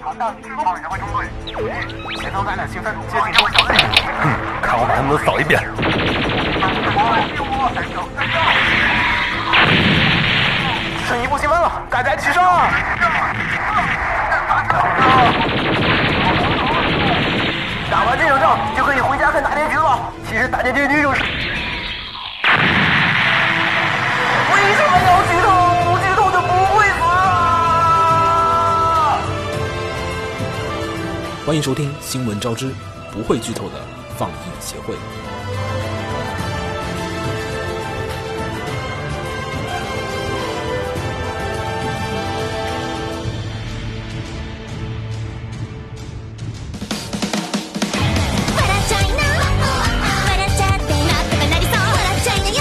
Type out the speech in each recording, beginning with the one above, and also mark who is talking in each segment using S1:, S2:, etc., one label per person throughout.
S1: 好到你后面的中队，前方咱俩行分接近中小队。
S2: 看我把他们都扫一遍。
S1: 剩一步积分了，大家齐上啊！打完这场仗就可以回家看打电锯了。其实打电电锯就是……为什么要剧透？不剧透就不会死啊！
S3: 欢迎收听《新闻招之》，不会剧透的放映协会。
S4: 笑っちゃいな笑っちゃってなんとかなりそう笑っちゃいなよ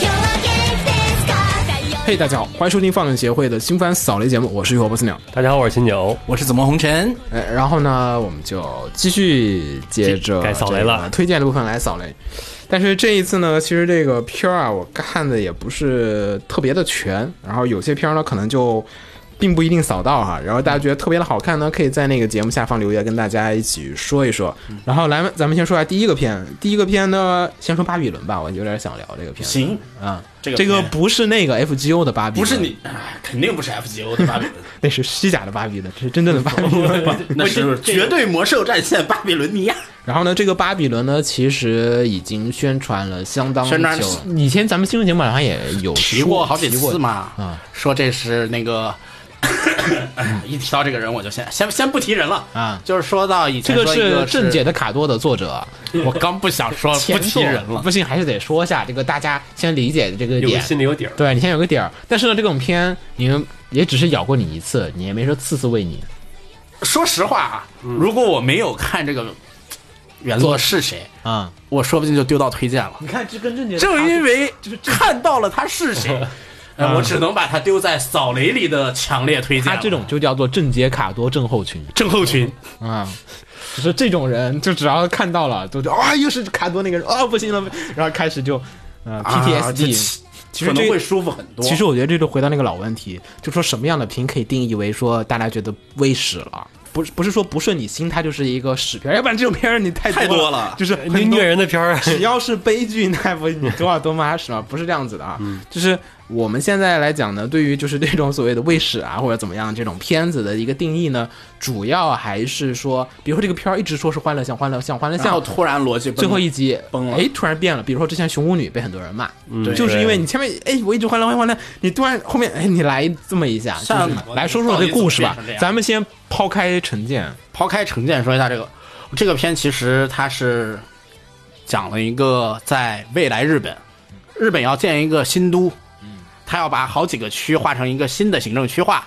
S4: 今日は元気ですか太陽
S3: 嘿、大家好，欢迎收听放映协会的新番扫雷节目，我是雨火不死鸟。
S2: 大家好，我是秦九。
S5: 我是紫梦红尘，
S3: 呃，然后呢，我们就继续接着
S2: 该扫雷
S3: 这个
S2: 了
S3: 推荐的部分来扫雷。但是这一次呢，其实这个片儿啊，我看的也不是特别的全，然后有些片儿呢，可能就并不一定扫到哈。然后大家觉得特别的好看呢，可以在那个节目下方留言，跟大家一起说一说。然后来，咱们先说一下第一个片，第一个片呢，先说巴比伦吧，我有点想聊这个片。
S5: 行，
S3: 啊，
S5: 这个
S3: 这个
S5: 片
S3: 不是那个 FGO 的芭比，
S5: 不是，你，哎肯定不是 FGO 的巴比伦，
S3: 那是虚假的芭比的，这是真正的芭比伦。
S5: 那是绝对魔兽战线巴比伦尼亚。
S3: 然后呢，这个巴比伦呢，其实已经宣传了相当久
S5: 宣传
S3: 了。以前咱们新闻节目好像也有
S5: 提
S3: 说
S5: 过好几
S3: 提过
S5: 次嘛，
S3: 啊
S5: 说这是那个。哎呀，一提到这个人，我就先先先不提人了
S3: 啊
S5: 就是说到以
S3: 这
S5: 前
S3: 个
S5: 说一
S3: 是
S5: 个
S3: 正解，的卡多的作者，啊
S5: 我刚不想说不
S3: 前
S5: 提
S3: 作
S5: 人了
S3: 不，行，还是得说一下这个，大家先理解这个
S2: 有个
S3: 点。
S2: 心里有底儿。
S3: 对你先有个底儿，但是呢，这种片你们也只是咬过你一次，你也没说次次为你。
S5: 说实话啊，如果我没有看这个原作是谁，
S3: 啊、
S5: 我说不定就丢到推荐了。
S3: 你看这跟正解
S5: 正因为看到了他是谁，呃我只能把他丢在扫雷里的强烈推荐
S3: 他
S5: 了。
S3: 啊这种就叫做正解卡多症候群
S5: 症候群，
S3: 啊。就是这种人，就只要看到了，都就啊，又是卡多那个人，啊，不行了，然后开始就，呃
S5: 啊
S3: ，PTSD，、
S5: 这其
S3: 其
S5: 可
S3: 实
S5: 能
S3: 这
S5: 会舒服很多。
S3: 其实我觉得这就回到那个老问题，就说什么样的评可以定义为说大家觉得喂屎了，不是不是说不顺你心，它就是一个屎片儿，要不然这种片儿你太
S5: 太
S3: 多
S5: 多了
S3: 就是
S2: 你
S3: 很多
S2: 虐人的片儿，
S3: 只要是悲剧，那不你多少都骂屎了，不是这样子的啊。
S5: 嗯
S3: 就是我们现在来讲呢，对于就是这种所谓的卫史啊或者怎么样这种片子的一个定义呢，主要还是说，比如说这个片儿一直说是欢乐像欢乐像欢乐
S5: 然后
S3: 像。
S5: 突然逻辑崩
S3: 最后一集
S5: 啊崩了嗯
S3: 哎，突然变了。比如说之前《熊舞女》被很多人骂，
S5: 对
S3: 就是因为你前面哎，我一直欢乐欢乐欢乐，你突然后面哎，你来这么一下，就
S5: 像
S3: 是来说说这故事吧
S5: 到底怎么变成这。样
S3: 咱们先抛开成见，
S5: 抛开成见说一下这个这个片，其实它是讲了一个在未来日本，日本要建一个新都，他要把好几个区划成一个新的行政区划，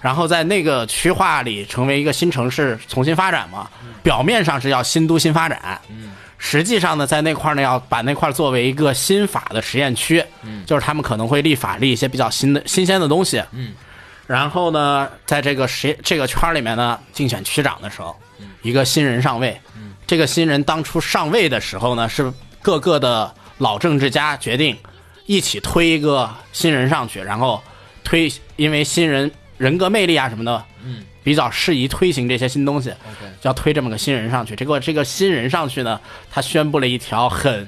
S5: 然后在那个区划里成为一个新城市重新发展嘛。表面上是要新都新发展，实际上呢，在那块儿呢要把那块儿作为一个新法的实验区，就是他们可能会立法立一些比较新的新鲜的东西。然后呢，在这个谁这个圈儿里面呢，竞选区长的时候，一个新人上位。这个新人当初上位的时候呢，是各个的老政治家决定一起推一个新人上去，然后推，因为新人人格魅力啊什么的，嗯，比较适宜推行这些新东西。就要推这么个新人上去。结果这个新人上去呢，他宣布了一条很，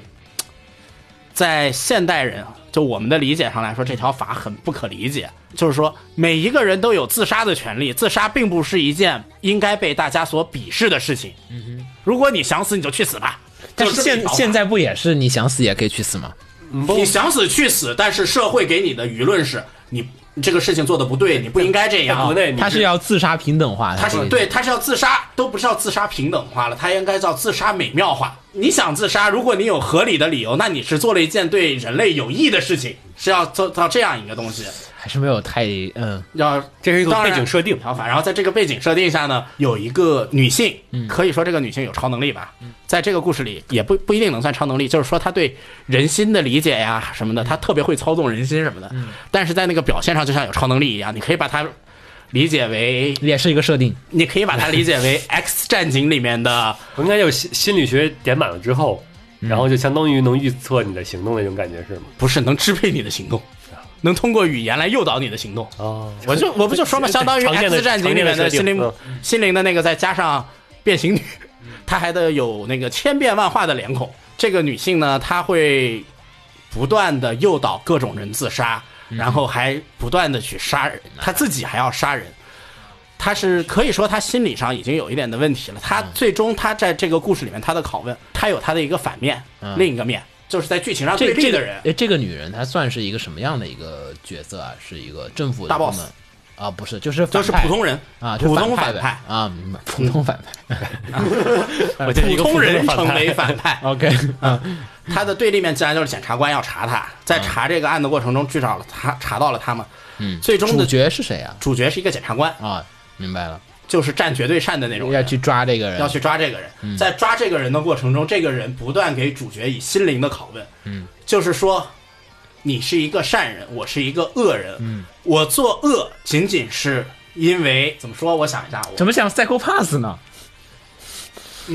S5: 在现代人啊就我们的理解上来说，这条法很不可理解。就是说，每一个人都有自杀的权利，自杀并不是一件应该被大家所鄙视的事情。嗯哼，如果你想死，你就去死吧。
S3: 但
S5: 就是这么一
S3: 现
S5: 条法嗯
S3: 现在不也是你想死也可以去死吗？
S5: 你想死去死，但是社会给你的舆论是你你这个事情做的不对，你不应该这
S2: 在
S5: 样。
S2: 国内你
S3: 他是要自杀平等化，
S5: 他
S3: 这
S5: 是
S2: 嗯
S3: 个意思
S5: 对，他是要自杀，都不是要自杀平等化了，他应该叫自杀美妙化。你想自杀，如果你有合理的理由，那你是做了一件对人类有益的事情，是要做到这样一个东西。
S3: 还是没有太嗯
S5: 要
S2: 这是一种
S5: 当
S2: 背
S5: 然
S2: 景设定。
S5: 条法，然后在这个背景设定下呢，有一个女性，
S2: 嗯
S5: 可以说这个女性有超能力吧，在这个故事里也不不一定能算超能力，就是说她对人心的理解呀什么的，她特别会操纵人心什么的，
S2: 嗯
S5: 但是在那个表现上就像有超能力一样，你可以把它理解为
S3: 也是一个设定。
S5: 你可以把它理解为《X 战警》里面的
S2: 我应该有心心理学点满了之嗯后，然后就相当于能预测你的行动那种感觉是吗？
S5: 不是能支配你的行动，能通过语言来诱导你的行动。
S2: 哦，
S5: 我就我不就说嘛，相当于《
S2: 常见的
S5: X 战警》里面
S2: 常见的
S5: 的
S2: 设
S5: 心
S2: 定
S5: 灵心灵的那个，再加上变形女，她还得有那个千变万化的脸孔。这个女性呢，她会不断的诱导各种人自杀，然后还不断的去杀人，她自己还要杀人。她是可以说她心理上已经有一点的问题了。她最终她在这个故事里面，她的拷问，她有她的一个反面，
S3: 嗯
S5: 另一个面就是在剧情上对
S3: 这
S5: 立
S3: 这
S5: 的人。
S3: 哎，这个女人她算是一个什么样的一个角色啊？是一个政府的
S5: 大 boss
S3: 部门啊？不是，就是
S5: 就
S3: 反
S5: 是
S3: 派
S5: 普通人
S3: 啊，就是
S5: 普
S3: 反
S5: 通反
S3: 派
S5: 派
S3: 呗啊，明白普通反派。
S2: 我就是一
S5: 普
S2: 个
S5: 通人
S2: 的反
S5: 成为
S2: 派，
S5: 反派，
S3: OK，啊，
S5: 他的对立面自然就是检察官要查他，在查这个案的过程中，至少他查到了他们。
S3: 嗯
S5: 最终
S3: 主
S5: 的
S3: 角是谁啊？
S5: 主角是一个检察官，
S3: 啊，明白了，
S5: 就是占绝对善的那种
S3: 要嗯
S5: 人，
S3: 去抓这个人，
S5: 要去抓这个人。在抓这个人的过程中，这个人不断给主角以心灵的拷问，
S3: 嗯，
S5: 就是说，你是一个善人，我是一个恶人，嗯，我作恶仅仅是因为怎么说？我想一下，我
S3: 怎么想 psycho pass 呢？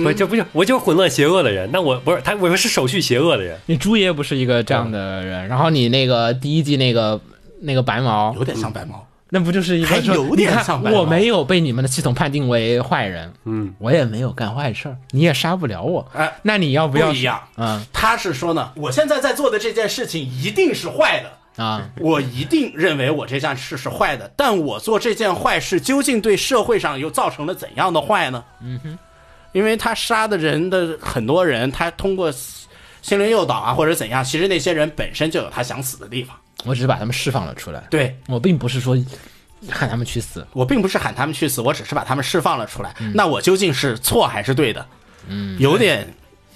S2: 我 就不就我就是混乱邪恶的人。那我不是他，我是手续邪恶的人。
S3: 你朱爷不是一个这样的人，然后你那个第一季那个那个白毛
S5: 有，点像白毛，
S3: 那不就是一个
S5: 还
S3: 说
S5: 有点
S3: 你看
S5: 像白毛
S3: 我没有被你们的系统判定为坏人，
S2: 嗯，
S3: 我也没有干坏事儿，你也杀不了我。
S5: 哎
S3: 那你要不要
S5: 不一样
S3: 嗯
S5: 他是说呢，我现在在做的这件事情一定是坏的。
S3: 啊，
S5: 我一定认为我这件事是坏的，但我做这件坏事究竟对社会上又造成了怎样的坏呢？嗯哼，因为他杀的人的很多人，他通过心灵诱导啊或者怎样，其实那些人本身就有他想死的地方。
S3: 我只是把他们释放了出来，
S5: 对
S3: 我并不是说喊他们去死。
S5: 我并不是喊他们去死，我只是把他们释放了出来。那我究竟是错还是对的？嗯，有点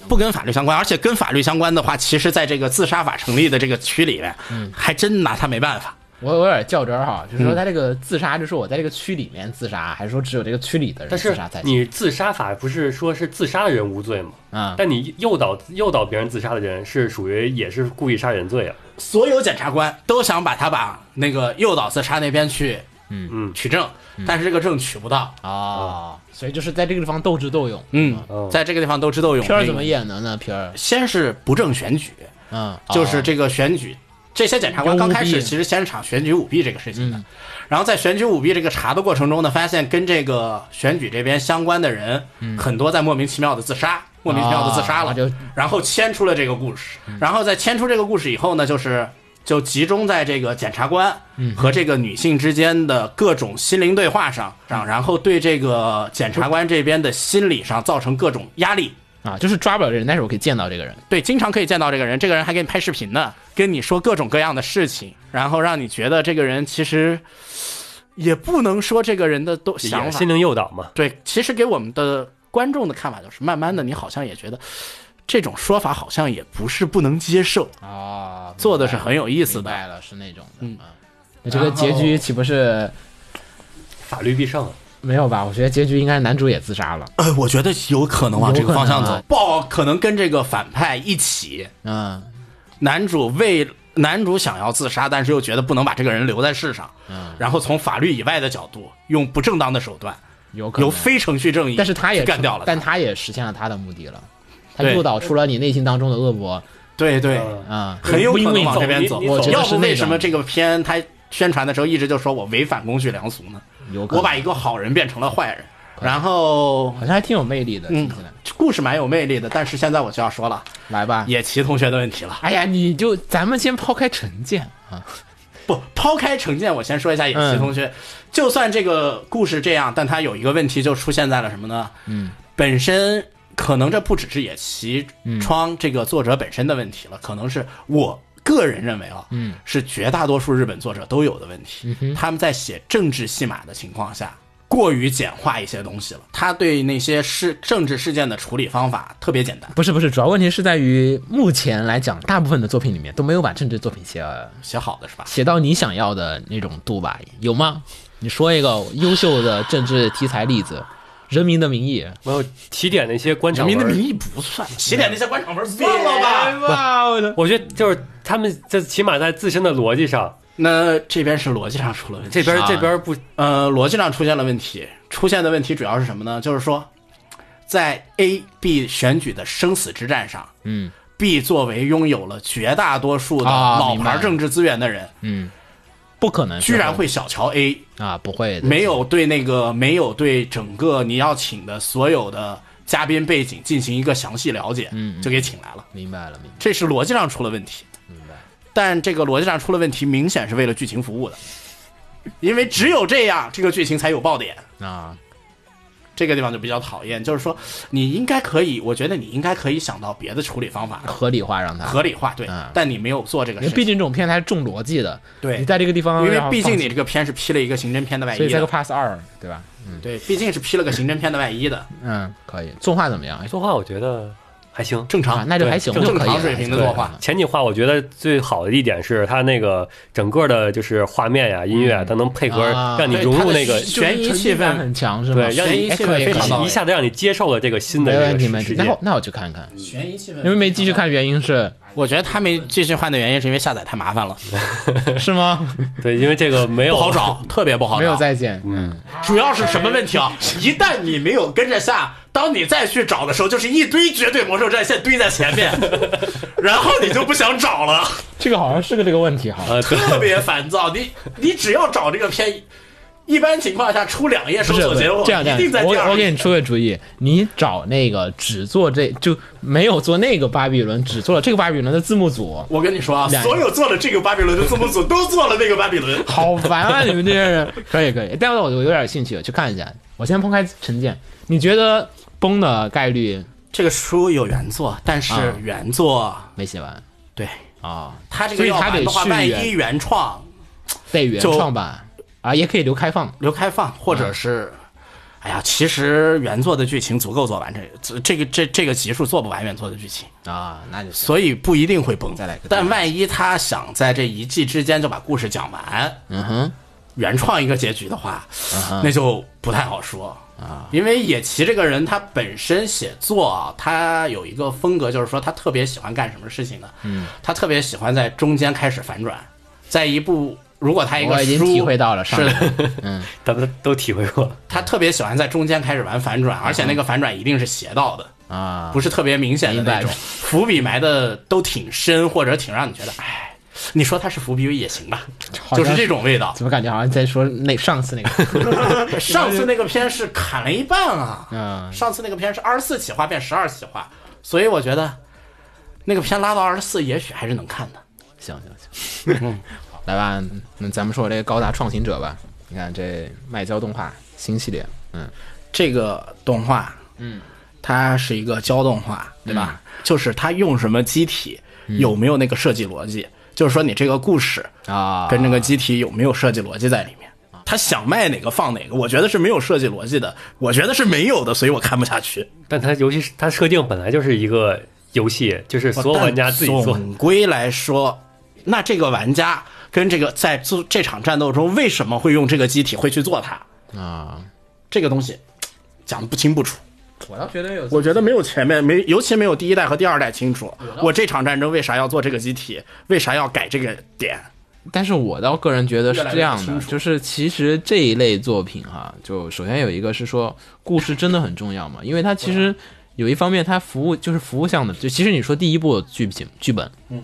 S5: 不跟法律相关，而且跟法律相关的话，其实在这个自杀法成立的这个区里面，还真拿他没办法。
S3: 我我有点较真儿哈，就是说他这个自杀，就是我在这个区里面自杀，还是说只有这个区里的人
S2: 但
S3: 自
S2: 是
S3: 杀才行？
S2: 你自杀法不是说是自杀的人无罪吗？
S5: 嗯
S3: 啊
S2: 但你诱导诱导别人自杀的人是属于也是故意杀人罪啊。
S5: 所有检察官都想把他把那个诱导自杀那边去，嗯
S2: 嗯
S5: 取证，但是这个证取不到，
S3: 啊，所以就是在这个地方斗智斗勇。
S5: 嗯
S2: 哦，
S5: 在这个地方斗智斗勇。
S3: 片儿怎么？演的呢？片儿，
S5: 先是不正选举，
S3: 嗯，
S5: 就是这个选举，这些检察
S3: 要
S5: 官
S3: 舞
S5: 刚
S3: 弊
S5: 开始其实先是想选举舞弊这个事情的，然后在选举舞弊这个查的过程中呢，发现跟这个选举这边相关的人很多在莫名其妙的自杀，莫名其妙的自杀了，
S3: 啊就
S5: 然后牵出了这个故事，然后在牵出这个故事以后呢，就是。就集中在这个检察官和这个女性之间的各种心灵对话上，上然后对这个检察官这边的心理上造成各种压力，
S3: 啊，就是抓不了这人，但是我可以见到这个人。
S5: 对，经常可以见到这个人，这个人还给你拍视频呢，跟你说各种各样的事情，然后让你觉得这个人其实也不能说这个人的都
S2: 也
S5: 想
S2: 是
S5: 法
S2: 心。灵诱导嘛。
S5: 对，其实给我们的观众的看法就是，慢慢的你好像也觉得这种说法好像也不是不能接受，
S3: 啊，
S5: 哦做的是很有意思
S3: 明
S5: 的。
S3: 白了，是那种的
S5: 嗯。
S3: 啊那这个结局岂不是
S2: 法律必胜，
S3: 没有吧？我觉得结局应该是男主也自杀了。
S5: 呃，我觉得有可能往这个方向
S3: 有可能
S5: 走
S3: 啊，
S5: 豹可能跟这个反派一起，
S3: 嗯，
S5: 男主为男主想要自杀，但是又觉得不能把这个人留在世上，
S3: 嗯
S5: 然后从法律以外的角度，用不正当的手段。
S3: 有可能
S5: 由。非程序正义，
S3: 但是他也
S5: 干掉了他，
S3: 但他也实现了他的目的了。他
S5: 对
S3: 诱导出了你内心当中的恶魔
S5: 对对，
S2: 嗯
S3: 啊，
S5: 很有可
S2: 不因为
S5: 能
S2: 你
S5: 往
S2: 走
S5: 这边
S2: 你
S5: 走。
S2: 你走
S3: 我觉得
S5: 要
S3: 是
S5: 不
S3: 那
S5: 为什
S3: 种
S5: 么这个片他宣传的时候一直就说我违反公序良俗呢？
S3: 有可
S5: 我
S3: 能
S5: 把一个好人变成了坏人，然后
S3: 好像还挺有魅力的，听
S5: 嗯
S3: 起来。，
S5: 故事蛮有魅力的，但是现在我就要说了，
S3: 来吧，
S5: 野崎同学的问题了。
S3: 哎呀，你就咱们先抛开成见啊，
S5: 不，抛开成见，我先说一下野崎同学，就算这个故事这样，但他有一个问题就出现在了什么呢？
S3: 嗯，
S5: 本身可能这不只是野崎
S3: 嗯
S5: 窗这个作者本身的问题了，可能是我个人认为啊，
S3: 嗯，
S5: 是绝大多数日本作者都有的问题。
S3: 哼
S5: 他们在写政治戏码的情况下。过于简化一些东西了，他对那些事政治事件的处理方法特别简单，
S3: 不是不是，主要问题是在于目前来讲，大部分的作品里面都没有把政治作品写
S5: 写好的是吧？
S3: 写到你想要的那种度吧？有吗？你说一个优秀的政治题材例子，《人民的名义》
S2: 我有起点那些官
S5: 人
S2: 场
S5: 民的名
S2: 文，
S5: 义不算，起点那些官场文算了吧，
S2: 我觉得就是他们这起码在自身的逻辑上，
S5: 那这边是逻辑上出了问题，
S2: 这边
S3: 啊
S2: 这边不
S5: 呃，逻辑上出现了问题。出现的问题主要是什么呢？就是说，在 A、B 选举的生死之战上，
S3: 嗯，
S5: 必作为拥有了绝大多数的
S3: 啊
S5: 老
S3: 明白
S5: 牌政治资源的人，
S3: 嗯，不可能，
S5: 居然会小瞧 A，
S3: 啊，不会的，
S5: 没有对那个没有对整个你要请的所有的嘉宾背景进行一个详细了解，
S3: 嗯嗯
S5: 就给请来了，
S3: 明白了，明白
S5: 这是逻辑上出了问题。但这个逻辑上出了问题，明显是为了剧情服务的，因为只有这样，这个剧情才有爆点。
S3: 了啊，
S5: 这个地方就比较讨厌，就是说你应该可以，我觉得你应该可以想到别的处理方法，
S3: 合理化让他，
S5: 合理化对
S3: 嗯，
S5: 但你没有做这个
S3: 因为
S5: 事
S3: 毕
S5: 情，
S3: 竟这种片它是重逻辑的，
S5: 对
S3: 你在这个地方，
S5: 因为
S3: 然后
S5: 毕竟
S3: 放
S5: 你这个片是披了一个刑侦片的外
S3: 所
S5: 衣
S3: 以才个
S5: 的，
S3: pass 二，对吧？
S5: 对，毕竟是披了个刑侦片的外衣的，
S3: 嗯，可以。动画怎么样？哎
S2: 动画我觉得还行，
S5: 正
S3: 啊
S5: 常，，
S3: 那就还行，
S2: 正
S3: 就可以
S5: 常
S3: 了
S5: 水平的
S3: 对
S5: 作画
S3: 嗯
S2: 前景化，我觉得最好的一点是它那个整个的，就是画面呀、音乐啊都能配合，
S3: 啊
S2: 让你
S5: 对
S2: 融
S5: 它
S2: 入
S5: 的
S2: 那个
S5: 是嗯悬疑
S3: 沉
S5: 气
S3: 浸感
S5: 氛，
S3: 很强，是吗？
S2: 对，让你
S5: 悬疑
S3: 哎
S5: 气氛
S3: 可以
S5: 非
S3: 可
S5: 常到
S2: 一
S3: 以，
S5: 位
S2: 一下子让你接受了这个新的
S3: 没问题，没
S2: 这个
S3: 问题
S2: 世。界
S3: 那。我那我去看看，
S5: 悬疑气氛
S3: 因为没继续看，原因是
S5: 我觉得他没继续换的原因是因为下载太麻烦了，
S3: 是 吗？
S2: 对，因为这个没有
S5: 不好，找， 特别不好找。
S3: 没有再见，嗯，
S5: 主要是什么问题啊？ 一旦你没有跟着下，当你再去找的时候，就是一堆绝对魔兽战线堆在 前面，然后你就不想找了，
S3: 这个好像是个这个问题哈。
S2: 呃，对，
S5: 特别烦躁。你你只要找这个片，一般情况下出两页
S3: 不
S5: 搜
S3: 是
S5: 索
S3: 不
S5: 结
S3: 是
S5: 果，
S3: 这样这
S5: 一定在
S3: 样，
S5: 第二
S3: 我我给
S5: 页。
S3: 你出个主意，你找那个只做这就没有做那个巴比伦，只做了这个巴比伦的字幕组，
S5: 我跟你说啊，
S3: 两页
S5: 所有做了这个巴比伦的字幕组都做了那个巴比伦，
S3: 好烦啊！你们这些人，可以可以，但我我有点兴趣，去看一下。我先抛开成见，你觉得崩的概率
S5: 这个书有原作，但是
S3: 啊
S5: 原作
S3: 没写完
S5: 对
S3: 啊？
S5: 他这
S3: 所
S5: 个
S3: 以
S5: 要
S3: 它
S5: 版
S3: 得
S5: 的话，
S3: 续
S5: 万
S3: 原
S5: 一原创
S3: 得原
S5: 就
S3: 创版啊，也可以留开放。
S5: 留开放，或
S3: 嗯
S5: 者是，哎呀，其实原作的剧情足够做完这这个这这个集数做不完原作的剧情，
S3: 啊，那就行。
S5: 所以不一定会崩。
S3: 再来个
S5: 但万一他想在这一季之间就把故事讲完，
S3: 嗯哼，嗯
S5: 原创一个结局的话，
S3: 哼
S5: 那就不太好说。啊，因为野崎这个人，他本身写作啊，他有一个风格，就是说他特别喜欢干什么事情呢？嗯，他特别喜欢在中间开始反转，在一部如果他一个
S3: 我已经
S5: 书
S3: 体会到了上
S5: 是的
S3: 面
S2: 咱们都体会过。
S5: 他特别喜欢在中间开始玩反转，而且那个反转一定是邪道的，
S3: 啊，
S5: 不是特别明显的那
S3: 明
S5: 种，
S3: 白
S5: 伏笔埋的都挺深，或者挺让你觉得，哎，你说它是伏笔也行吧，
S3: 好
S5: 就
S3: 像
S5: 是这种味道。
S3: 怎么感觉好像在说那上次那 个
S5: 上次那个片是砍了一半啊，
S3: 嗯
S5: 上次那个片是二十四企划变十二企划，所以我觉得那个片拉到二十四也许还是能看的。
S3: 行行行， 好来吧，那咱们说我这个高达创新者吧。你看这麦胶动画新系列，嗯，
S5: 这个动画，嗯，它是一个胶动画，对吧？就是它用什么机体，有没有那个设计逻辑，就是说你这个故事
S3: 啊
S5: 跟这个机体有没有设计逻辑在里面。
S2: 啊
S5: 他想卖哪个放哪个，我觉得是没有设计逻辑的，我觉得是没有的，所以我看不下去。
S2: 但它游戏它设定本来就是一个游戏，就是所有玩家自己
S5: 但
S2: 做。
S5: 总归来说，那这个玩家跟这个在做这场战斗中，为什么会用这个机体会去做它？
S3: 啊，
S5: 这个东西讲的不清不楚。
S3: 我倒觉得有，
S5: 我觉得没有前面没，尤其没有第一代和第二代清楚。我这场战争为啥要做这个机体？为啥要改这个点？
S3: 但是我倒个人觉得是这样
S5: 越来越
S3: 的，
S5: 清楚
S3: 就是其实这一类作品哈，就首先有一个是说故事真的很重要嘛，因为它其实
S5: 啊
S3: 有一方面它服务就是服务项的，就其实你说第一部剧情剧本，嗯，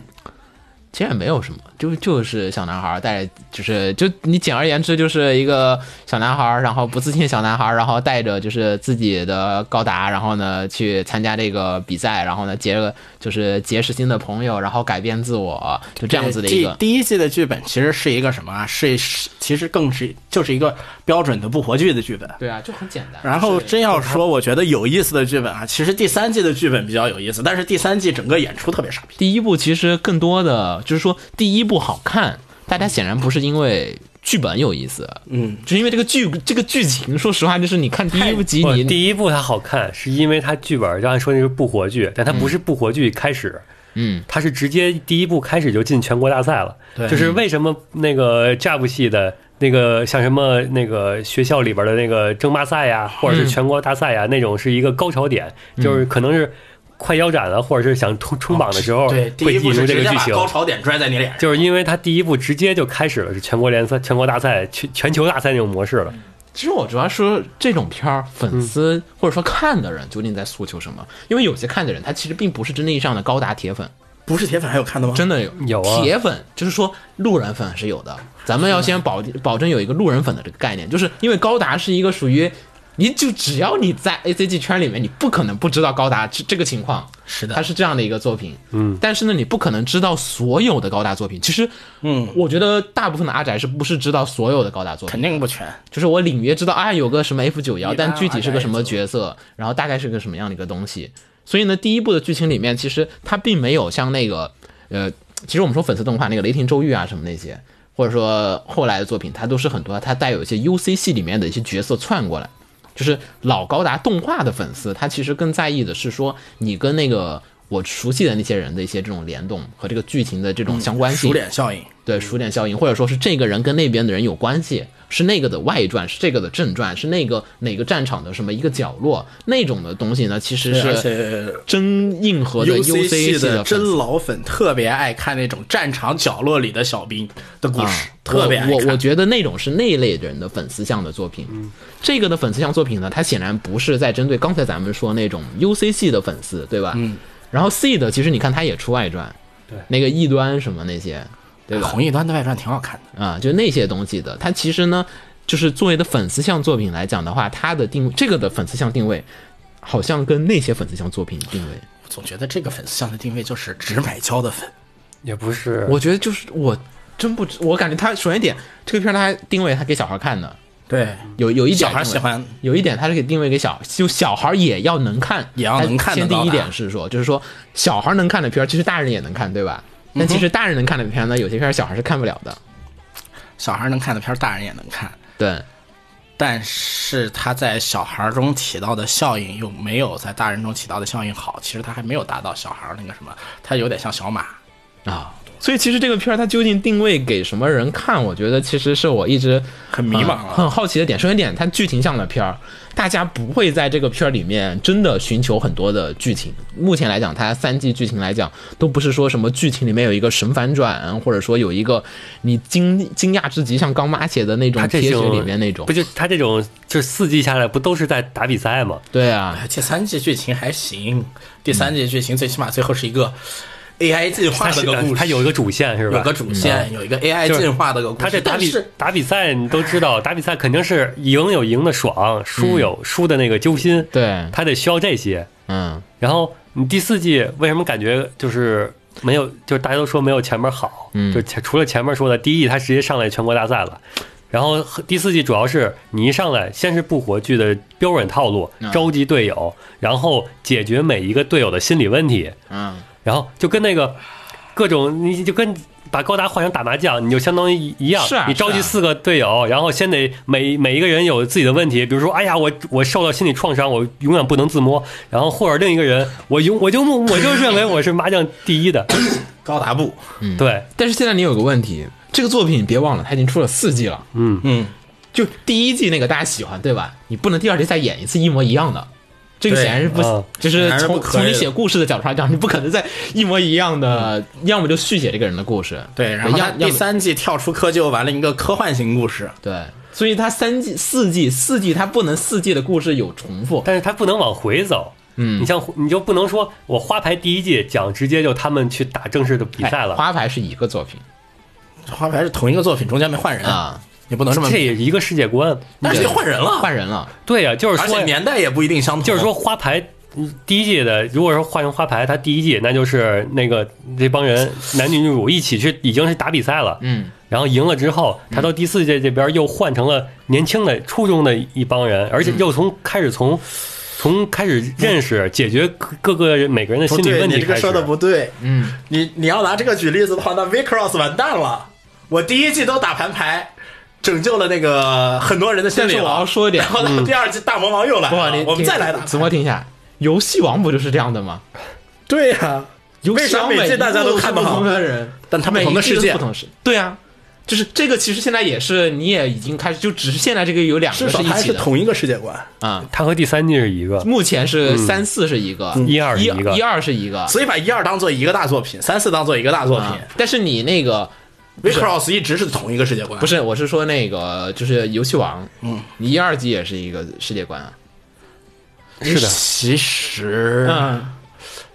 S3: 其实也没有什么，就就是小男孩带着，就是就你简而言之就是一个小男孩，然后不自信的小男孩，然后带着就是自己的高达，然后呢去参加这个比赛，然后呢结了就是结识新的朋友，然后改变自我，就这样子的一个
S5: 这。第一季的剧本其实是一个什么啊？是是其实更是就是一个标准的不活剧的剧本。
S3: 对啊，就很简单。
S5: 然后真要说，我觉得有意思的剧本啊，其实第三季的剧本比较有意思，但是第三季整个演出特别傻逼。
S3: 第一部其实更多的就是说，第一部好看，大家显然不是因为剧本有意思，
S5: 嗯，
S3: 就是因为这个剧这个剧情，说实话，就是你哦看第一部集
S2: 不
S3: 你
S2: 第一部它好看，是因为它剧本刚才说那是不活剧，但它不是不活剧开始，
S3: 嗯
S2: 它是直接第一部开始就进全国大赛了。
S5: 对
S2: 就是为什么那个 Jab 系的那个像什么那个学校里边的那个争霸赛呀，或者是全国大赛啊呀，那种是一个高潮点，
S5: 嗯
S2: 就是可能是快腰斩了，或者是想冲冲榜的时候，
S5: 哦对，第
S2: 会
S5: 一
S2: 引
S5: 部
S2: 入
S5: 是
S2: 这个
S5: 直接
S2: 剧
S5: 把
S2: 情。
S5: 高潮点拽在你脸上，
S2: 就是因为它第一部直接就开始了是全国联赛、全国大赛、全全球大赛那种模式了，
S3: 其实我主要说这种片儿，粉丝、或者说看的人究竟在诉求什么？因为有些看的人，他其实并不是真正意义上的高达铁粉，
S5: 不是铁粉还有看的吗？
S3: 真的有
S2: 有啊
S3: 铁粉，就是说路人粉是有的。咱们要先保保证有一个路人粉的这个概念，就是因为高达是一个属于，你就只要你在 A C G 圈里面，你不可能不知道高达这这个情况，
S5: 是的
S3: 它是这样的一个作品，嗯，但是呢，你不可能知道所有的高达作品。其实，嗯，我觉得大部分的阿宅是不是知道所有的高达作品？
S5: 肯定不全。
S3: 就是我隐约知道啊有个什么 F 九幺，
S5: 一般
S3: 但具体是个什么角色，然啊后大概是个什么样的一个东西。所以呢，第一部的剧情里面，其实它并没有像那个呃，其实我们说粉丝动画那个《雷霆周御》啊什么那些，或者说后来的作品，它都是很多它带有一些 UC 系里面的一些角色串过来。就是老高达动画的粉丝，他其实更在意的是说你跟那个我熟悉的那些人的一些这种联动和这个剧情的这种相关性。
S5: 熟脸效应，
S3: 对数点效应，或者说是这个人跟那边的人有关系，是那个的外传，是这个的正传，是那个哪个战场的什么一个角落那种的东西呢？其实
S5: 对而
S3: 是
S5: 且
S3: 真硬核的
S5: UC 系
S3: 系的粉丝
S5: 真老粉特别爱看那种战场角落里的小兵的故事，特别爱
S3: 我
S5: 看。嗯
S3: 我我觉得那种是那一类人的粉丝向的作品。这个的粉丝向作品呢，它显然不是在针对刚才咱们说那种 UC 系的粉丝，对吧？嗯。然后 C 的，其实你看它也出外传，
S2: 对
S3: 那个异端什么那些，对吧？
S5: 红一端的外传挺好看的，
S3: 啊，就那些东西的。它其实呢，就是作为的粉丝向作品来讲的话，它的定这个的粉丝向定位，好像跟那些粉丝向作品定位，
S5: 我总觉得这个粉丝向的定位就是只买胶的粉，
S2: 也不是，
S3: 我觉得就是我真不知，我感觉它首先一点，这个片儿它还定位它给小孩看的，
S5: 对，
S3: 有有一点
S5: 小孩
S3: 定位
S5: 喜欢
S3: 有一点它是给定位给小，就小孩也要能看，
S5: 也要能看
S3: 先
S5: 得
S3: 第
S5: 到啊
S3: 一
S5: 的
S3: 点是说，就是说小孩能看的片儿，其实大人也能看，对吧？但
S5: 嗯
S3: 其实大人能看的片儿呢，有些片儿小孩是看不了的。
S5: 小孩能看的片儿，大人也能看，
S3: 对，
S5: 但是他在小孩中起到的效应又没有在大人中起到的效应好，其实他还没有达到小孩那个什么，他有点像小马，
S3: 啊。所以其实这个片儿它究竟定位给什么人看，我觉得其实是我一直
S5: 很迷茫啊
S3: 很
S5: 了。
S3: 很好奇的点。首先点，它剧情向的片儿，大家不会在这个片儿里面真的寻求很多的剧情。目前来讲，它三季剧情来讲，都不是说什么剧情里面有一个神反转，或者说有一个你惊惊讶至极，像刚妈写的那种
S2: 他
S3: 贴
S2: 这
S3: 纸
S2: 种
S3: 里面那种
S2: 不。就他这种，就是四季下来不都是在打比赛吗？
S3: 对啊，
S5: 哎这三季剧情还行，第三季剧情最起码最后是一个 AI 进化
S2: 他
S5: 的
S2: 是呃
S5: 个故事，
S2: 他有一个主线是吧？
S5: 有个主线，有一个 AI
S2: 就是
S5: 进化的个故
S2: 他
S5: 事，
S2: 这打
S5: 但
S2: 比
S5: 是
S2: 打比赛，你都知道，打比赛肯定是赢有赢的爽，输有输的那个揪心，
S3: 嗯对，
S2: 他得需要这些。
S3: 嗯，
S2: 然后你第四季为什么感觉就是没有，就是大家都说没有前面好，
S3: 嗯
S2: 就前除了前面说的第一季，他直接上来全国大赛了。然后第四季主要是你一上来先是复活剧的标准套路
S3: 嗯，
S2: 召集队友，然后解决每一个队友的心理问题，
S3: 嗯，
S2: 然后就跟那个各种，你就跟把高达换成打麻将，你就相当于一一样。
S3: 是啊
S2: 你召
S3: 是
S2: 集
S3: 啊
S2: 四个队友，然后先得每每一个人有自己的问题，比如说，哎呀，我我受到心理创伤，我永远不能自摸。然后或者另一个人，我永我就我就认为我是麻将第一的，
S5: 高达部，
S3: 嗯
S2: 对，
S3: 但是现在你有个问题，这个作品别忘了，它已经出了四季了。
S2: 嗯
S5: 嗯，
S3: 就第一季那个大家喜欢，对吧？你不能第二季再演一次一模一样的，这个
S5: 对
S3: 显然是不，
S2: 嗯
S3: 就是
S5: 显然是
S3: 从
S5: 不可以
S3: 从
S5: 的
S3: 你写故事的角度上讲，你不可能再一模一样的，要么就续写这个人的故事，
S5: 嗯对，然
S3: 要
S5: 后他
S3: 要
S5: 第
S3: 么
S5: 三季跳出窠臼，完了一个科幻型故事，
S3: 对，所以它三季、四季、四季它不能四季的故事有重复，
S2: 但是他不能往回走。
S3: 嗯
S2: 你像你就不能说我花牌第一季讲直接就他们去打正式的比赛
S3: 哎
S2: 了，
S3: 花牌是一个作品
S5: 花牌是同一个作品，中间没换人
S3: 啊，
S5: 你不能这么
S2: 这，也一个世界观。
S5: 但是
S3: 对
S5: 换人了，
S3: 换人了，
S2: 对呀、就是
S5: 而
S2: 说
S5: 且年代也不一定
S3: 啊
S5: 相同，
S2: 就是说花牌。嗯第一季的，如果说换成花牌，他第一季那就是那个这帮人男女女主一起去，已经是打比赛了，
S3: 嗯，
S2: 然后赢了之后，他到第四届这边又换成了年轻的初中的一帮人，
S3: 嗯
S2: 而且又从开始从从开始认识解决各各个人每个人的心
S5: 不
S2: 理
S5: 对，
S2: 问
S5: 你
S2: 题
S5: 这个
S2: 开始
S5: 说的，不对。
S3: 嗯，
S5: 你你要拿这个举例子的话，那 V Cross 完蛋了。我第一季都打盘牌，拯救了那个很多人的心
S3: 但
S5: 理
S3: 是我要
S5: 了。
S3: 说一 点
S5: 然，后到第二季大魔王又来
S3: 不好
S5: 了，
S3: 意思，
S5: 我们再来打
S3: 子墨停下，游戏王不就是这样的吗？
S5: 对呀、
S3: 游
S5: 为
S3: 戏
S5: 啥
S3: 王每
S5: 每季大家都看
S3: 不
S5: 不好
S3: 同？的人，
S5: 但他
S3: 每
S5: 不同的
S3: 一季都
S5: 世界
S3: 不同世，对啊。就是这个，其实现在也是，你也已经开始，就只是现在这个有两
S5: 至
S3: 个
S5: 少
S3: 一
S5: 它还
S3: 起
S5: 是
S3: 的
S5: 同一个世界观，
S3: 啊、
S2: 他和第三季是一个，
S3: 目前是三四是一个，
S2: 嗯一二是
S3: 一
S2: 一个
S3: 一二是一个，啊
S5: 所以把一二当做一个大作品，三四当做一个大作品。
S3: 啊但是你那个
S5: Vicross 一直是同一个世界观，
S3: 不
S5: 是
S3: 是，我是说那个就是游戏王，嗯，你一二级也是一个世界观啊，
S2: 是的
S5: 其实，
S3: 嗯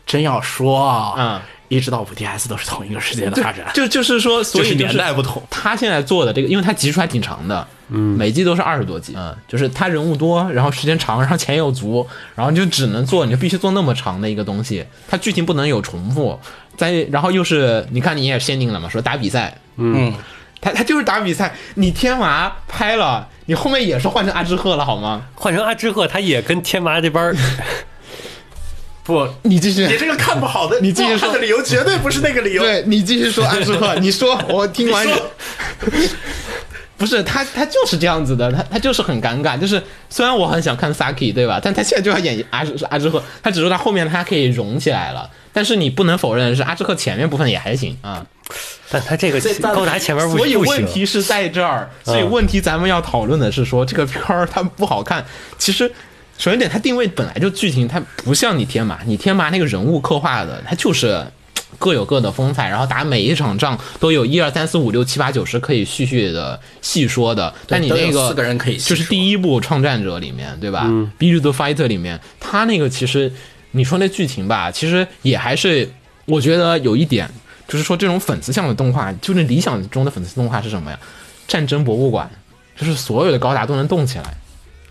S5: 真要说啊，
S3: 嗯，
S5: 一直到五 DS 都是同一个世界的发展，
S3: 就就是说，所
S5: 就
S3: 以
S5: 是
S3: 就
S5: 年代不同。
S3: 他现在做的这个，因为他集数还挺长的，嗯，每季都是二十多集，嗯，就是他人物多，然后时间长，然后钱又足，然后你就只能做，你就必须做那么长的一个东西，它剧情不能有重复，再然后又是你看你也限定了嘛，说打比赛，
S5: 嗯，
S3: 他他就是打比赛，你天麻拍了，你后面也是换成阿之鹤了好吗？
S2: 换成阿之鹤，他也跟天麻 这班儿
S5: 不，
S3: 你继续
S5: 你，这个看不好的，
S3: 你继续
S5: 不好看
S3: 说
S5: 的理由绝对不是那个理由。
S3: 对你继续说阿之 鹤，你说我听完
S5: 你
S3: 你
S5: 说。
S3: 不是他，他就是这样子的，他他就是很尴尬。就是虽然我很想看 Saki，对吧？但他现在就要演阿之阿之鹤，他只是他后面他可以融起来了。但是你不能否认的是，阿之鹤前面部分也还行啊。
S2: 但他这个
S3: 这
S2: 高达前面不
S3: 所以
S2: 不
S3: 问
S2: 行，
S3: 题是在这儿，
S5: 嗯
S3: 所以问题咱们要讨论的是说、这个片儿它不好看。其实，首先一点，它定位本来就剧情，它不像你天马，你天马那个人物刻画的，它就是。各有各的风采，然后打每一场仗都有一二三四五六七八九十可以续续的细说的。但你
S5: 都有
S3: 那个
S5: 四个人可以细
S3: 就
S5: 说
S3: 是第一部《创战者》里面，对吧？《b i l l the Fighter》里面，他那个其实你说那剧情吧，其实也还是我觉得有一点，就是说这种粉丝向的动画，究竟理想中的粉丝动画是什么呀？战争博物馆，就是所有的高达都能动起来。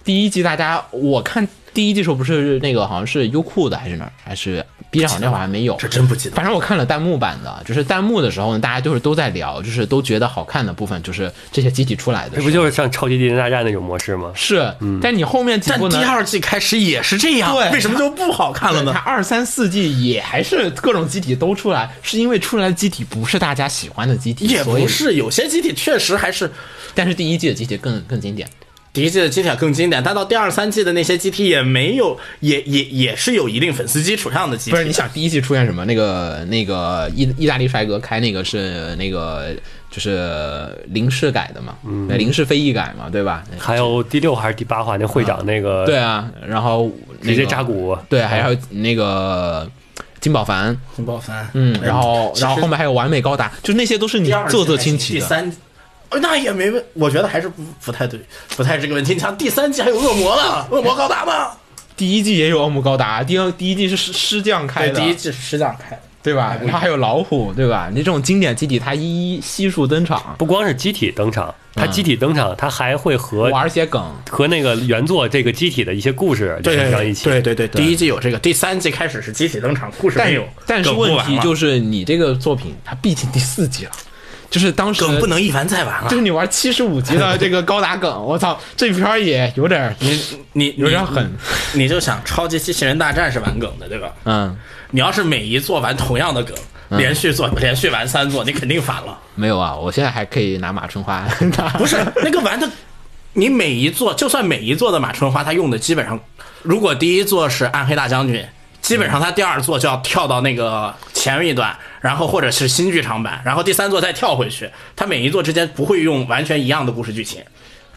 S3: 第一季大家我看第一季时候不是那个好像是优酷的还是哪儿还是 B 站好像那会儿还没有，
S5: 这真不记得。
S3: 反正我看了弹幕版的，就是弹幕的时候呢，大家就是都在聊，就是都觉得好看的部分，就是这些机体出来的时
S2: 这
S3: 候，
S2: 不就是像超级地震大战那种模式吗？
S3: 是？但你后面几
S5: 但
S3: 部
S5: 第
S3: 呢？
S5: 二季开始也是这样，
S3: 对
S5: 为什么就不好看了
S3: 对
S5: 呢
S3: 它？二三四季也还是各种机体都出来，是因为出来的机体不是大家喜欢的机体，
S5: 也
S3: 所以
S5: 不，是，有些机体确实还是
S3: 但是第一季的机体更更经典。
S5: 第一季的机体更经典，但到第二、三季的那些机体也没有，也也也是有一定粉丝基础上的机体。
S3: 不是你想第一季出现什么？那个那个意意大利帅哥开那个是那个就是零式改的嘛，嗯，零式非裔改嘛，对吧？
S2: 还有第六还是第八话那会长那个，
S3: 对，啊，然后、那个、
S2: 直接扎古
S3: 对，还有那个金宝凡，
S5: 金爆翻，
S3: 嗯，然后
S5: 其实
S3: 然后后面还有完美高达，就那些都是你
S5: 第二季
S3: 啧啧亲奇
S5: 第
S3: 的。
S5: 三季，呃那也没问，我觉得还是不不太对，不太这个问题。你像第三季还有恶魔 呢，恶魔高达呢？
S3: 第一季也有奥姆高达，第二第一季是师师匠开
S5: 对，
S3: 的，
S5: 第一季哎是师长开的，
S3: 对吧？然后还有老虎，对吧？你这种经典基底，它一一悉数登场，
S2: 不光是机体登场，它机体登场，它还会和
S3: 玩一些梗。
S2: 和那个原作这个机体的一些故事连上一起。
S5: 对对对，第一季有这个，第三季开始是集体登场，故事
S3: 但
S5: 没有，
S3: 但是
S5: 梗不
S3: 问
S5: 完
S3: 题
S5: 了
S3: 就是，你这个作品它毕竟第四季了，就是当时
S5: 梗不能一玩再啊玩了
S3: 就。是你玩七十五级的这个高达梗，我操，这片儿也有点儿，
S5: 你你嗯
S3: 有点狠，
S5: 你你就想超级机器人大战是玩梗的对吧？
S3: 嗯，
S5: 你要是每一座玩同样的梗，连续做连续玩三座，你肯定反了。
S3: 没有啊，我现在还可以拿马春花，
S5: 不是那个玩的，你每一座就算每一座的马春花，他用的基本上，如果第一座是暗黑大将军，基本上他第二座就要跳到那个前一段，然后或者是新剧场版，然后第三座再跳回去，他每一座之间不会用完全一样的故事剧情。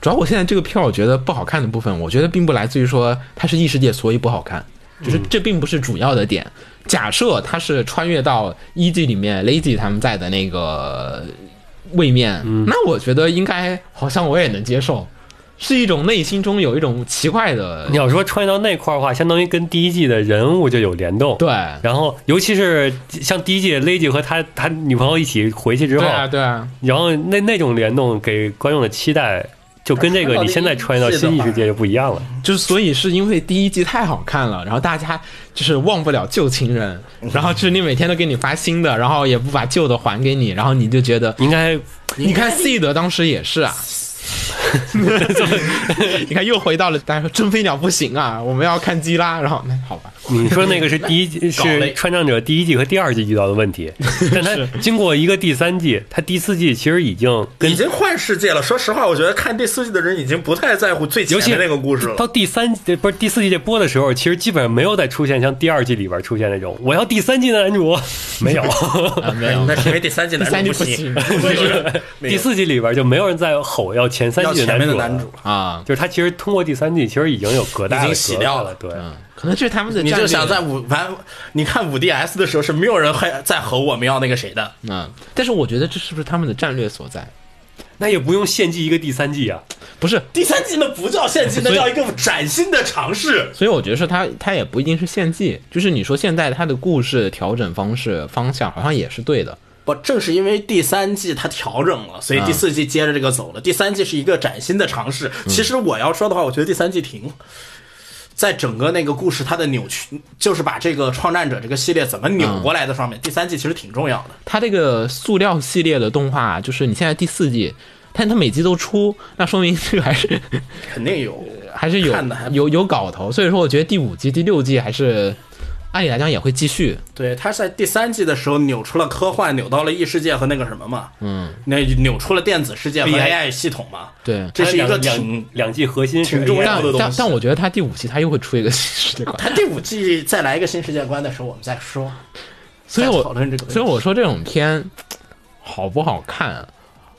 S3: 主要我现在这个片儿，我觉得不好看的部分，我觉得并不来自于说它是异世界，所以不好看，就是这并不是主要的点。假设它是穿越到一季里面 Lazy 他们在的那个位面，那我觉得应该好像我也能接受，是一种内心中有一种奇怪的
S2: 你要说穿越到那块儿的话，相当于跟第一季的人物就有联动。
S3: 对
S2: 然后尤其是像第一季 Lady 和他他女朋友一起回去之
S3: 对
S2: 后，
S3: 啊对啊，
S2: 然后那那种联动给观众的期待，就跟这个你现在穿越到新异世界就不一样了。
S3: 就是所以是因为第一季太好看了，然后大家就是忘不了旧情人，然后就是你每天都给你发新的，然后也不把旧的还给你，然后你就觉得
S2: 应该
S3: 你看 C 德当时也是 啊，你看又回到了大家说真飞鸟不行啊，我们要看基拉，然后那好吧，
S2: 你说那个是第一季
S5: 搞嘞
S2: 是《穿长者》第一季和第二季遇到的问题，但他经过一个第三季，他第四季其实已经跟
S5: 已经换世界了。说实话，我觉得看第四季的人已经不太在乎最前
S2: 尤其
S5: 面那个故事
S2: 到
S5: 了。
S2: 第三季不是第四季这播的时候，其实基本上没有再出现像第二季里边出现那种我要第三季的男主，没 有。
S3: 啊没有
S5: 嗯那是因为第三季男
S3: 第
S5: 主
S3: 三季不
S5: 行，
S3: 行
S5: 不是没有
S2: 第四季里边就没有人在吼要要前三
S6: 要
S2: 季
S6: 前面的
S2: 了
S6: 男主，了，
S3: 啊，
S2: 就是他其实通过第三季，其实已经有隔代
S6: 已经
S2: 了
S6: 洗
S2: 隔
S6: 掉
S2: 代
S6: 了
S2: 了，对，
S3: 嗯，可能这是他们的
S6: 你
S3: 战
S6: 就
S3: 略
S6: 想在五玩，你看五 DS 的时候是没有人还在和我们要那个谁的，
S3: 嗯，但是我觉得这是不是他们的战略所在？
S2: 那也不用献祭一个第三季啊，
S3: 不是，
S6: 第三季那不叫献祭，那
S3: 所以
S6: 叫一个崭新的尝试。
S3: 所以我觉得是他，他也不一定是献祭，就是你说现在他的故事调整方式方向好像也是对的，
S5: 不，正是因为第三季它调整了，所以
S3: 嗯
S5: 第四季接着这个走了。第三季是一个崭新的尝试。其实我要说的话，我觉得第三季停了，在整个那个故事它的扭曲，就是把这个创战者这个系列怎么
S3: 嗯
S5: 扭过来的上面，第三季其实挺重要的。
S3: 它这个塑料系列的动画，就是你现在第四季，但它每季都出，那说明这个还是
S5: 肯定有，
S3: 还是有
S5: 看得还不
S3: 有有搞头。所以说，我觉得第五季、第六季还是按理来讲也会继续。
S5: 对，他在第三季的时候扭出了科幻，扭到了异世界和那个什么嘛，嗯，那扭出了电子世界和
S2: AI
S5: AI 系统嘛，
S3: 对
S5: 这是一
S2: 它
S5: 个
S2: 两
S5: 挺
S2: 两两季核心是
S5: 挺重要
S2: AI
S3: 但
S5: 的东
S3: 但
S5: 西
S3: 但我觉得它第五季它又会出一个 新世界观，
S5: 他第五季再来一个新世界观的时候，我们再说。
S3: 所以
S5: 再
S3: 我
S5: 讨论这个问题
S3: 所以我说这种片好不好看啊，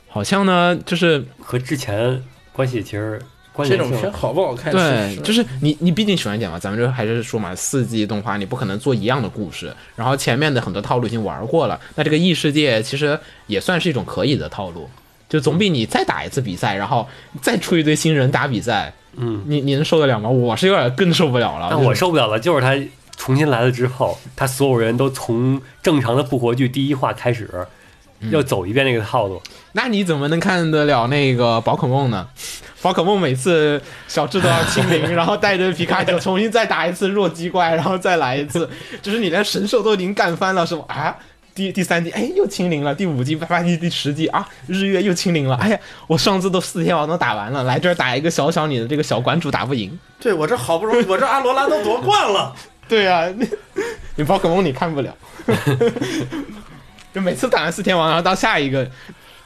S3: 好像呢就是
S2: 和之前关系其实关
S5: 这
S2: 联
S5: 种
S2: 性
S5: 片好不好看？
S3: 对，
S5: 是
S3: 就是你你毕竟喜欢点嘛，咱们就还是说嘛，四季动画你不可能做一样的故事，然后前面的很多套路已经玩过了，那这个异世界其实也算是一种可以的套路，就总比你再打一次比赛，然后再出一堆新人打比赛，嗯，你你能受得了吗？我是有点更受不了了。
S2: 但
S3: 就是
S2: 我受不了的就是他重新来了之后，他所有人都从正常的复活剧第一话开始，要走一遍那个套路。
S3: 那你怎么能看得了那个宝可梦呢？ 宝可梦每次小智都要清 零，然后带着皮卡丘重新再打一次弱鸡怪，然后再来一 次，就是你连神兽都已经干翻了，是吧？啊，第第三季哎又清零了，第五季八八季第十季啊，日月又清零了，哎呀，我上次都四天王都打完了，来这儿打一个小小你的这个小馆主打不赢。
S5: 对我这好不容易，我这阿罗拉都夺冠 了，
S3: 对啊，你 你宝可梦你看不了， 就每次打完四天王，然后到下一个，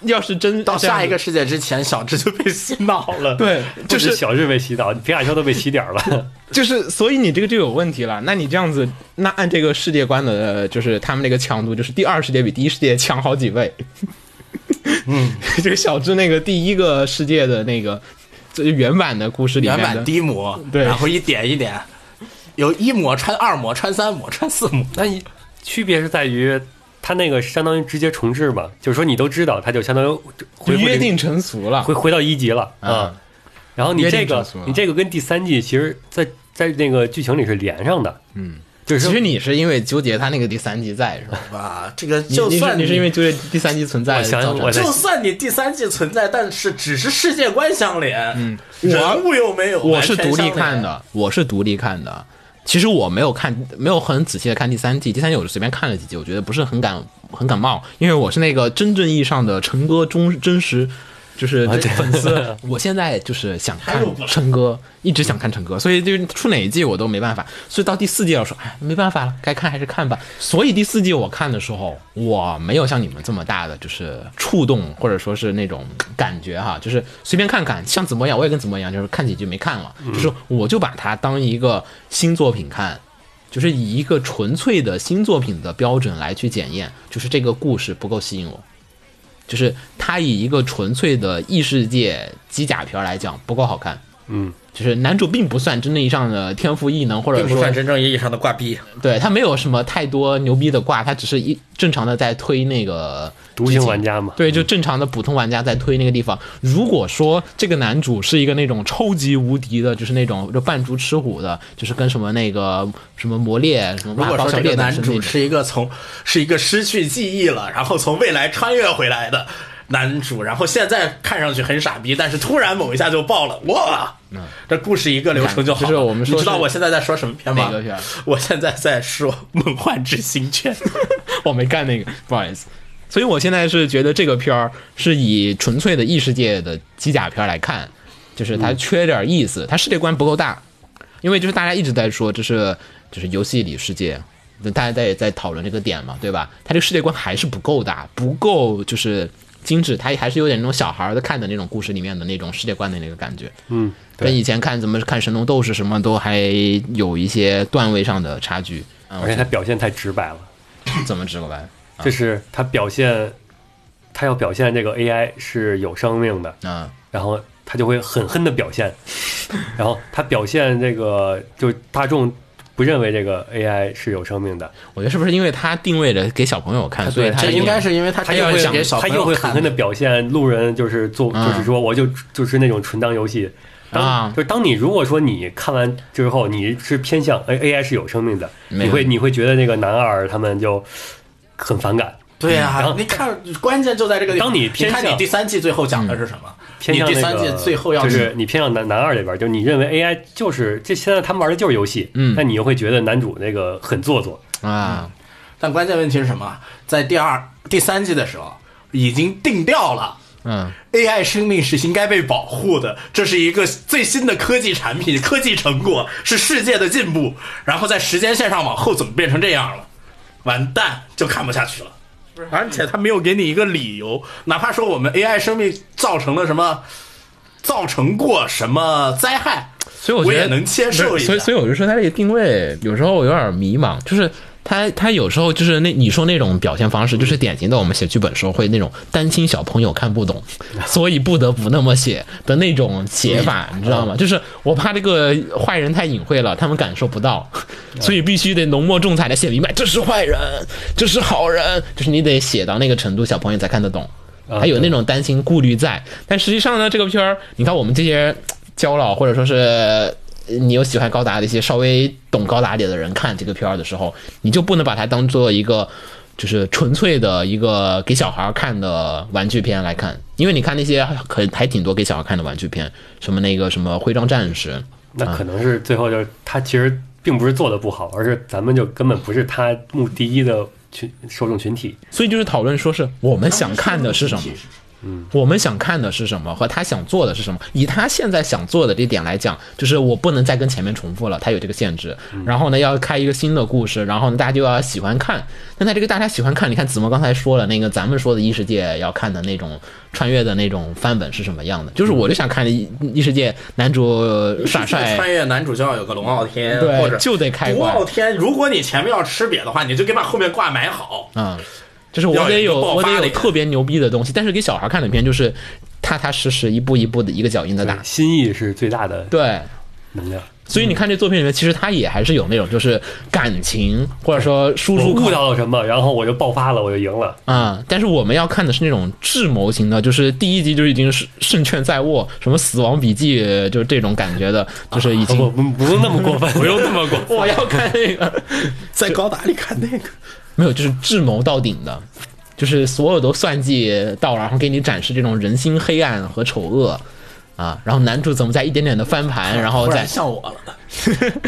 S3: 要是真
S5: 到
S3: 这样
S5: 下
S3: 子
S5: 一个世界之前，小智就被洗脑了。
S3: 对，就
S2: 不止
S3: 是
S2: 小智被洗脑，皮卡丘都被洗点儿了。
S3: 就是，所以你这个就有问题了。那你这样子，那按这个世界观的，呃就是他们那个强度，就是第二世界比第一世界强好几倍。嗯， 这个小智那个第一个世界的那个，就是原版的故事里
S5: 原
S3: 面
S5: 版
S3: 的，
S5: 低模，
S3: 对
S5: 然后一点一点，有一模穿二模穿三模穿四模，
S2: 那你区别是在于，他那个相当于直接重置嘛，就是说你都知道，他就相当于
S3: 就
S2: 回
S3: 约定成俗了
S2: 回。回到一级了啊。
S3: 啊
S2: 然后你
S3: 约定
S2: 这个
S3: 成熟了
S2: 你这个跟第三季其实在在那个剧情里是连上的，嗯，就是
S3: 其实你是因为纠结他那个第三季在是吧？
S5: 哇，这个
S3: 你
S5: 就
S3: 你是
S5: 算
S3: 你是因为纠结第三季存在
S2: 我想
S3: 造成
S2: 我在
S5: 就算你第三季存在，但是只是世界观相连，嗯，
S3: 我
S5: 人物又没有，
S3: 我是
S5: 完全
S3: 独立
S5: 相连
S3: 看。的，我是独立看的。其实我没有看，没有很仔细的看第三季，第三季我是随便看了几集，我觉得不是很感很感冒，因为我是那个真正意义上的陈哥忠真实。就是粉丝，我现在就是想看陈哥，一直想看陈哥，所以就是出哪一季我都没办法，所以到第四季我说，哎，没办法了，该看还是看吧。所以第四季我看的时候，我没有像你们这么大的就是触动，或者说是那种感觉哈，就是随便看看，像怎么样，我也跟怎么样，就是看几句没看了，就是我就把它当一个新作品看，就是以一个纯粹的新作品的标准来去检验，就是这个故事不够吸引我，就是它以一个纯粹的异世界机甲片儿来讲不够好看，
S2: 嗯，
S3: 就是男主并不算真正意义上的天赋异能，或者
S5: 并不
S3: 说
S5: 算真正意义上的挂逼，
S3: 对他没有什么太多牛逼的挂，他只是一正常的在推那个
S2: 独
S3: 剧
S2: 行
S3: 情
S2: 玩家嘛，嗯
S3: 对，就正常的普通玩家在推那个地方。如果说这个男主是一个那种超级无敌的，就是那种就扮猪吃虎的，就是跟什么那个什么魔猎、什么
S5: 如
S3: 马
S5: 果
S3: 高
S5: 说
S3: 小
S5: 这
S3: 猎
S5: 个
S3: 的
S5: 男
S3: 那
S5: 主
S3: 种
S5: 是一个从是一个失去记忆了，然后从未来穿越回来的男主，然后现在看上去很傻逼，但是突然某一下就爆了，哇！这故事一个流程就好了。
S3: 嗯就是我们说
S5: 你知道
S3: 是
S5: 我现在在说什么片吗？
S3: 哪个片
S5: 我现在在说《梦幻之星圈》
S3: 我没干那个，不好意思。所 以我现在是觉得这个片儿是以纯粹的异世界的机甲片儿来看，就是它缺点意思，它世界观不够大，因为就是大家一直在说，这是就是游戏里世界，大家在在讨论这个点嘛，对吧？它这个世界观还是不够大，不够就是精致，它还是有点那种小孩儿看的那种故事里面的那种世界观的那个感觉。
S2: 嗯，对
S3: 跟以前看怎么看《神龙斗士》什么都还有一些段位上的差距。嗯
S2: 而且他表现太直白了。
S3: 怎么直白？
S2: 就是他表现，他要表现这个 AI 是有生命的，
S3: 嗯，
S2: 然后他就会狠狠的表现， 然后他表现这个就大众不认为这个 AI 是有生命的，
S3: 我觉得是不是因为它定位着给小朋友看，所以它
S5: 啊这应该是因为他
S2: 他
S5: 这
S2: 又
S5: 个
S2: 会
S5: 想给小
S2: 他
S5: 朋
S2: 又
S5: 友
S2: 会狠
S5: 看
S2: 狠的表现路人就是做
S5: 嗯
S2: 就是说我就就是那种纯当游戏。
S3: 啊
S2: 当就是当你如果说你看完之后你是偏向 A A I 是有生命的，
S3: 没有
S2: 你会你会觉得那个男二他们就很反感，
S5: 对
S2: 然
S5: 呀
S2: 后，
S5: 你看，关键就在这个地方。
S2: 当你偏
S5: 看你
S2: 向嗯
S5: 第三季最后讲的是什么？
S2: 偏
S5: 你
S2: 向
S5: 第
S2: 那
S5: 三季
S2: 个
S5: 最后要
S2: 就是你偏向男男二这边，就是你认为 AI 就是这现在他们玩的就是游戏，
S3: 嗯
S2: 但你又会觉得男主那个很做作，
S3: 啊，
S5: 但关键问题是什么？在第二、第三季的时候已经定调了。
S3: 嗯，
S5: AI 生命是应该被保护的，这是一个最新的科技产品、科技成果，是世界的进步。然后在时间线上往后怎么变成这样了？完蛋，就看不下去了。而且他没有给你一个理由，哪怕说我们 AI 生命造成了什么，造成过什么灾害，
S3: 所以
S5: 我
S3: 我觉
S5: 也
S3: 得
S5: 能接受
S3: 不
S5: 一
S3: 是
S5: 下。
S3: 所以所以我就说他这个定位有时候我有点迷茫，就是他他有时候就是那你说那种表现方式，就是典型的我们写剧本时候会那种担心小朋友看不懂，所以不得不那么写的那种写法，你知道
S5: 嗯
S3: 吗？就是我怕这个坏人太隐晦了，他们感受不到，所以必须得浓墨重彩的写明白，这是坏人，这是好人，就是你得写到那个程度，小朋友才看得懂。
S2: 啊
S3: 还有那种担心顾虑在。但实际上呢，这个片儿，你看我们这些胶佬，或者说是呃你有喜欢高达的一些稍微懂高达点的人看这个片儿的时候，你就不能把它当做一个。就是纯粹的一个给小孩儿看的玩具片来看，因为你看那些很还挺多给小孩看的玩具片，什么那个什么徽章战士，
S2: 那可能是最后就是他其实并不是做的不好，而是咱们就根本不是他目第一的群受众群体。
S3: 所以就是讨论说是我们想看的是什么，嗯，我们想看的是什么和他想做的是什么。以他现在想做的这点来讲，就是我不能再跟前面重复了，他有这个限制。
S5: 嗯
S3: 然后呢，要开一个新的故事，然后呢，大家就要喜欢看。那他这个大家喜欢看，你看子墨刚才说了，那个咱们说的异世界要看的那种穿越的那种翻本是什么样的？就是我就想看异异世界男主耍帅，
S5: 穿越男主 就要有个龙傲天，
S3: 对
S5: 或者
S3: 就得开
S5: 龙
S3: 挂
S5: 傲天。如果你前面要吃瘪的话，你就给把后面挂埋好。
S3: 嗯，就是我
S5: 要有
S3: 得
S5: 一个
S3: 有
S5: 爆
S3: 我
S5: 发
S3: 得有
S5: 力
S3: 特别牛逼的东西，但是给小孩看的片就是踏踏实实一步一步的一个脚印的打。
S2: 心意是最大的
S3: 对，
S2: 能量。
S3: 所以你看这作品里面，其实他也还是有那种就是感情或者说叔
S2: 我
S3: 叔
S2: 悟
S3: 控
S2: 到了什么，然后我就爆发了，我就赢了。
S3: 啊、但是我们要看的是那种智谋型的，就是第一集就已经是胜券在握，什么死亡笔记就是这种感觉的，就是
S5: 啊
S3: 已经、
S2: 不不不用那么过分，不用那么 过分。
S3: 我要看那 个，
S5: 在高达里看那个，
S3: 没有，就是智谋到顶的，就是所有都算计到了，然后给你展示这种人心黑暗和丑恶啊，然后男主怎么在一点点的翻 盘，然后
S5: 突
S3: 再
S5: 然像我了。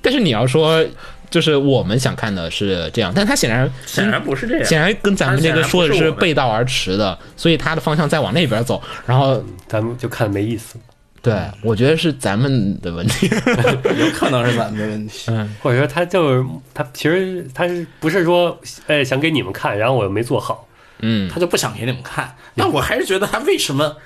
S3: 但是你要说，就是我们想看的是这样，但他显然
S5: 显然不是这样
S3: 显然跟咱们这个说的是背道而驰的，所以他的方向再往那边走。然后，
S2: 咱们就看没意思，
S3: 对我觉得是咱们的问 题。
S5: 有可 能是咱们的问题。
S2: 或者说他就是他其实他是不是说哎想给你们看，然后我又没做好，
S3: 嗯，
S5: 他就不想给你们看。那我还是觉得他为什么嗯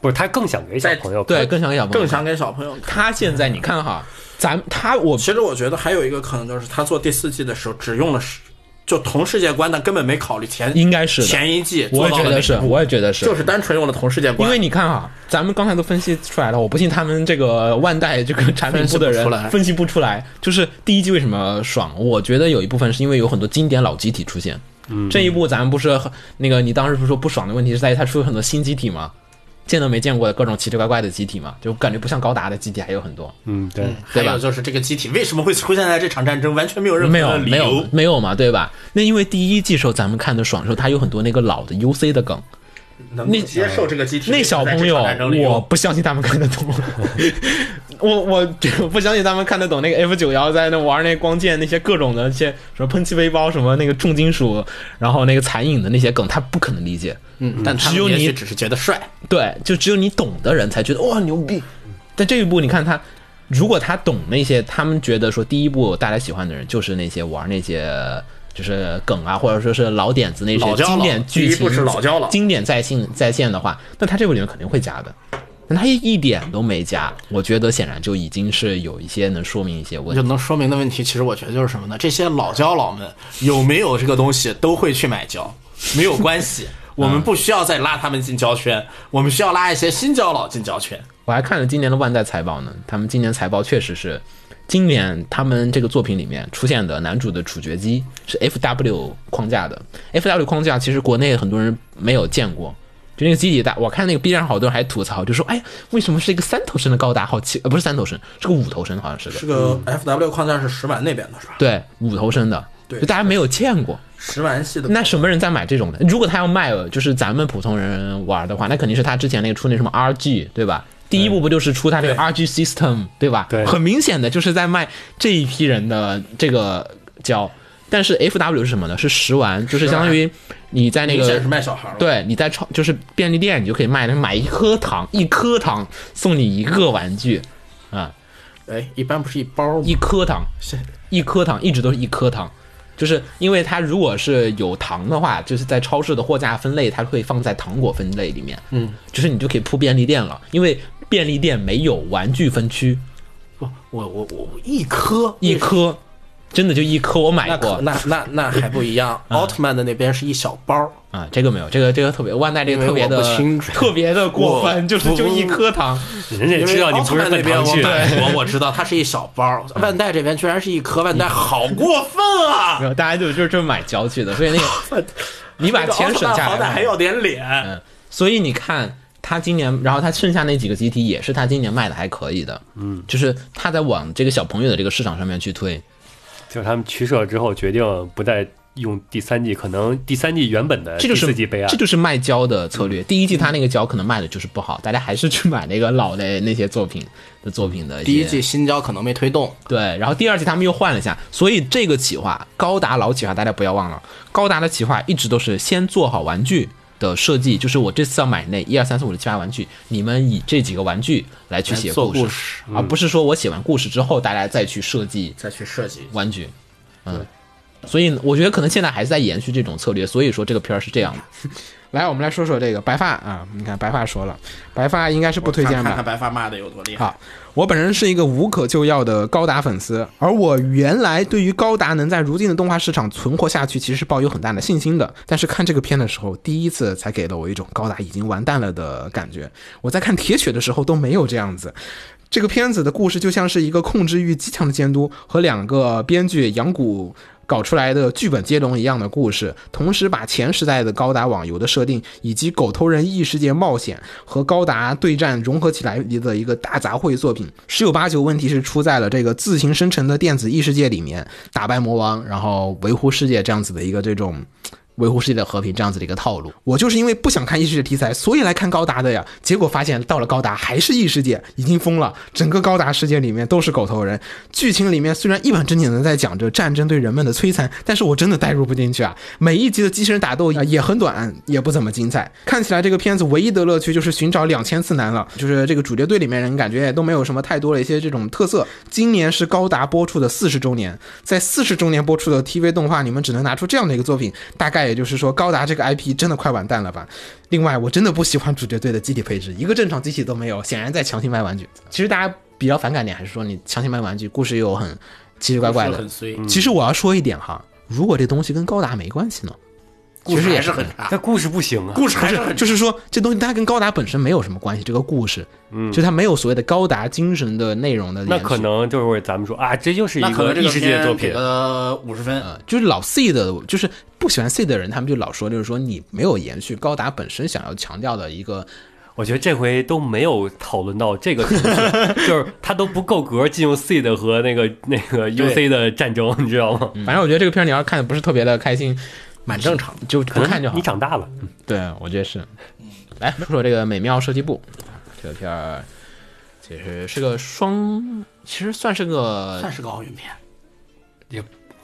S2: 不是他更想给小朋友看
S3: 对，更想小朋友
S5: 更想给小朋友看？
S3: 他现在你看
S5: 嗯
S3: 哈，咱他我
S5: 其实我觉得还有一个可能就是他做第四季的时候只用了十，就同世界观，但根本没考虑前
S3: 应该是的
S5: 前一季
S3: 我
S5: 做
S3: 也
S5: 到
S3: 觉
S5: 的
S3: 得是
S5: 那，一步
S3: 我也觉得是，
S5: 就是单纯用了同世界观，
S3: 因为你看啊，咱们刚才都分析出来了，我不信他们这个万代这个产品部的人
S5: 分析不出来
S3: 分析不出来。就是第一季为什么爽？我觉得有一部分是因为有很多经典老机体出现。嗯，这一部咱们不是很那个，你当时不是说不爽的问题是在于它出有很多新机体吗？见都没见过的各种奇奇怪怪的机体嘛，就感觉不像高达的机体还有很多。
S2: 嗯对，
S5: 还有就是这个机体为什么会出现在这场战争，完全没有任何
S3: 没有
S5: 的理
S3: 没有
S5: 由。
S3: 没有嘛，对吧？那因为第一季时候咱们看的爽的时候，它有很多那个老的 UC 的梗，
S5: 能接受这个机体
S3: 那小朋友
S5: 在这场战争，里
S3: 我
S5: 用
S3: 不相信他们看得懂。 我我就不相信他们看得懂那个 F 九幺在那玩那光剑那些各种的那些什么喷漆背包什么那个重金属，然后那个残影的那些梗，他不可能理解。
S5: 嗯，但他
S3: 只有
S5: 们也
S3: 你
S5: 许只是觉得帅，
S3: 对，就只有你懂的人才觉得哇牛逼。但这一部你看他，如果他懂那些，他们觉得说第一部大家喜欢的人就是那些玩那些就是梗啊，或者说是老点子那些
S5: 老胶
S3: 经
S5: 佬
S3: 典
S5: 第
S3: 剧
S5: 一
S3: 情，
S5: 部是老胶佬
S3: 经典在线在线的话，那他这部里面肯定会加的。但他一点都没加，我觉得显然就已经是有一些能说明一些问
S5: 就
S3: 题。
S5: 能说明的问题，其实我觉得就是什 么呢？这些老胶佬们有没有这个东西都会去买胶，没有关系。
S6: 我们不需要再拉他们进胶圈，我们需要拉一些新胶佬进胶圈。
S3: 我还看了今年的万代财报呢，他们今年财报确实是，今年他们这个作品里面出现的男主的处决机是 F W 框架的，F W 框架其实国内很多人没有见过。就那个机体大，我看那个 B 站上好多人还吐槽，就说：“哎，为什么是一个三头身的高达？好奇，呃，不是三头身，是个五头身，好像是个
S6: 这个
S5: 嗯
S6: F W 框架是石板那边的是
S5: 啊
S6: 吧？
S3: 对五头身的，
S6: 对
S3: 就大家没有见过。
S6: 石板系的
S3: 那什么人在买这种的？如果他要卖，呃就是咱们普通人玩的话，那肯定是他之前那个出那什么 RG，对吧？第一步不就是出他那个 RG System，对吧？
S2: 对
S3: 很明显的就是在卖这一批人的这个胶。但是 FW 是什么呢？是食玩，就是相当于你在那
S6: 明
S3: 个
S6: 显是卖小孩了。
S3: 对，你在超就是便利店，你就可以卖，买一颗糖，一颗糖送你一个玩具，啊、
S5: 哎，一般不是一包吗？
S3: 一颗糖
S5: 是，
S3: 一颗糖一直都是一颗糖，就是因为它如果是有糖的话，就是在超市的货架分类，它会放在糖果分类里面，嗯，就是你就可以铺便利店了，因为便利店没有玩具分区，
S5: 不，我我我我一颗
S3: 一颗真的就一颗，我买
S5: 嗯那可
S3: 过
S5: 那 那那还不一样，奥特曼的那边是一小包，
S3: 啊，这个没有，这个这个特别万代这个特别
S5: 因
S3: 的
S5: 为我不清楚
S3: 特别的过分，就是就一颗糖，
S2: 人家
S5: 因
S2: 知
S5: 为
S2: 道你
S5: 奥特
S2: 不是
S5: 曼那
S2: 奔
S5: 边
S2: 唐
S5: 我
S2: 去 的，
S5: 买过，我知道它是一小包， 嗯万代这边居然是一颗，万代好过分啊！
S3: 没有，大家就就是这么买胶去的，所以 那个你把钱省下来
S5: 好歹
S3: 嘛
S5: 还。有点脸，
S3: 嗯，所以你看他今年，然后他剩下那几个集体也是他今年卖的还可以的，嗯，就是他在往这个小朋友的这个市场上面去推，
S2: 就是他们取舍之后决定不再用第三季，可能第三季原本的
S3: 这
S2: 呃第
S3: 就是
S2: 四季备案
S3: 这，就是卖胶的策略。第一季他那个胶可能卖的就是不好，大家还是去买那个老的那些作品的作品的些
S5: 第一季新胶可能没推动，
S3: 对，然后第二季他们又换了一下，所以这个企划高达老企划大家不要忘了，高达的企划一直都是先做好玩具的设计，就是我这次要买那一二三四五六七八玩具，你们以这几个玩具来去写
S5: 来做
S3: 事，
S5: 故事嗯
S3: 而不是说我写完故事之后大家再去设计
S5: 再去设计。
S3: 玩具，嗯。所以我觉得可能现在还是在延续这种策略，所以说这个片儿是这样的。
S7: 来，我们来说说这个白发啊，你看白发说了，白发应该是不推荐
S5: 看看
S7: 吧？
S5: 白发骂的有多厉害。
S7: 好，我本人是一个无可救药的高达粉丝，而我原来对于高达能在如今的动画市场存活下去，其实是抱有很大的信心的。但是看这个片的时候，第一次才给了我一种高达已经完蛋了的感觉。我在看铁血的时候都没有这样子。这个片子的故事就像是一个控制欲极强的监督和两个编剧养谷搞出来的剧本接龙一样的故事，同时把前时代的高达网游的设定以及狗头人异世界冒险和高达对战融合起来的一个大杂烩作品。十有八九问题是出在了这个自行生成的电子异世界里面，打败魔王，然后维护世界这样子的一个这种。维护世界的和平这样子的一个套路。我就是因为不想看异世界题材，所以来看高达的呀。结果发现到了高达还是异世界，已经疯了。整个高达世界里面都是狗头人，剧情里面虽然一本正经的在讲着战争对人们的摧残，但是我真的代入不进去啊。每一集的机器人打斗也很短，也不怎么精彩。看起来这个片子唯一的乐趣就是寻找两千次难了，就是这个主角队里面人感觉也都没有什么太多的一些这种特色。今年是高达播出的四十周年，在四十周年播出的 TV 动画，你们只能拿出这样的一个作品，大概也就是说，高达这个 IP 真的快完蛋了吧？另外，我真的不喜欢主角队的机体配置，一个正常机体都没有，显然在强行卖玩具。其实大家比较反感点还是说你强行卖玩具，故事又很奇奇怪怪
S5: 是
S3: 的
S5: 很。嗯衰，
S3: 其实我要说一点哈，如果这东西跟高达没关系呢，
S5: 故事
S3: 也
S5: 还
S3: 是
S5: 是很差，
S2: 但故事不行啊，
S5: 故事还是很
S3: 就是说这东西它跟高达本身没有什么关系，这个故事，嗯，就它没有所谓的高达精神的内容的延续。
S2: 那可能就是咱们说啊，这就是
S5: 那
S2: 一
S5: 可能这
S2: 异
S5: 个
S2: 世界的作品，
S5: 呃，五十分，
S3: 呃，就是老 C 的，就是不喜欢 C 的人，他们就老说，就是说你没有延续高达本身想要强调的一个
S2: 我觉得这回都没有讨论到这个层 次，就是它都不够格进入 C 的和那个那个 UC 的战争，你知道吗？
S3: 反正我觉得这个片儿你要看的不是特别的开心，
S5: 蛮正常的。
S3: 就不看就好嗯
S2: 你。长大了，
S3: 对，我觉得是。来说说这个《美妙设计部》这个片儿，其实是个双，其实算是个
S5: 算，是个奥运片，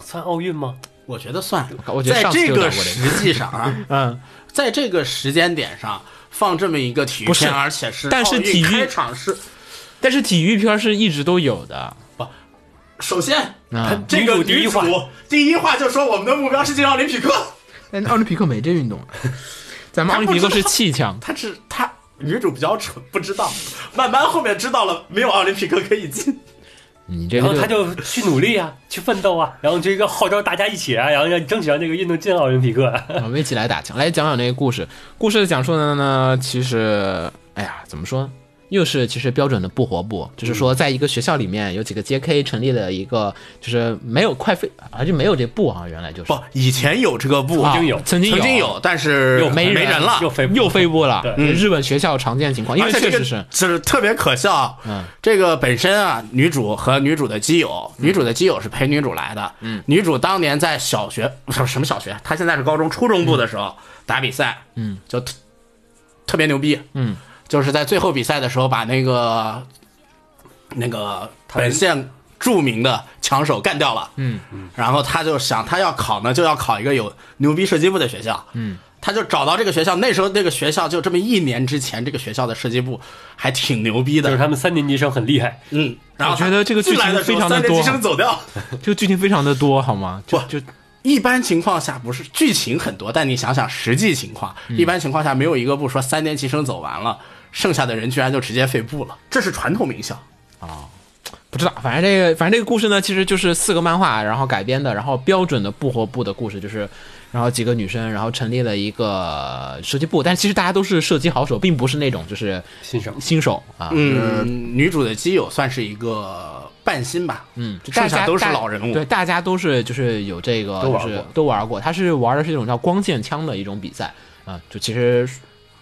S2: 算奥运吗？
S5: 我觉得算。
S3: 我觉得
S5: 在
S3: 上次就聊
S5: 个
S3: 过这
S5: 实际上啊，
S3: 嗯，
S5: 在这个时间点上放这么一个体育
S3: 不是
S5: 片，而且是
S3: 但是
S5: 奥运
S3: 体育
S5: 开场是
S3: 但是体育片儿是一直都有的。
S5: 首先
S3: 啊，
S5: 这个
S2: 女主第一
S5: 女主第一话就说我们的目标是进奥林匹克，
S7: 但哎奥林匹克没这运 动啊，咱们
S3: 奥
S7: 奥
S3: 林
S7: 林
S3: 匹
S7: 匹
S3: 克
S7: 克
S3: 是气枪，
S5: 她是她 女主比较蠢，不知道，慢慢后面知道了没有奥林匹克可以进。
S3: 你这
S2: 然
S3: 个
S2: 后他就去努力啊，去奋斗啊，然后这个号召大家一起啊，然后让争取让这个运动进奥林匹克。
S3: 我们一起来打枪，来讲讲这个故事。故事讲述的呢，其实，哎呀，怎么说呢？又是其实标准的不活不，就是说，在一个学校里面有几个 J.K. 成立了一个，就是没有快飞，而且没有这部啊，原来就是
S5: 不，以前有这个部，
S2: 曾经有
S3: 啊曾经
S5: 曾经
S3: 有，
S5: 有，但是
S2: 又
S5: 没
S3: 没
S5: 人
S3: 人
S5: 了。
S2: 又飞
S3: 又飞过了，
S2: 对
S3: 也是日本学校常见情况，因为
S5: 而
S3: 确
S5: 且这
S3: 实
S5: 个
S3: 是，
S5: 是特别可笑。
S3: 嗯，
S5: 这个本身啊，女主和女主的基友，女主的基友是陪女主来的。嗯，女主当年在小学不是什么小学，她现在是高中初中部的时候打比赛，
S3: 嗯，
S5: 就特特别牛逼。
S3: 嗯，
S5: 就是在最后比赛的时候把那个那个本县著名的强手干掉了。
S3: 嗯，
S5: 然后她就想，她要考呢，就要考一个有牛逼射击部的学校。嗯，她就找到这个学校，那时候这个学校就这么一年之前，这个学校的射击部还挺牛逼
S2: 就是
S5: 的。
S2: 他们三年级生很厉害，
S5: 嗯，然后
S3: 我觉得这个剧
S5: 进
S3: 情
S5: 来的时
S3: 非
S5: 候，
S3: 常地
S5: 三年
S3: 多啊
S5: 级生走掉。
S3: 这个剧情非常的多，好吗？就
S5: 不
S3: 就
S5: 一般情况下不是剧情很多，但你想想实际情况，
S3: 嗯
S5: 一般情况下没有一个部说三年级生走完了，剩下的人居然就直接废部了，这是传统名校。
S3: 不知道，反正这个反正这个故事呢，其实就是四个漫画然后改编的，然后标准的不活不的故事，就是然后几个女生然后成立了一个射击部，但其实大家都是射击好手，并不是那种就是
S2: 欣赏。
S3: 新手啊。
S5: 嗯，女主的基友算是一个半新吧，
S3: 嗯，
S5: 剩
S3: 大
S5: 下
S3: 家
S5: 都是
S3: 大
S5: 老人物。
S3: 对，大家都是就是有这个，
S2: 都玩
S3: 就是
S2: 过
S3: 都玩过。他是玩的是一种叫光剑枪的一种比赛啊、就其实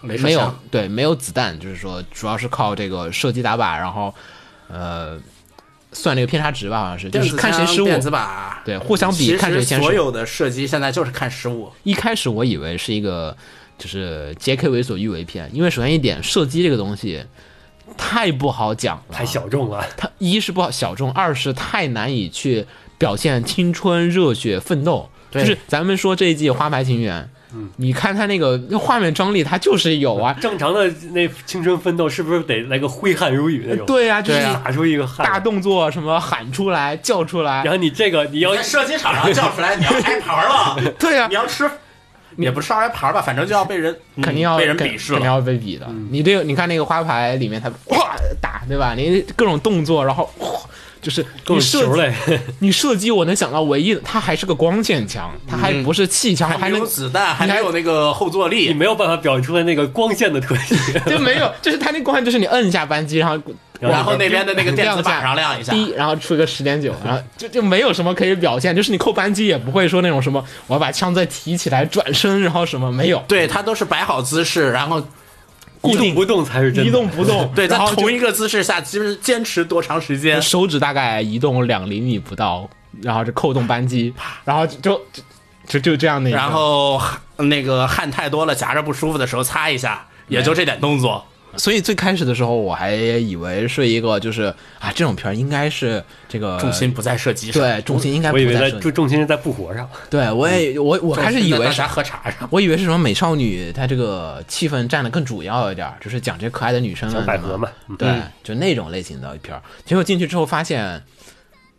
S5: 雷射
S3: 没有
S5: 枪
S3: 对没有子弹，就是说主要是靠这个射击打靶，然后呃算这个偏差值吧，好像是，就
S5: 电
S3: 是
S5: 子
S3: 看谁
S5: 枪
S3: 失误。
S5: 电子靶，
S3: 对互相比
S5: 其实
S3: 看谁先
S5: 所
S3: 手
S5: 有的射击现在就是看失误。
S3: 一开始我以为是一个就是杰克为所欲为片，因为首先一点，射击这个东西太不好讲了，
S2: 太小众了，
S3: 它一是不好小众，二是太难以去表现青春热血奋斗。
S5: 对
S3: 就是咱们说这一季《花牌情缘》，嗯，你看它那个那画面张力，它就是有啊。
S2: 正常的那青春奋斗是不是得来个挥汗如雨那种？，
S3: 对啊，就是
S5: 对啊
S2: 打出一个汗。
S3: 大动作，什么喊出来、叫出来
S2: 然，后你这个你要
S5: 在射击场上叫出来，你要挨 盘了，
S3: 对啊
S5: 你，要吃，也不是挨盘吧，反正就要被人嗯
S3: 肯定要
S5: 被人
S3: 肯
S5: 鄙视
S3: 肯定
S5: 了。嗯
S3: 要被比的。你这个，你看那个花牌里面，他哗打，对吧？你各种动作，然后哗就是
S2: 够
S3: 你射
S2: 球嘞，
S3: 你射击，我能想到唯一的，它还是个光线枪，它还不是气枪，还
S5: 嗯还没
S3: 能嗯
S5: 有子弹，还
S3: 你还
S5: 没有那个后坐
S2: 你
S5: 力，
S2: 没有办法表现出来那个光线的特性。
S3: 就没 有，就是它那光线就是你摁一下扳机，然后
S5: 然后那边的那个电子
S3: 亮一
S5: 靶
S3: 下
S5: 上亮一下。
S3: 滴，然后出一个十点 九，然后就就没有什么可以表现，就是你扣扳机也不会说那种什么我要把枪再提起来转身，然后什么没有，
S5: 对他都是摆好姿势，然后
S2: 一动不动才是真的。
S3: 一动不动，
S5: 对在
S3: 然后就
S5: 同一个姿势下，其实坚持多长时间？
S3: 手指大概移动两厘米不到，然后就扣动扳机，然后就就就就就这样的一个，
S5: 然后那个汗太多了，夹着不舒服的时候擦一下，也就这点动作。
S3: 所以最开始的时候我还以为是一个就是啊这种片儿应该是这个
S5: 重心不在射击上，
S3: 对，重心应该不
S2: 我以为
S3: 在
S2: 在嗯
S3: 射击
S2: 重重心是在不活上，
S3: 对我也我我开始以为是
S5: 啥喝茶上。
S3: 我以为是什么美少女，她这个气氛占的更主要一点儿，就是讲这些可爱的女生
S2: 小
S3: 们
S2: 百合嘛。嗯
S3: 对，就那种类型的片儿。结果进去之后发现，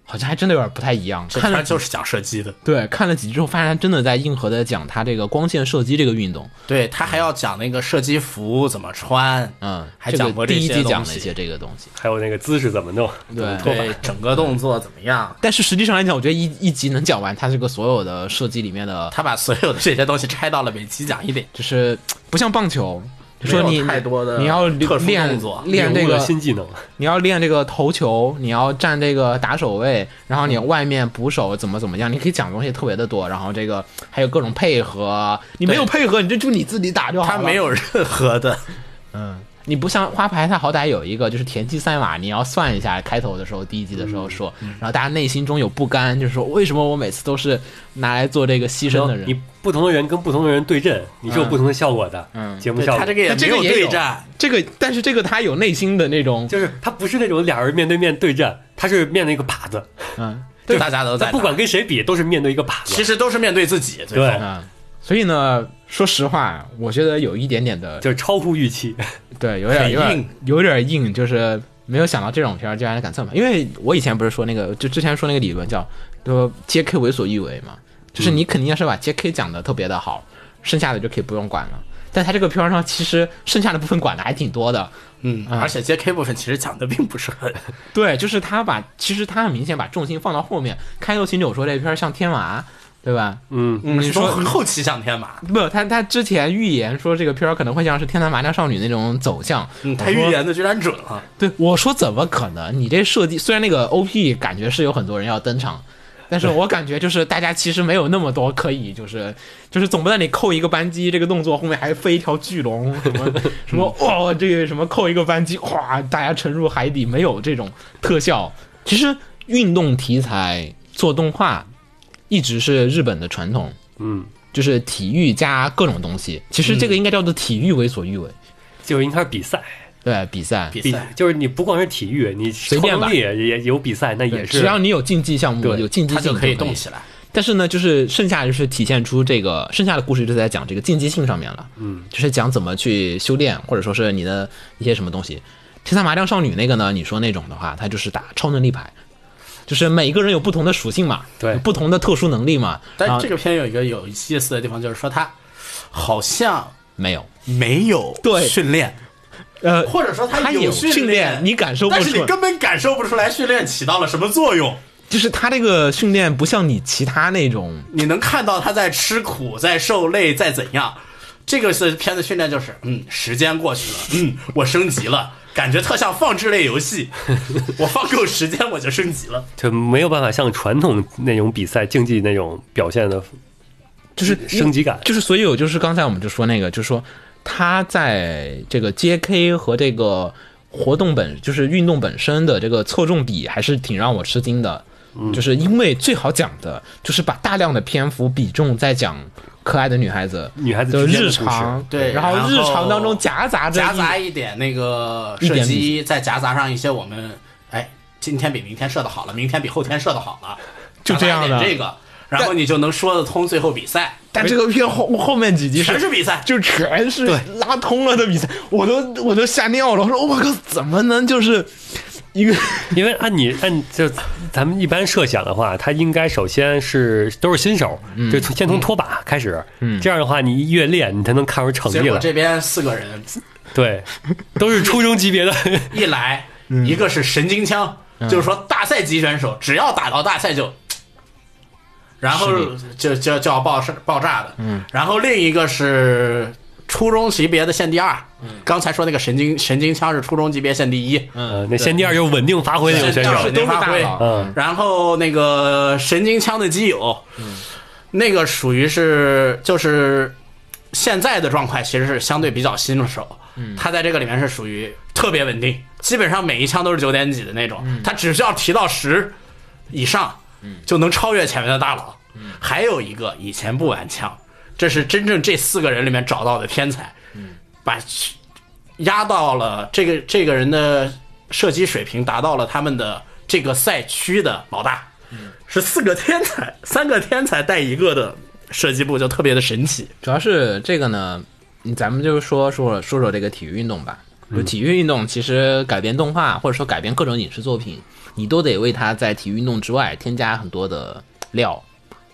S3: 好像还真的有点不太一样。
S5: 这
S3: 看
S5: 片
S3: 了
S5: 儿就是讲射击的，
S3: 对看了几集之后，发现他真的在硬核的讲他这个光线射击这个运动。
S5: 对他还要讲那个射击服怎么穿，
S3: 嗯，
S5: 还
S3: 这个
S5: 讲过这
S3: 第一
S5: 些
S3: 季
S5: 东
S3: 讲了一
S5: 西
S3: 些这个东西。
S2: 还有那个姿势怎么弄？
S3: 对，
S5: 对整个动作怎么样？
S3: 但是实际上来讲，我觉得一一集能讲完他这个所有的设计里面的，
S5: 他把所有的这些东西拆到了每期讲一点。
S3: 就是不像棒球。就说
S5: 没有
S3: 你
S5: 太多的
S3: 你要
S5: 特殊
S3: 练
S5: 动作
S3: 练这
S2: 领悟
S3: 个
S2: 了新技能，
S3: 你要练这个投球，你要站这个打手位，然后你外面捕手怎么怎么样，你可以讲的东西特别的多，然后这个还有各种配合，你没有配合，你这就你自己打就好了。
S5: 他没，有任何的，
S3: 嗯，你不像花牌，它好歹有一个就是田忌赛马，你要算一下开头的时候，第一集的时候说，然后大家内心中有不甘，就是说为什么我每次都是拿来做这个牺牲的人？
S2: 你不同的人跟不同的人对阵，你是有不同的效果的。
S3: 嗯
S2: 节目
S5: 对
S2: 效
S5: 他
S2: 果
S5: 这个也没
S3: 这个也
S5: 对
S3: 有
S5: 战，
S3: 这个，但是这个他有内心的那种，
S2: 就是他不是那种俩人面对面对战，他是面对一个靶子，
S3: 嗯
S5: 对大家都哦在
S2: 他
S5: 打，
S2: 不管跟谁比都是面对一个靶
S5: 其
S2: 子。
S5: 实都是面对自己。最
S2: 对
S5: 后，
S3: 嗯，所以呢，说实话，我觉得有一点点的
S2: 就是超乎预期，
S3: 对，有点
S5: 很
S3: 有点
S5: 硬
S3: 有点硬，就是没有想到这种片儿竟然敢这么。因为我以前不是说那个，就之前说那个理论叫“说 J.K. 为所欲为”嘛，就是你肯定要是把 J.K. 讲的特别的好，剩下的就可以不用管了。但它这个片儿上其实剩下的部分管的还挺多的。
S5: 嗯，而且 J.K. 部分其实讲的并不是很，
S3: 对，就是他把其实他很明显把重心放到后面。开头秦九说这片儿像天娃，对吧？
S2: 嗯，
S5: 嗯，
S3: 你说
S5: 很后期像天马，
S3: 不，他他之前预言说这个片儿可能会像是《天才麻将少女》那种走向。
S5: 嗯，他预言的居然准了，
S3: 对我说怎么可能？你这设计虽然那个 OP 感觉是有很多人要登场，但是我感觉就是大家其实没有那么多可以就是就是总不能你扣一个扳机这个动作后面还飞一条巨龙什么什么哇这个什么扣一个扳机哇大家沉入海底没有这种特效。其实运动题材做动画一直是日本的传统，
S2: 嗯，
S3: 就是体育加各种东西。其实这个应该叫做体育为所欲为，
S2: 就是应该是比赛，
S3: 对比赛。
S5: 比
S2: 比
S5: 赛
S2: 就是你不光是体育，你超
S3: 便吧
S2: 能力也也有比赛，那也是
S3: 只要你有竞技项目，
S2: 对
S3: 有竞技
S5: 他
S3: 性
S5: 就可以
S3: 以
S5: 动起来。
S3: 但是呢，就是剩下就是体现出这个剩下的故事就是在讲这个竞技性上面了，嗯，就是讲怎么去修炼，或者说是你的一些什么东西。天才麻将少女那个呢，你说那种的话，它就是打超能力牌，就是每一个人有不同的属性嘛，
S2: 对
S3: 有不同的特殊能力嘛。然
S5: 但
S3: 后
S5: 这个片有一个有意思的地方，就是说他好像
S3: 没有，
S5: 没有
S3: 对
S5: 训练，
S3: 呃，
S5: 或者说
S3: 它
S5: 有
S3: 有训
S5: 练，
S3: 你感受不
S5: 但是
S3: 出
S5: 你
S3: 来，
S5: 根本感受不出来训练起到了什么作用。
S3: 就是它这个训练不像你其他那种
S5: 你能看到他在吃苦，在受累，在怎样。这个是片子训练，就是嗯，时间过去了，嗯，我升级了，感觉特像放置类游戏。我放够时间我就升级了，
S2: 就没有办法像传统那种比赛竞技那种表现的
S3: 就是
S2: 升级感。
S3: 就是所以有就是刚才我们就说那个，就是说他在这个 J.K. 和这个活动本，就是运动本身的这个侧重比，还是挺让我吃惊的。
S2: 嗯
S3: 就是因为最好讲的，就是把大量的篇幅比重在讲可爱的女孩子、
S2: 女孩子
S3: 的
S2: 之间的
S3: 日
S2: 故事
S3: 常，
S5: 对
S3: 然
S5: 然后
S3: 后日常当中夹杂着
S5: 夹
S3: 一
S5: 杂一点那个
S3: 一
S5: 射
S3: 点
S5: 击，再夹杂上一些我们哎，今天比明天射的好了，明天比后天射的好了，
S3: 就这样的
S5: 夹杂一点这个，然后你就能说得通最后比赛，
S3: 但这个片后后面几集
S5: 全
S3: 是
S5: 是比赛。
S3: 就全是拉通了的比赛，我都我都吓尿了，我说我靠，怎么能就是一个
S2: 因为按你按就咱们一般设想的话，他应该首先是都是新手，
S5: 嗯
S2: 就从先从拖把开始，这样的话你一越练你才能看出成绩
S5: 结果
S2: 来。
S5: 这边四个人
S2: 对，都是初中级别的，
S5: 一来，
S3: 嗯
S5: 一个是神经枪，就是说大赛级选手，只要打到大赛就，然后就就就要爆爆炸的。
S3: 嗯
S5: 然后另一个是初中级别的县第二，
S3: 嗯
S5: 刚才说那个神经神经枪是初中级别县第一，
S2: 呃，那先第二就是稳定发挥那种选
S5: 对
S2: 手
S5: 是，
S3: 都是大
S5: 发挥
S3: 佬
S2: 嗯，
S5: 然后那个神经枪的基友，
S3: 嗯
S5: 那个属于是就是现在的状态，其实是相对比较新手。
S3: 嗯
S5: 他在这个里面是属于特别稳定，基本上每一枪都是九点几的那种，
S3: 嗯
S5: 他只需要提到十以上，就能超越前面的大佬。
S3: 嗯
S5: 还有一个以前不玩枪，这是真正这四个人里面找到的天才，
S3: 嗯
S5: 把压到了这个这个人的射击水平达到了他们的这个赛区的老大，是四个天才，三个天才带一个的射击部就特别的神奇。
S3: 主要是这个呢，嗯咱们就说说说说这个体育运动吧。就体育运动其实改编动画或者说改编各种影视作品，你都得为它在体育运动之外添加很多的料，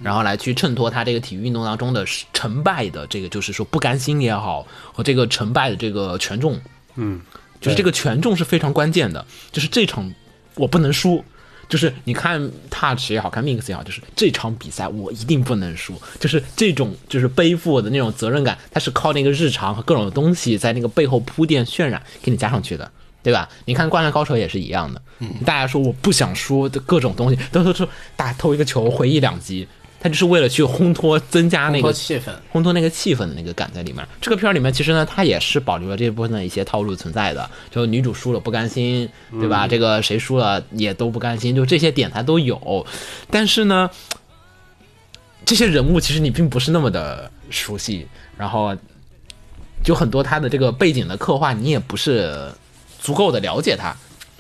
S3: 然后来去衬托它这个体育运动当中的成败的这个，就是说不甘心也好，和这个成败的这个权重，
S2: 嗯，
S3: 就是这个权重是非常关键的，就是这场我不能输。就是你看 Touch 也好看 Mix 也好，就是这场比赛我一定不能输，就是这种就是背负的那种责任感，它是靠那个日常和各种东西在那个背后铺垫渲染给你加上去的，对吧？你看《灌篮高手》也是一样的，大家说我不想输的各种东西，都都说打投一个球回忆两集，他就是为了去烘托增加那
S5: 烘托
S3: 个
S5: 气氛
S3: 烘托那个气氛的那个感在里面。这个片儿里面其实呢，它也是保留了这部分的一些套路存在的，就女主输了不甘心，对吧？这个谁输了也都不甘心，就这些点它都有。但是呢，这些人物其实你并不是那么的熟悉，然后有很多他的这个背景的刻画，你也不是足够的了解他。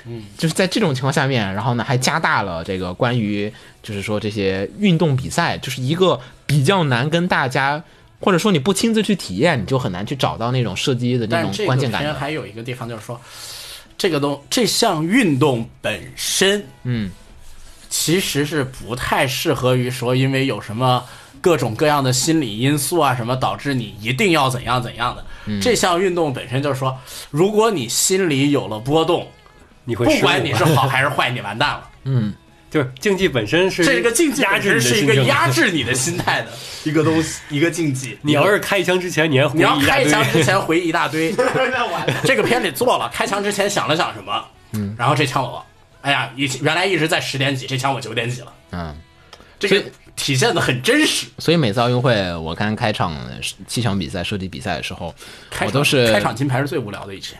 S5: 嗯
S3: 就是在这种情况下面，然后呢还加大了这个关于就是说这些运动比赛，就是一个比较难跟大家，或者说你不亲自去体验，你就很难去找到那种射击的那
S5: 但
S3: 种
S5: 这个
S3: 关键感
S5: 片
S3: 的。
S5: 还有一个地方就是说，这个东这项运动本身，
S3: 嗯，
S5: 其实是不太适合于说，因为有什么各种各样的心理因素啊，什么导致你一定要怎样怎样的。
S3: 嗯
S5: 这项运动本身就是说，如果你心里有了波动，
S2: 你会
S5: 不
S2: 失误啊
S5: 管你是好还是坏，你完蛋 了。
S2: 就是竞技本身是
S5: 这个竞技
S2: 压
S5: 本
S2: 制
S5: 身
S2: 你的
S5: 是一
S2: 心
S5: 个
S2: 情的
S5: 压。制你的心态的 一个东西，一个竞技。
S2: 你要是开枪之前，你还
S5: 你要
S2: 回忆一大
S5: 开
S2: 堆
S5: 枪之前回忆一 大堆， 这个片里做了，开枪之前想了想什么，嗯，然后这枪我，哎呀，以前原来一直在十点几，这枪我九点几了，
S7: 嗯，
S5: 这
S7: 所
S5: 个
S7: 以
S5: 体现的很真实。
S7: 所以每次奥运会，我看开场
S3: 呃
S7: 七场比赛、射击比赛的时候，
S5: 开
S7: 我
S5: 场
S7: 都是
S5: 开场金牌是最无聊的一期，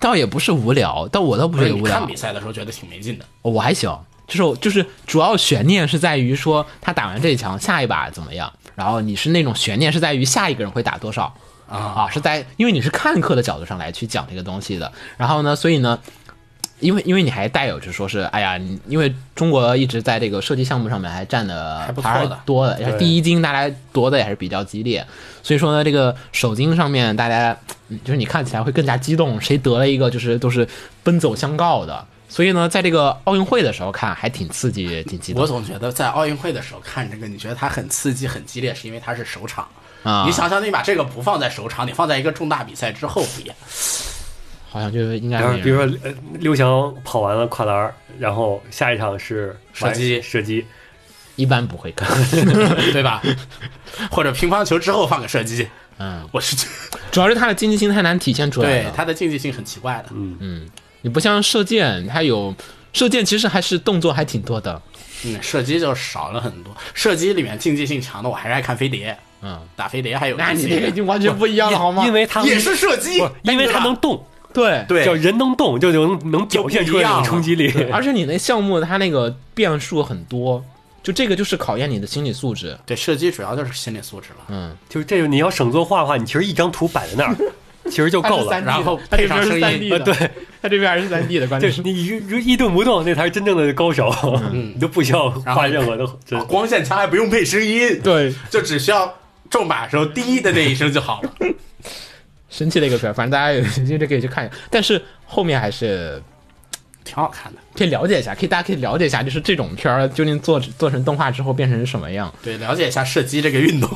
S7: 倒也不是无聊，但我倒不
S5: 不
S7: 觉
S5: 是
S7: 得
S5: 你
S7: 无聊
S5: 看比，赛的时候觉得挺没劲的，
S7: 我还行。就是我就是主要悬念是在于说他打完这一枪，下一把怎么样？然后你是那种悬念是在于下一个人会打多少啊是在因为你是看客的角度上来去讲这个东西的。然后呢，所以呢，因为因为你还带有就是说是哎呀，你因为中国一直在这个射击项目上面还占的
S5: 还不错的
S7: 还是多的，也是第一金大家夺的也是比较激烈，所以说呢，这个首金上面大家嗯就是你看起来会更加激动，谁得了一个就是都是奔走相告的。所以呢，在这个奥运会的时候看还挺刺激，挺激动
S5: 我。总觉得在奥运会的时候看这个，你觉得它很刺激、很激烈，是因为它是首场。
S7: 啊
S5: 你想想，你把这个不放在首场，你放在一个重大比赛之后比，
S7: 好像就是应该
S2: 然
S7: 没人
S2: 后比如说呃刘翔跑完了跨栏儿，然后下一场是
S5: 射击
S2: 射击，
S7: 一般不会看，
S5: 对吧？或者乒乓球之后放个射击，
S7: 嗯，啊
S5: 我是觉得
S7: 主要是他的竞技性太难体现出来
S5: 对
S7: 了。
S5: 它的竞技性很奇
S7: 嗯
S5: 怪的。
S7: 你不像射箭，它有射箭其实还是动作还挺多的，
S5: 嗯，射击就少了很多。射击里面竞技性强的，我还是爱看飞碟。
S7: 嗯，
S5: 打飞碟还有
S7: 那
S5: 竞
S7: 你
S5: 技
S7: 这
S5: 性
S7: 个已经完全不一样 了，好吗？
S2: 因为他
S5: 也是射击
S2: 不是，因为
S5: 对吧
S2: 他能动，
S7: 对
S5: 对
S2: 叫人能动就能能表现出来那种冲 击力。
S7: 而且你那项目它那个变数很多，就这个就是考验你的心理素质。
S5: 对射击主要就是心理素质了。
S7: 嗯，
S2: 就是这个，你要省作画的话，你其实一张图摆在那儿，其实就够了。
S7: 3D 的
S5: 然后
S7: 它这
S5: 配
S7: 边
S5: 上
S7: 是
S5: 声音
S7: 3 D 的，
S2: 啊对，
S7: 它呃这边还是3 D 的，关键
S2: 对
S7: 是。
S2: 你一一动不动，那才是真正的高手， 你都不需要
S5: 嗯然后
S2: 画任何的真
S5: 啊。光线枪还不用配声 音，
S7: 对，
S5: 就只需要中靶的时候滴的那一声就好了。
S7: 神奇的一个片儿，反正大家有兴趣可以去看一下。但是后面还是
S5: 挺好看的。
S7: 可以了解一下，可以大家可以了解一下，就是这种片儿究竟做做成动画之后变成什么样。
S5: 对，了解一下射击这个运动。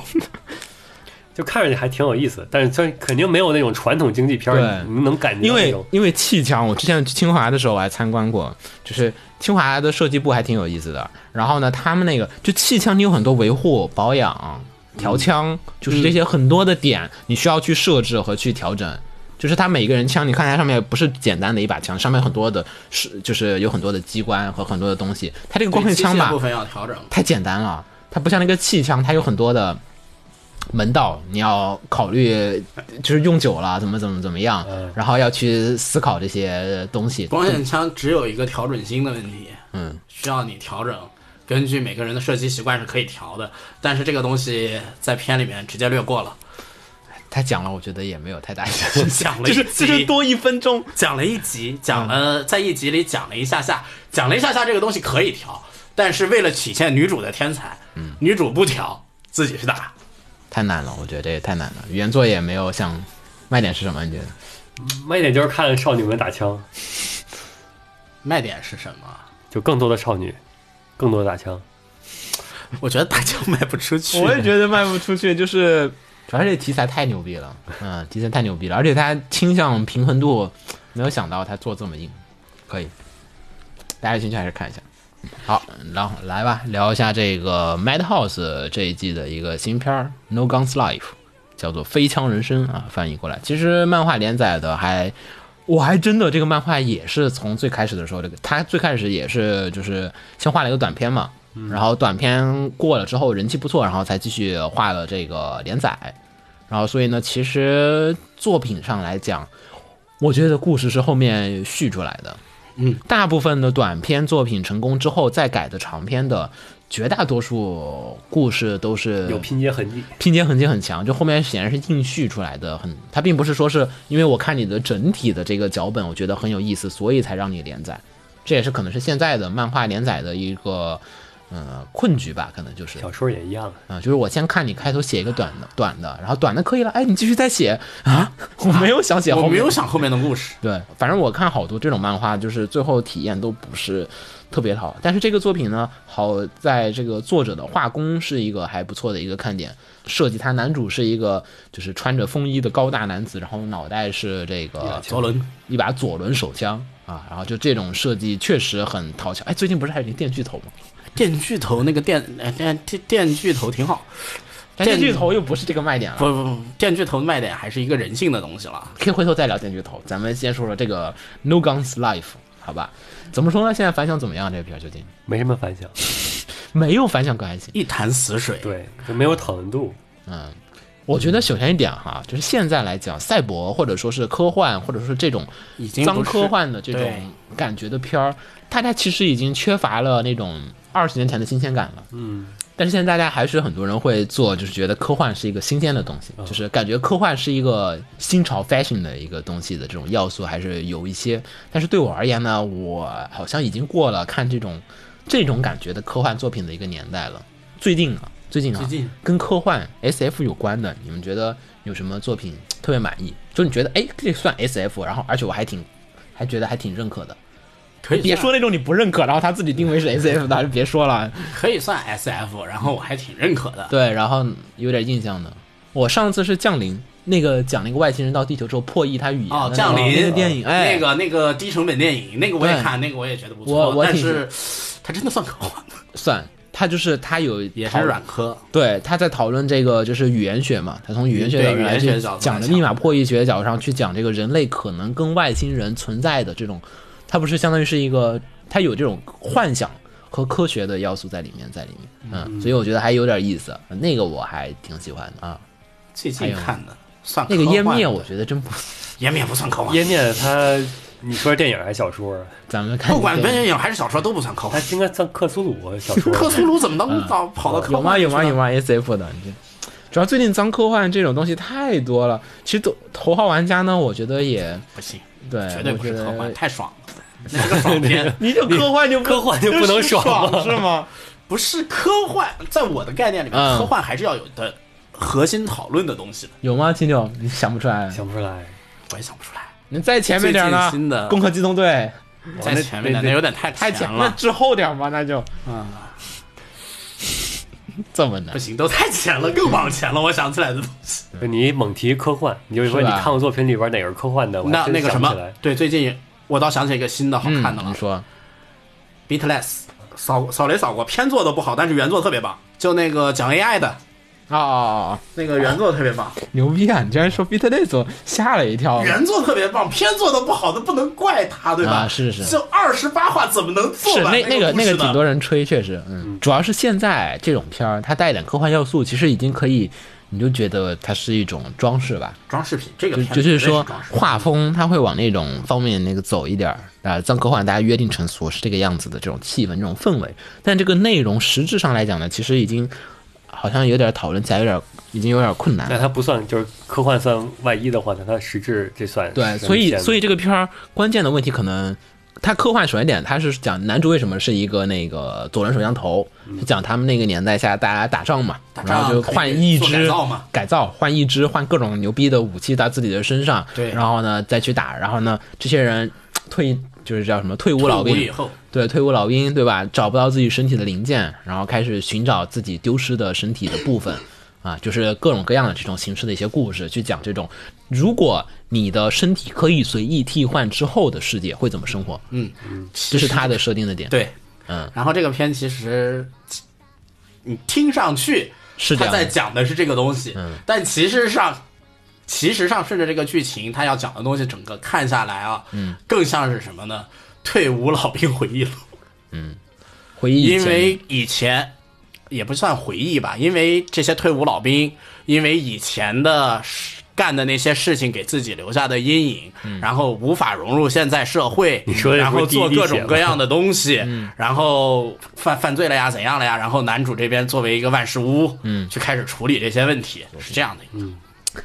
S2: 就看上去还挺有意思，但是它肯定没有那种传统经济片儿，
S7: 对
S2: 你能感觉
S7: 因
S2: 到那
S7: 为
S2: 种。
S7: 因为气枪，我之前去清华的时候我还参观过，就是清华的设计部还挺有意思的。然后呢，他们那个就气枪，你有很多维护、保养、调枪，就是这些很多的点，你需要去设置和去调整。就是它每一个人枪，你看它上面不是简单的一把枪，上面很多的是就是有很多的机关和很多的东西。它这 个光
S5: 对
S7: 是
S5: 机
S7: 枪
S5: 械
S7: 吧
S5: 部，分要调整。
S7: 太简单了，它不像那个气枪，它有很多的门道，你要考虑，就是用久了怎么怎么怎么样，然后要去思考这些东西。
S5: 光线枪只有一个调准心的问题，
S7: 嗯，
S5: 需要你调整。根据每个人的射击习惯是可以调的，但是这个东西在片里面直接略过了，
S7: 他讲了，我觉得也没有太大意思，
S5: 讲了
S7: 就
S5: 一集
S7: 是就是多一分钟。
S5: 讲了一集，讲了在一集里讲了一下下，讲了一下下这个东西可以调，但是为了体现女主的天才，女主不调，自己去打。
S7: 太难了，我觉得这也太难了。原作也没有想卖点是什么？你觉得？
S2: 卖点就是看少女们打枪，
S5: 卖点是什么？
S2: 就更多的少女，更多的打枪。
S5: 我觉得大家卖不出去。
S7: 觉得卖不出去，就是主要是这题材太牛逼了，嗯，题材太牛逼了，而且它倾向平衡度，没有想到它做这么硬，可以，大家有兴趣还是看一下。好，然后来吧，聊一下这个 Madhouse 这一季的一个新片儿《No Guns Life》，叫做《飞枪人生》啊，翻译过来。其实漫画连载的还，我还真的这个漫画也是从最开始的时候，这个它最开始也是就是先画了一个短片嘛，然后短片过了之后人气不错，然后才继续画了这个连载。然后所以呢，其实作品上来讲，我觉得故事是后面续出来的。嗯，大部分的短篇作品成功之后再改的长篇的，绝大多数故事都是
S2: 有拼接痕迹，
S7: 拼接痕迹很强，就后面显然是硬续出来的很，它并不是说是因为我看你的整体的这个脚本，我觉得很有意思，所以才让你连载，这也是可能是现在的漫画连载的一个呃困局吧，可能就是
S2: 小说也一样，
S7: 啊，就是我先看你开头写一个短的短的，然后短的可以了，哎，你继续再写啊，我没有想写后
S5: 我
S7: 面，
S5: 没有想后面的故事。
S7: 对，反正我看好多这种漫画，就是最后体验都不是特别好。但是这个作品呢，好在这个作者的画工是一个还不错的一个看点，设计他男主是一个就是穿着风衣的高大男子，然后脑袋是这个
S5: 啊左轮
S7: 一把左轮手枪啊，然后就这种设计确实很讨巧。哎，最近不是还有一个电锯头吗？
S5: 电锯头那个电呃电电电锯头挺好，
S7: 但电锯头又不是这个卖点了。
S5: 不不不，电锯头的卖点还是一个人性的东西了。
S7: 可以回头再聊电锯头，咱们先说说这个 No Guns Life，好吧？怎么说呢？现在反响怎么样？这个片儿究竟
S2: 没什么反响，
S7: 没有反响可还行。
S5: 一潭死水，
S2: 对，就没有讨论度。
S7: 嗯，我觉得首先一点哈，就是现在来讲，赛博或者说是科幻，或者说这种
S5: 已经
S7: 脏
S5: 不是
S7: 科幻的这种
S5: 对
S7: 感觉的片儿，大家其实已经缺乏了那种二十年前的新鲜感了。嗯。但是现在大家还是很多人会做，就是觉得科幻是一个新鲜的东西，就是感觉科幻是一个新潮 fashion 的一个东西的这种要素还是有一些。但是对我而言呢，我好像已经过了看这种这种感觉的科幻作品的一个年代了。最近啊，最近啊，
S5: 最近
S7: 跟科幻 S F 有关的，你们觉得有什么作品特别满意？就你觉得哎，这算 S F，然后而且我还挺还觉得还挺认可的。
S5: 可以
S7: 别
S5: 算
S7: 说那种你不认可，然后他自己定位是 S F 的，还是别说了。
S5: 可以算 S F，然后我还挺认可的。
S7: 对，然后有点印象的。我上次是降临，那个讲那个外星人到地球之后破译他语言的
S5: 哦
S7: 那，个
S5: 降临
S7: 那个电影，哎，
S5: 那个那个低成本电影，那个我也
S7: 对
S5: 看，那个我也觉得不
S7: 我
S5: 错，
S7: 我
S5: 但
S7: 挺
S5: 是它真的算科幻吗？
S7: 算他就是他有
S5: 也是
S7: 讨
S5: 软科，
S7: 对，他在讨论这个就是语言学嘛，他从语言学角度
S5: 对语
S7: 来
S5: 言
S7: 去
S5: 学角度来
S7: 讲的
S5: 讲
S7: 密码破译学角度上去讲这个人类可能跟外星人存在的这种，它不是相当于是一个，它有这种幻想和科学的要素在里面，在里面，嗯，所以我觉得还有点意思，那个我还挺喜欢的啊，
S5: 最
S7: 还
S5: 近
S7: 有
S5: 看的算
S7: 那个
S5: 科
S7: 湮
S5: 幻
S7: 灭
S5: 的
S7: 我觉得真不，
S5: 湮灭不算科幻，
S2: 页面它，你说电影还是小说啊？
S7: 咱们看
S5: 不管
S7: 这个
S5: 文学影还是小说都不算科
S2: 它
S5: 幻。
S2: 应该算克苏鲁啊小说。
S5: 克苏鲁怎么能到跑到科
S7: 哎嗯有吗？
S5: 幻
S7: 有吗？
S5: 去
S7: 有
S5: 呢？
S7: 吗？S F 的，你这主要最近脏科幻这种东西太多了，其实头头号玩家呢，我觉得也
S5: 不行，
S7: 对，
S5: 绝对
S7: 哎我
S5: 不是
S7: 觉
S5: 科
S7: 得
S5: 幻，太爽 了，那是个爽片。
S7: 你就科幻就
S2: 科幻就不能爽吗？
S7: 是吗？
S5: 不是科幻，在我的概念里面，
S7: 嗯
S5: 科幻还是要有的核心讨论的东西的。
S7: 有吗？秦九，你想不出来？
S2: 想不出来，
S5: 我也想不出来，
S7: 你再前面点呢
S5: 最近新？的
S7: 攻壳机动队
S5: 在
S2: 那
S5: 前面的
S2: 那
S5: 那有点太
S7: 太
S5: 前
S7: 那
S5: 了，
S7: 之后点吧，那就
S5: 啊，
S7: 这么难
S5: 不。行，都太前了，更往前了。我想起来的东西，
S2: 就你猛提科幻，你就说
S7: 是
S2: 你
S7: 吧
S2: 看过作品里边哪个是科幻的？我还
S5: 那
S2: 真
S5: 那个
S2: 想
S5: 什
S2: 不
S5: 么
S2: 起来，
S5: 对，最近我倒想起一个新的好
S7: 嗯
S5: 看的了
S7: 你，说
S5: Beatless 扫扫雷扫过，片做的不好，但是原作特别棒。就那个讲 AI 的哦
S7: 啊啊
S5: 那个原作特别棒，
S7: 啊！牛逼啊！你居然说 Beat This，吓了一跳。
S5: 原作特别棒，片做的不好的不能怪他，对吧？
S7: 啊是是
S5: 就二十八话怎么能做
S7: 是
S5: 完
S7: 那
S5: 那
S7: 个那
S5: 个
S7: 个
S5: 故事呢
S7: 挺多人吹，确实，嗯，主要是现在这种片儿，它带一点科幻要素，其实已经可以，你就觉得它是一种装饰吧，
S5: 装饰品，这个
S7: 就
S5: 片
S7: 就
S5: 绝对
S7: 是
S5: 是
S7: 说
S5: 装饰品
S7: 画风，它会往那种方面那个走一点儿啊，脏科幻大家约定成俗是这个样子的这种气氛、这种氛围，但这个内容实质上来讲呢，其实已经好像有点讨论起来有点已经有点困难
S2: 那
S7: 了。
S2: 它不算就是科幻算外衣的话，那它实质这算
S7: 对，所以所以这个片儿关键的问题可能。它科幻首先点，它是讲男主为什么是一个那个左轮手枪头，是讲他们那个年代下大家打仗嘛，
S5: 嗯打仗
S7: 然后就
S5: 可以
S7: 换一
S5: 做改
S7: 支
S5: 造嘛
S7: 改造换一支换各种牛逼的武器到自己的身上，
S5: 对
S7: 然后呢再去打，然后呢这些人退就是叫什么退伍老
S5: 退伍
S7: 兵
S5: 以，后，
S7: 对，退伍老兵，对吧？找不到自己身体的零件，然后开始寻找自己丢失的身体的部分，啊，就是各种各样的这种形式的一些故事，去讲这种，如果你的身体可以随意替换之后的世界会怎么生活？
S5: 嗯，
S7: 这是他的设定的点。，
S5: 对，
S7: 嗯，
S5: 然后这个片其实你听上去
S7: 是这
S5: 他
S7: 样的
S5: 在讲的是这个东西，
S7: 嗯
S5: 但其实上，其实上顺着这个剧情，他要讲的东西整个看下来啊，嗯，更像是什么呢？退伍老兵回忆录，
S7: 回忆以
S5: 因
S7: 前
S5: 为以前也不算回忆吧，因为这些退伍老兵，因为以前的事干的那些事情给自己留下的阴影，
S7: 嗯
S5: 然后无法融入现在社会，
S2: 你说的
S5: 然
S2: 不是
S5: 后
S2: 第一
S5: 做
S2: 滴
S5: 各
S2: 血
S5: 种
S2: 吗
S5: 各样的东西，
S7: 嗯
S5: 然后犯犯罪了呀，怎样了呀，然后男主这边作为一个万事屋，嗯，去开始处理这些问题，是这样的一个，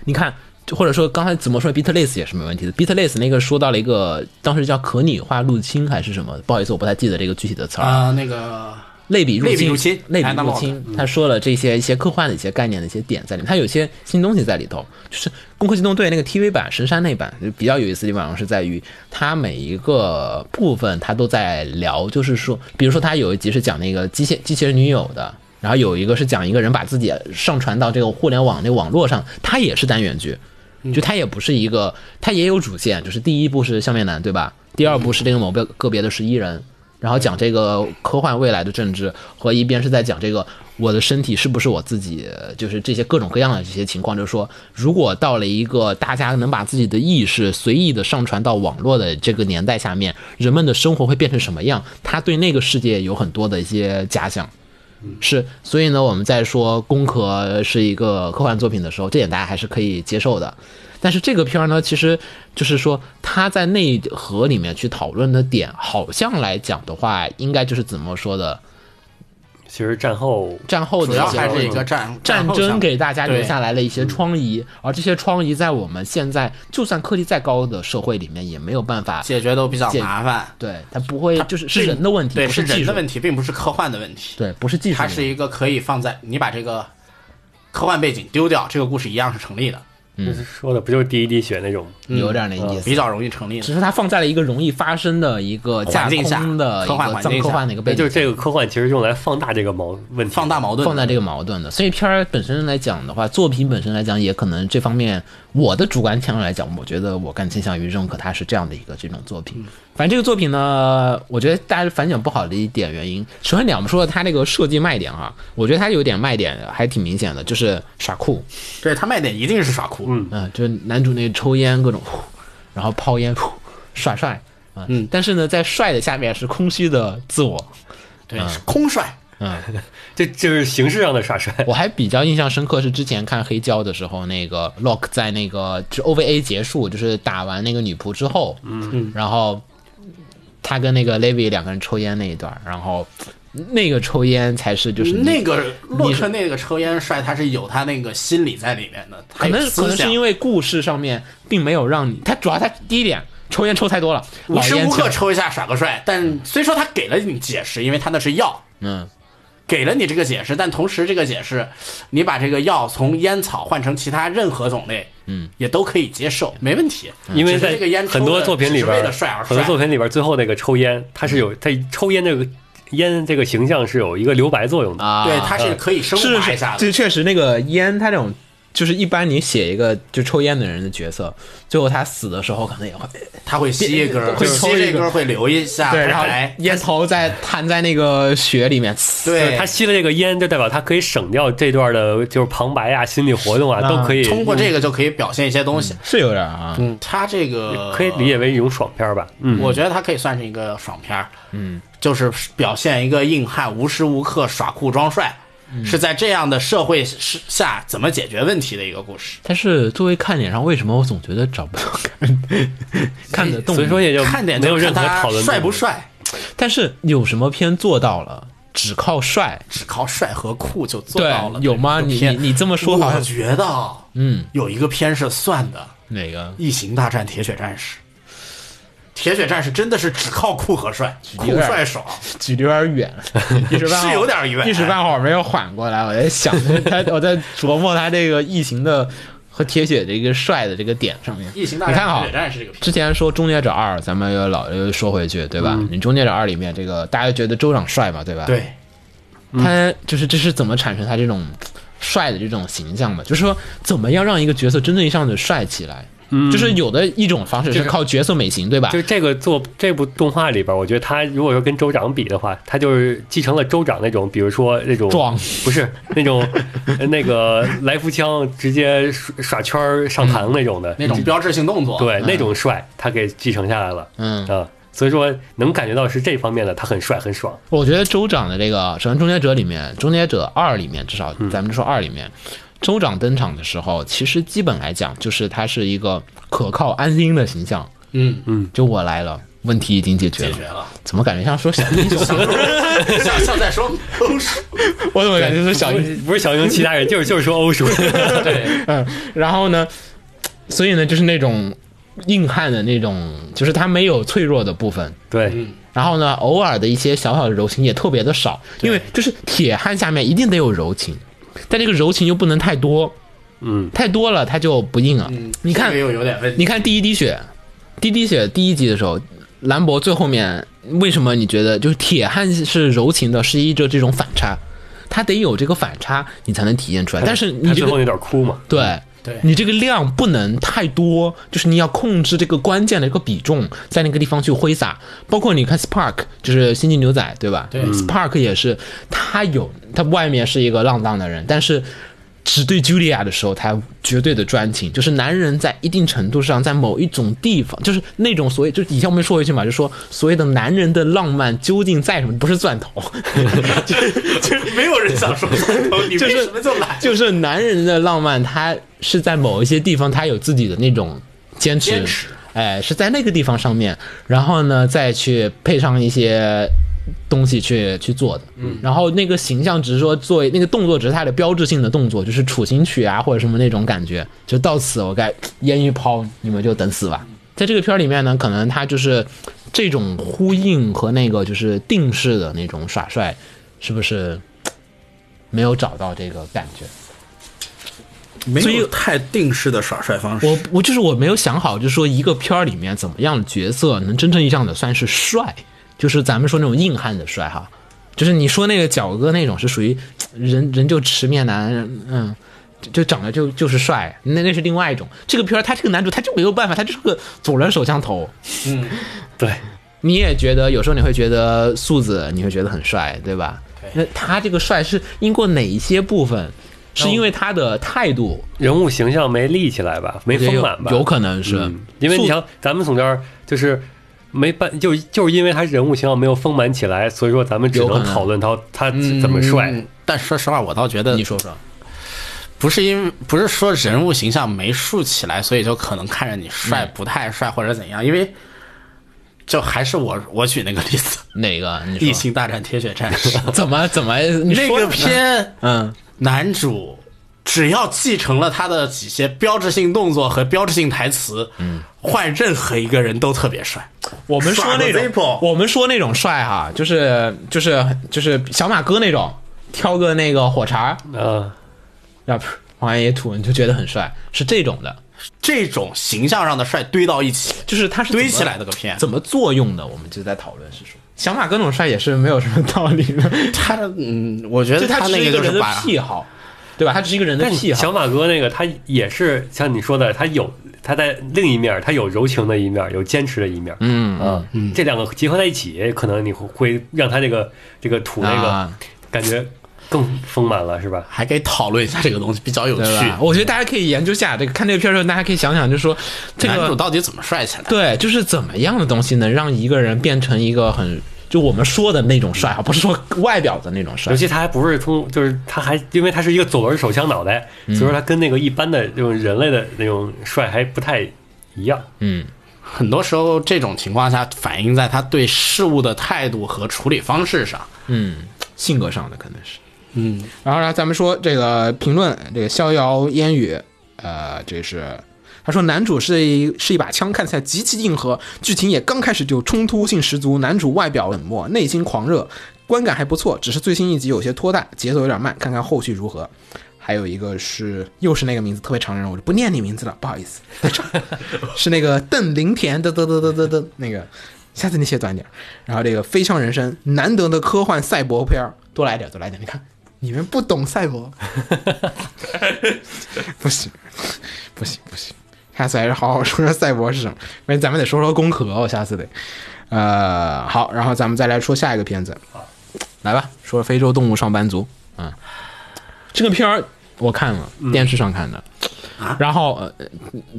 S7: 你看，就或者说刚才怎么说 Bitless 也是没问题的。Bitless 那个说到了一个当时叫可拟化入侵还是什么，不好意思，我不太记得这个具体的词儿。
S5: 啊，那个
S7: 类比入
S5: 类比
S7: 侵，
S5: 入侵
S7: 类比
S5: Analog
S7: 入侵，他说了这些一些科幻的一些概念的一些点在里面，他有些新东西在里头。就是《攻壳机动队》那个 TV 版、神山那版就比较有意思的地方是在于，它每一个部分它都在聊，就是说，比如说它有一集是讲那个机械机器人女友的。然后有一个是讲一个人把自己上传到这个互联网那个网络上，它也是单元剧，就它也不是一个，它也有主线，就是第一部是笑面男，对吧？第二部是这个某个个别的十一人，然后讲这个科幻未来的政治，和一边是在讲这个我的身体是不是我自己，就是这些各种各样的这些情况，就是说，如果到了一个大家能把自己的意识随意的上传到网络的这个年代下面，人们的生活会变成什么样？他对那个世界有很多的一些假想。是，所以呢，我们在说《攻壳》是一个科幻作品的时候，这点大家还是可以接受的。但是这个片儿呢，其实就是说它在内核里面去讨论的点，好像来讲的话，应该就是怎么说的，
S2: 其实战后
S7: 战后的
S5: 主要
S7: 一些
S5: 还是一个战
S7: 战
S5: 后
S7: 争
S5: 想
S7: 给大家留下来了一些疮痍，而这些疮痍在我们现在就算科技再高的社会里面也没有办法，
S5: 解决都比较
S7: 解
S5: 麻烦，
S7: 对它不会
S5: 它
S7: 就是
S5: 并
S7: 是人的问题，
S5: 对，
S7: 不
S5: 是
S7: 技
S5: 人
S7: 术
S5: 的问题，并不是科幻的问题。
S7: 对，不是技术
S5: 它
S7: 问
S5: 是
S7: 题，
S5: 一个可以放在你把这个科幻背景丢掉，这个故事一样是成立的，
S7: 嗯
S2: 就是说的不就是第一滴血那种？
S5: 嗯
S7: 有这样的意思
S5: 比。较容易成立的。
S7: 只是它放在了一个容易发生的一个架空的一
S5: 科幻
S7: 个
S5: 环
S7: 脏
S5: 境下
S7: 科幻的一个背
S2: 就是
S7: 景，
S2: 这个科幻其实用来放大这个矛问题，
S5: 放大矛盾，
S7: 放在这个矛盾的。所以片儿本身来讲的话，作品本身来讲，也可能这方面我的主观倾向来讲，我觉得我更倾向于认可它是这样的一个这种作
S5: 嗯
S7: 品。反正这个作品呢，我觉得大家反响不好的一点原因，首先两说它这个设计卖点啊，我觉得它有点卖点还挺明显的，就是耍酷，
S5: 对它卖点一定是耍酷，
S2: 嗯
S7: 嗯、就是男主那抽烟各种，呼然后泡烟，呼耍帅啊，
S5: 嗯
S7: 但是呢，在帅的下面是空虚的自我。
S5: 对，是
S7: 啊
S5: 空帅，
S2: 这就是形式上的耍帅。
S7: 我还比较印象深刻是之前看黑胶的时候，那个 Lock 在那个就是 OVA 结束，就是打完那个女仆之后，嗯，然后他跟那个 Levy 两个人抽烟那一段，然后那个抽烟才是就是你
S5: 那个洛克那个抽烟帅，他是有他那个心理在里面的，他
S7: 可
S5: 有
S7: 能可
S5: 哎思
S7: 能是
S5: 想
S7: 因。为故事上面并没有让你，他主要他第一点抽烟抽太多了，
S5: 无
S7: 老
S5: 时
S7: 烟
S5: 无刻
S7: 球，
S5: 抽一下耍个帅，但虽说他给了你解释，因为他那是药，
S7: 嗯，
S5: 给了你这个解释，但同时这个解释，你把这个药从烟草换成其他任何种类，嗯，也都可以接受，没问题。
S2: 嗯因为
S5: 只
S2: 在
S5: 是这个烟抽的
S2: 很多作品里
S5: 只是为
S2: 边
S5: 了帅而，
S2: 很多
S5: 帅，
S2: 作品里边最后那个抽烟，它是有它抽烟这个烟这个形象是有一个留白作用的。
S7: 啊，
S5: 对，它是可以升
S7: 是
S5: 华
S7: 是
S5: 一下的。
S7: 这确实那个烟，他这种就是一般你写一个就抽烟的人的角色，最后他死的时候可能也会
S5: 他会吸一根儿，
S7: 会
S5: 吸
S7: 抽一
S5: 这根
S7: 根
S5: 儿会留一下，
S7: 对，然后
S5: 来，
S7: 烟头在弹在那个雪里面，呲
S5: 对，
S2: 他吸了这个烟，就代表他可以省掉这段的，就是旁白啊、心理活动啊，都可以
S5: 通过这个就可以表现一些东西。
S7: 是有点啊。
S5: 嗯，他这个
S2: 可以理解，为一种爽片吧。嗯，
S5: 我觉得它可以算是一个爽片儿。嗯，就是表现一个硬汉无时无刻耍酷装帅，是在这样的社会是下怎么解决问题的一个故事。
S7: 但是作为看点上，为什么我总觉得找不到看 看得动？
S2: 所以说，也就
S5: 看点
S2: 没
S5: 就
S2: 有
S5: 是
S2: 任
S5: 看
S2: 何
S5: 他
S2: 讨论。
S5: 帅不？帅，
S7: 但是有什么片做到了只靠帅？
S5: 只靠帅和酷就做
S7: 对
S5: 到了。，
S7: 有吗？你你你这么说好
S5: 我
S7: 像
S5: 觉得，
S7: 嗯，
S5: 有一个片是算的，
S7: 哪个
S5: 《异形大战铁血战士》。铁血战士真的是只靠酷和帅，酷
S7: 有点
S5: 帅爽，
S7: 距离有点 远，一时半会
S5: 是
S7: 儿
S5: 有点远
S7: 一时半会儿没有缓过来。我在想 他，我在琢磨他这个异形的和铁血这个帅的这个点上面。
S5: 异形大
S7: 你
S5: 战
S7: 看好
S5: 铁血战士这个片，
S7: 之前说《终结者二》，咱们又老又说回去，对吧？你《终结者二》里面这个大家觉得州长帅嘛，对吧？，
S5: 嗯对，
S7: 他就是这是怎么产生他这种帅的这种形象嘛？就是说，怎么样让一个角色真正意义上的帅起来？嗯，就是有的一种方式是靠角色美型，对吧？
S2: 就这个做这部动画里边，我觉得他如果说跟州长比的话，他就是继承了州长那种，比如说那种
S7: 壮，
S2: 不是那种 呃那个来福枪直接耍耍圈儿上膛那种的
S5: 那种标志性动作，
S2: 对，那种帅，他给继承下来了。
S7: 嗯
S2: 啊，所以说能感觉到是这方面的，他很帅很爽。
S7: 我觉得州长的这个，首先《终结者》里面，《终结者二》里面，至少咱们就说二里面，州长登场的时候，其实基本来讲就是他是一个可靠安心的形象。
S5: 嗯
S7: 嗯，就我来了，问题已经解决
S5: 解
S7: 了。
S5: 决了。
S7: 怎么感觉像说小英雄？
S5: 像像在说欧式，
S7: 我怎么感觉是小
S2: 不
S7: 英雄？
S2: 是不是 小英雄 其他人，就是就是说欧叔。
S5: 对，
S7: 嗯，然后呢，所以呢，就是那种硬汉的那种，就是他没有脆弱的部分。
S2: 对，
S7: 然后呢，偶尔的一些小小的柔情也特别的少，因为就是铁汉下面一定得有柔情，但这个柔情又不能太多，
S2: 嗯，
S7: 太多了它就不硬了。你看
S5: 嗯这个又有点问题。
S7: 你看第一滴血，第一滴血第一集的时候，兰博最后面为什么你觉得就是铁汉是柔情的，是依着这种反差，他得有这个反差你才能体现出来。但是你
S2: 他
S7: 这
S2: 最后
S7: 个
S2: 那点哭嘛，
S7: 对。
S5: 对
S7: 你这个量不能太多，就是你要控制这个关键的一个比重，在那个地方去挥洒。包括你看 Spark，就是《星际牛仔》，对吧？
S5: 对
S7: Spark 也是，他有他外面是一个浪荡的人，但是只对 Julia 的时候，他绝对的专情。就是男人在一定程度上，在某一种地方，就是那种所谓，就是以前我们说过一句嘛，就说所谓的男人的浪漫究竟在什么？不是钻头，
S5: 没有人想说钻 头，你为 什么就来？
S7: 就是男人的浪漫，他是在某一些地方，他有自己的那种坚持，
S5: 坚持
S7: 哎，是在那个地方上面，然后呢，再去配上一些东西去去做的，嗯，然后那个形象只是说作为那个动作，只是他的标志性的动作，就是处刑曲啊或者什么那种感觉，就到此我该烟一抛，你们就等死吧。
S5: 嗯
S7: 在这个片儿里面呢，可能他就是这种呼应和那个就是定式的那种耍帅，是不是没有找到这个感觉？
S8: 没
S7: 所以
S8: 有太定式的耍帅方式。
S7: 我我就是我没有想好，就是说一个片儿里面怎么样的角色能真正意义上的算是帅，就是咱们说那种硬汉的帅哈，就是你说那个角哥那种是属于人人就直面男，嗯，就就长得就就是帅，那那是另外一种。这个片儿他这个男主他就没有办法，他就是个左轮手枪头，
S2: 对，
S7: 你也觉得有时候你会觉得素子你会觉得很帅，对吧？那他这个帅是因过哪一些部分？是因为他的态度
S2: 人物形象没立起来吧，没丰
S7: 有
S2: 满吧，
S7: 有可能是、
S2: 嗯，因为你想，咱们从这儿就是没办，就就是因为他人物形象没有丰满起来，所以说咱们只
S7: 有可
S2: 能
S7: 能
S2: 讨论他他怎么帅。
S5: 嗯但说实话，我倒觉得
S7: 你说说。
S5: 不是因为不是说人物形象没竖起来，所以就可能看着你帅不太帅或者怎样，因为就还是我我举那个例子，
S7: 哪个？
S5: 《异
S7: 你说
S5: 形大战铁血战士》
S7: 怎么怎么？你
S5: 那
S7: 说
S5: 个
S7: 呢，
S5: 片，
S7: 嗯，
S5: 男主只要继承了他的几些标志性动作和标志性台词，嗯，换任何一个人都特别帅。
S7: 我们说那
S8: 耍个 Zippo
S7: 种，我们说那种帅哈，就是就是就是小马哥那种，挑个那个火柴儿，
S2: 啊，
S7: 然后噗往眼一吐，你就觉得很帅，是这种的，
S5: 这种形象上的帅堆到一起，
S7: 就是他是怎么
S5: 堆起来的个片，
S7: 怎么作用的，我们就在讨论是说，小马哥那种帅也是没有什么道理 的，
S5: 他的嗯，我觉
S7: 就
S5: 得
S7: 他只
S5: 那
S7: 是一
S5: 个就
S7: 人
S5: 是
S7: 的
S5: 把
S7: 癖好，对吧？他只是一个人的
S2: 但
S7: 癖
S2: 小
S7: 好，
S2: 马哥那个他也是像你说的，他有他在另一面，他有柔情的一面，有坚持的一面。
S7: 嗯
S2: 啊，这两个结合在一起，可能你会会让他这个这个土那个
S7: 啊
S2: 感觉更丰满了，是吧？
S5: 还可以讨论一下这个东西，比较有
S7: 对
S5: 趣
S7: 吧？。我觉得大家可以研究下这个，看这个片儿的时候，大家可以想想，就是说这个
S5: 男主到底怎么帅起来的？
S7: 对，就是怎么样的东西能让一个人变成一个很就我们说的那种帅啊，不是说外表的那种帅
S2: 尤。其他还不是从，就是他还因为他是一个左轮手枪脑袋，
S7: 嗯
S2: 所以说他跟那个一般的这种人类的那种帅还不太一样。
S7: 嗯，
S5: 很多时候这种情况下反映在他对事物的态度和处理方式上。
S7: 性格上的可能是。
S3: 然后呢，咱们说这个评论，这个逍遥烟雨，呃，这是他说男主是一是一把枪，看起来极其硬核，剧情也刚开始就冲突性十足，男主外表冷漠，内心狂热，观感还不错，只是最新一集有些拖沓，节奏有点慢，看看后续如何。还有一个是又是那个名字特别长的人，我就不念你名字了，不好意思， 太长，是那个邓林田的的的的的的那个，下次你写短点儿。然后这个《飞翔人生》难得的科幻赛博片儿，多来点儿，多来点儿，你看。你们不懂赛 博，不行，不行，不行，下次还是好好说说赛博是什么。因为咱们得说说攻壳，我下次得。呃，好，然后咱们再来说下一个片子，
S7: 来吧，说非洲动物上班族。嗯，这个片儿我看了，
S2: 嗯
S7: 电视上看的，
S2: 啊
S7: 然后呃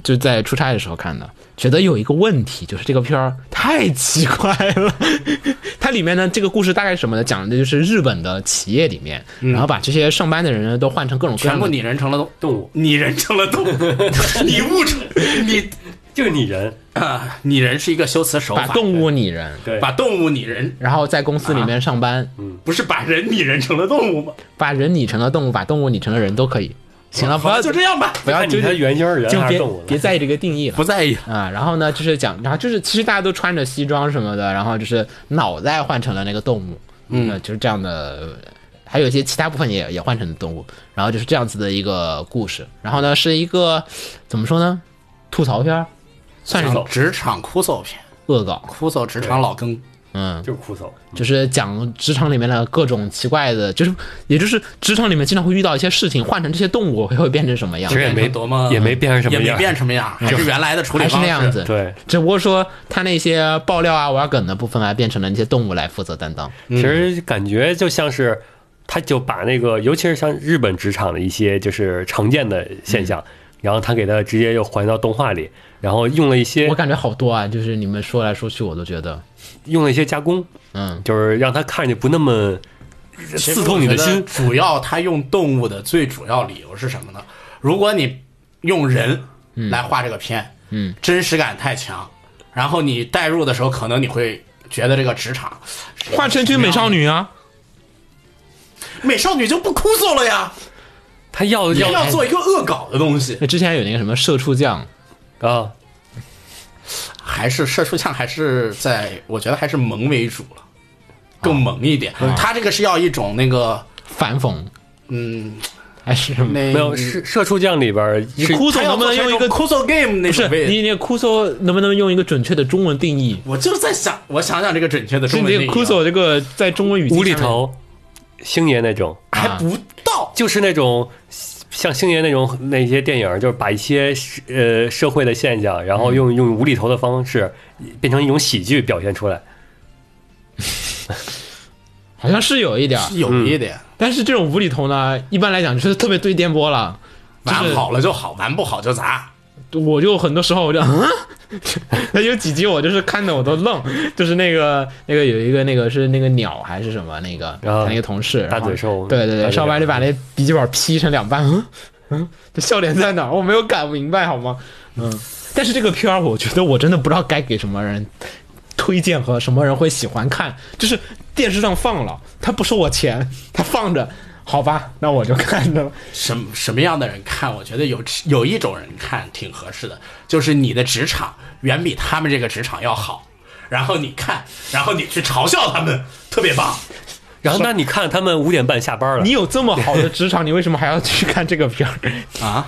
S7: 就在出差的时候看的，觉得有一个问题，就是这个片儿太奇怪了。 它里面呢，这个故事大概是什么呢？讲的就是日本的企业里面，
S2: 嗯
S7: 然后把这些上班的人呢都换成各种各
S5: 全
S7: 样
S5: 部
S7: 的
S5: 拟人成了动
S2: 动物
S5: 拟人成了动物，拟物成 拟
S2: 就是拟人，
S5: 啊，拟人是一个修辞手
S7: 把
S5: 法，
S7: 动物拟人，
S2: 对，啊
S5: 把动物拟人，
S7: 然后在公司里面上班，
S5: 不是把人拟人成了动物吗？
S7: 把人拟成了动物，把动物拟成了人都可以。行了，不要
S5: 就这样吧，
S7: 不要
S2: 看你
S7: 纠
S2: 它
S7: 结，
S2: 原型是人
S7: 就
S2: 还是
S7: 别
S2: 动物
S7: 别
S2: 的。
S7: 在意这个定义了
S5: 不。在意。
S7: 啊、然后呢，就是讲，然后就是其实大家都穿着西装什么的，然后就是脑袋换成了那个动物，嗯、就是这样的，还有一些其他部分也也换成动物，然后就是这样子的一个故事。然后呢，是一个怎么说呢，吐槽片儿，算是
S2: 走
S5: 职场哭搜片，
S7: 恶搞，
S5: 哭搜职场老更，
S7: 嗯，
S2: 就是酷搜，
S7: 就是讲职场里面的各种奇怪的，就是也就是职场里面经常会遇到一些事情，换成这些动物会会变成什么样
S2: 其？实也没
S5: 变成多么
S2: 也没变成什么
S5: 也
S2: 样嗯
S5: 没变什么样，还是原来的处理
S7: 还是
S5: 方
S7: 那
S5: 式。
S7: 样子，
S2: 对，
S7: 只不过说他那些爆料啊、玩梗的部分啊，变成了那些动物来负责担当。
S5: 嗯
S2: 其实感觉就像是，他就把那个，尤其是像日本职场的一些就是常见的现象，
S5: 嗯
S2: 然后他给他直接又还到动画里，然后用了一些
S7: 我感觉好多啊，就是你们说来说去，我都觉得，
S2: 用了一些加工，
S7: 嗯，
S2: 就是让他看着不那么
S5: 其实
S2: 刺痛你的心
S5: 我觉得。主要他用动物的最主要理由是什么呢？如果你用人来画这个片，
S7: 嗯，
S5: 真实感太强，然后你代入的时候，可能你会觉得这个职场
S7: 换成军美少女啊，
S5: 美少女就不哭诉了呀，
S2: 他要
S5: 要
S2: 要
S5: 要做一个恶搞的东西，
S7: 之前有那个什么社畜酱，
S2: 啊，
S5: 还是射出像还是在我觉得还是萌为主了，更萌一点。
S7: 嗯
S5: 他这个是要一种那个
S7: 反讽
S5: 嗯，
S7: 还是什么？
S5: 那
S2: 没有社社畜酱里边儿是
S7: 哭
S5: 他
S7: 能
S5: 要
S7: 不
S5: 做
S7: 能
S5: 成
S7: 用一个？
S5: 种哭诉 game 那
S7: 不是
S5: 种味道。
S7: 你那个哭搜能不能用一个准确的中文定义？
S5: 我就是在想，我想想这个准确的
S7: 是
S5: 中
S7: 你
S5: 文
S7: 这
S5: 定
S7: 个
S5: 义啊
S7: 哭搜这个在中文语境
S2: 无厘
S7: 下面，
S2: 头，星爷那种，
S5: 还
S7: 啊
S5: 不到，
S2: 就是那种像星爷那种那些电影，就是把一些呃社会的现象，然后用用无厘头的方式变成一种喜剧表现出来。
S7: 好像是有一点儿，
S5: 有一点，
S7: 但是这种无厘头呢，一般来讲就是特别对电波了。就是
S5: 玩好了嗯就好，玩不好就砸。
S7: 我就很多时候我就嗯， 那有几集我就是看的我都愣，就是那个那个有一个那个是那个鸟还是什么那个
S2: 然后
S7: 他那个同事
S2: 啊大嘴兽
S7: 然后对对
S2: 大
S7: 对，
S2: 嘴
S7: 上班
S2: 鸟
S7: 就把那笔记本劈成两半，嗯嗯，这笑点在哪儿？我没有搞明白好吗？嗯，但是这个片儿我觉得我真的不知道该给什么人推荐和什么人会喜欢看，就是电视上放了，他不收我钱，他放着。好吧，那我就看着了。
S5: 什么什么样的人看？我觉得有有一种人看挺合适的，就是你的职场远比他们这个职场要好，然后你看，然后你去嘲笑他们，特别棒。
S2: 然后，那你看他们五点半下班了
S7: 你，有这么好的职场，你为什么还要去看这个片儿？
S5: 啊，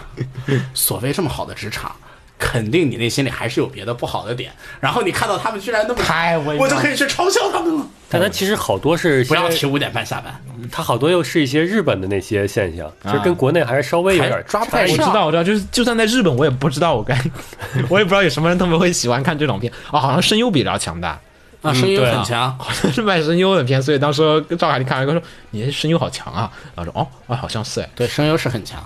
S5: 所谓这么好的职场，肯定你内心里还是有别的不好的点。然后你看到他们居然那么
S7: 太微妙了
S5: 我就可以去嘲笑他们了。
S2: 但他其实好多是
S5: 嗯不要提
S2: 些，
S5: 五点半下班，
S2: 他好多又是一些日本的那些现象，其实跟国内还是稍微有点
S5: 啊还抓不太
S7: 我
S5: 上
S7: 知道，我知道，就是就算在日本，我也不知道我该， 我也不知道有什么人他们会喜欢看这种片啊、好像声优比较强大，
S5: 啊，声音
S2: 对
S5: 很强，
S7: 好像是卖声优的片，所以当时赵凯丽看完跟我说：“你这声优好强啊！”然后说：“哦，啊，好像是哎，
S5: 对，声优是很强，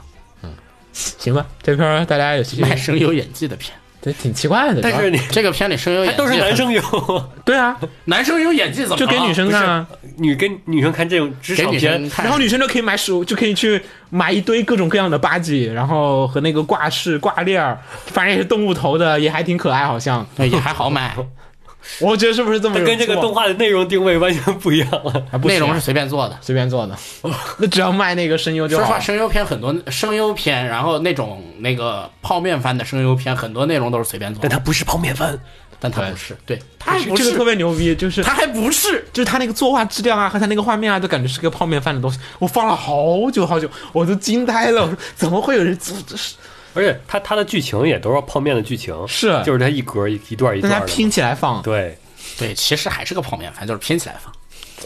S7: 行吧，这片儿大家有兴
S5: 卖
S7: 趣，
S5: 声优演技的片。
S7: 对，挺奇怪的。
S2: 但是你
S5: 这个片里声优演
S2: 还
S5: 技
S7: 哎
S2: 都是
S5: 很
S2: 男，生有，
S7: 对啊，
S5: 男生有演技怎么了
S7: 就给女生看啊，
S2: 女跟女生看这种职
S5: 给
S2: 场
S5: 女生
S2: 片，
S5: 看，
S7: 然后女生就可以买手，就可以去买一堆各种各样的八戒，然后和那个挂饰、挂链儿，反正也是动物头的，也还挺可爱，好像
S5: 对也还好买，
S7: 我觉得是不是这么
S2: 它
S7: 有
S2: 跟这个
S7: 错
S2: 动画的内容定位完全不一样 了。
S7: 啊不
S5: 内
S7: 行
S5: 容是随便做的。
S7: 随便 做的，那只要卖那个声优就
S5: 说
S7: 好。
S5: 实话，声优片很多，声优片，然后那种那个泡面番的声优片，很多内容都是随便做
S2: 但
S5: 的，
S2: 它不是泡面番，
S5: 但他不是，对，他还不
S7: 这个特
S5: 是，
S7: 别牛逼，就是
S5: 他还不是，
S7: 就是他那个作画质量啊，和他那个画面啊，都感觉是个泡面饭的东西。我放了好久好久，我都惊呆了，我说怎么会有人做这是？
S2: 而且它它的剧情也都是泡面的剧情，
S7: 是
S2: 就是它一格一一段一
S7: 但他
S2: 段的嘛，
S7: 拼起来放，
S2: 对，
S5: 对，其实还是个泡面番，就是拼起来放。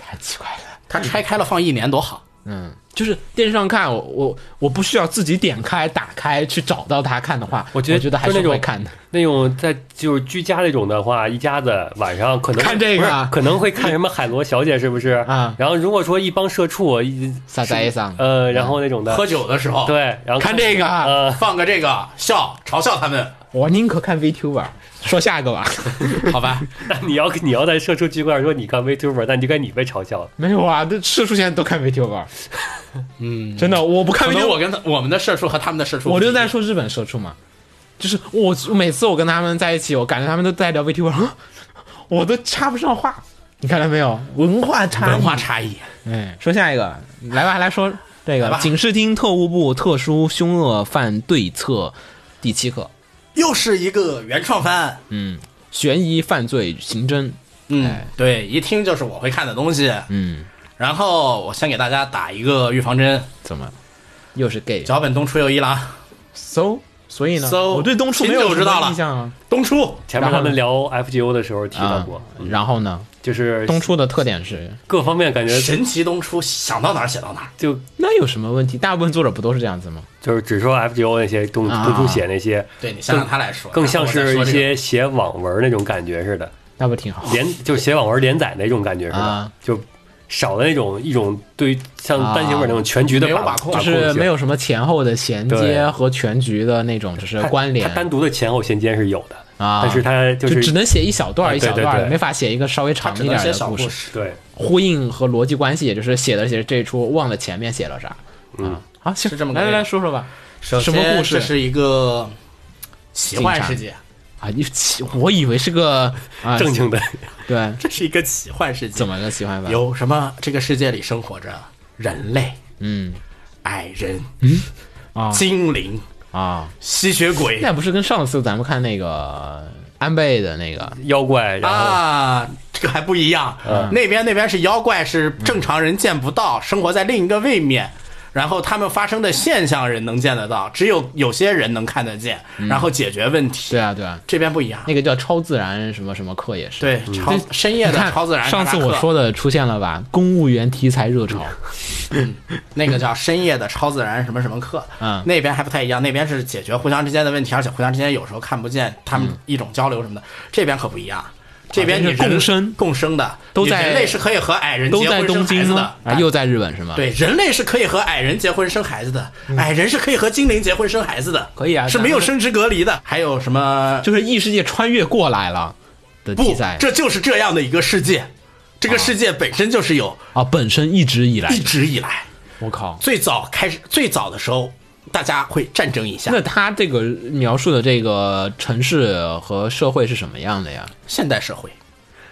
S7: 太奇怪了。
S5: 它拆开了放一年多好，
S7: 嗯，就是电视上看，我我我不需要自己点开打开去找到它看的话，我
S2: 我觉得
S7: 觉得还
S2: 就是那种
S7: 会看的。
S2: 那种在就是居家那种的话，一家子晚上可能
S7: 看这个啊
S2: 不是可能会看什么海螺小姐是不是
S7: 啊
S2: 然后如果说一帮社畜，一
S7: 撒在一上
S2: 呃，然后那种的
S5: 喝酒的时候，
S2: 对，，然后
S7: 看这个啊
S2: 呃，
S5: 放个这个笑，嘲笑他们，
S7: 我宁可看 VTuber。说下一个吧，
S5: 好吧？
S2: 那你要你要在社畜区块说你看 VTuber，那你就该你被嘲笑了。
S7: 没有啊，这社畜现在都看 VTuber。嗯，真的，我不看
S5: 可
S7: VTuber，
S5: 能我跟他我们的社畜和他们的社畜不
S7: 我
S5: 一样，
S7: 就在说日本社畜嘛，就是我我每次我跟他们在一起，我感觉他们都在聊 VTuber，啊我都插不上话。你看到没有？文化差异
S5: 文化差异。
S7: 哎，说下一个，来吧，来说这个警视厅特务部特殊凶恶犯对策第七课，
S5: 又是一个原创番。
S7: 嗯，悬疑犯罪刑侦，
S5: 嗯，对，一听就是我会看的东西。
S7: 嗯，
S5: 然后我先给大家打一个预防针，
S7: 怎么又是 gay？
S5: 脚本东出右一郎，
S3: so 所以呢
S5: So，
S7: 我对东出没
S5: 秦
S7: 有
S5: 九知道了
S7: 什么印象啊。
S5: 东出
S2: 前面他们聊 FGO 的时候提到
S7: 啊
S2: 过，，
S7: 然后呢，
S2: 就是
S7: 东出的特点是，
S2: 各方面感觉
S5: 神奇东出，想到哪儿写到哪儿。
S2: 就
S7: 那有什么问题？大部分作者不都是这样子吗？
S2: 就是只说 FGO 那些东
S7: 啊
S2: 东出写那些，
S5: 对你先让他来说，
S2: 更像
S5: 然
S2: 是
S5: 后
S2: 一
S5: 我再说这
S2: 些
S5: 个
S2: 写网文那种感觉似的，
S7: 那不挺好？
S2: 连就是写网文连载那种感觉似的
S7: 啊，
S2: 就少了那种一种对于像单行本那种全局的
S5: 没有把控
S2: 控，
S7: 就是
S2: 性
S7: 没有什么前后的衔接
S2: 对
S7: 和全局的那种，就是
S2: 它
S7: 关联
S2: 它单独的前后衔接是有的，
S7: 啊。
S2: 但是它
S7: 就
S2: 就是
S7: 只能写一小段儿
S2: 啊
S7: 一小段
S2: 对
S7: 儿
S2: 对
S7: 的，
S2: 对
S7: 没法写一个稍微
S5: 他
S7: 长
S5: 只
S7: 一点
S5: 能
S7: 儿
S5: 写
S7: 的
S5: 小
S7: 故
S5: 故
S7: 事。
S5: 事。
S2: 对
S7: 呼应和逻辑关系，也就是写着写着这一出忘了前面写了啥。
S2: 嗯
S7: 啊，行，
S5: 是这么个
S7: 来来
S5: 内容
S7: 来说说吧。
S5: 首
S7: 什么
S5: 先
S7: 故事
S5: 这是一个奇幻世界，
S7: 啊，你奇我以为是个啊
S2: 正经的
S7: 对，
S5: 这是一个奇幻世界。
S7: 怎么个喜欢法？
S5: 有什么？这个世界里生活着人类、
S7: 嗯
S5: 矮人、
S7: 啊
S5: 精灵、
S7: 啊，
S5: 吸血鬼
S7: 那不是跟上次咱们看那个安倍的那个
S2: 妖怪，然后
S5: 啊，这个还不一样。
S7: 嗯
S5: 那边那边是妖怪，是正常人见不到，生活在另一个位面。然后他们发生的现象，人能见得到，只有有些人能看得见，然后解决问题。
S7: 嗯对啊对啊，
S5: 这边不一样。
S7: 那个叫超自然什么什么课也是。
S5: 对，超
S7: 这
S5: 深夜
S7: 你看
S5: 的超自然
S7: 上
S5: 查查
S7: 次
S5: 课。
S7: 我说的出现了吧？公务员题材热潮，
S5: 那个叫深夜的超自然什么什么课，
S7: 嗯
S5: 那边还不太一样，那边是解决互相之间的问题，而且互相之间有时候看不见，他们一种交流什么的，这边可不一样。这边
S7: 啊
S5: 你
S7: 这是
S5: 人
S7: 共生
S5: 共生的，
S7: 都
S5: 你
S7: 在
S5: 人类是可以和矮人
S7: 都
S5: 结
S7: 在
S5: 婚
S7: 东
S5: 生孩
S7: 京
S5: 子
S7: 吗
S5: 的？，
S7: 啊，又在日本是吗？
S5: 对，人类是可以和矮人结婚生孩子的，矮人是可以和精灵结婚生孩子的，
S7: 嗯可以啊
S5: 是没有生殖隔离的。还有什么？
S7: 就是异世界穿越过来了的题
S5: 不
S7: 材，
S5: 这就是这样的一个世界，这个世界本身就是有
S7: 啊，本身一直以来
S5: 一，直以来。
S7: 我靠，
S5: 最早开始最早的时候，大家会战争一下
S7: 那。他这个描述的这个城市和社会是什么样的呀？
S5: 现代社会，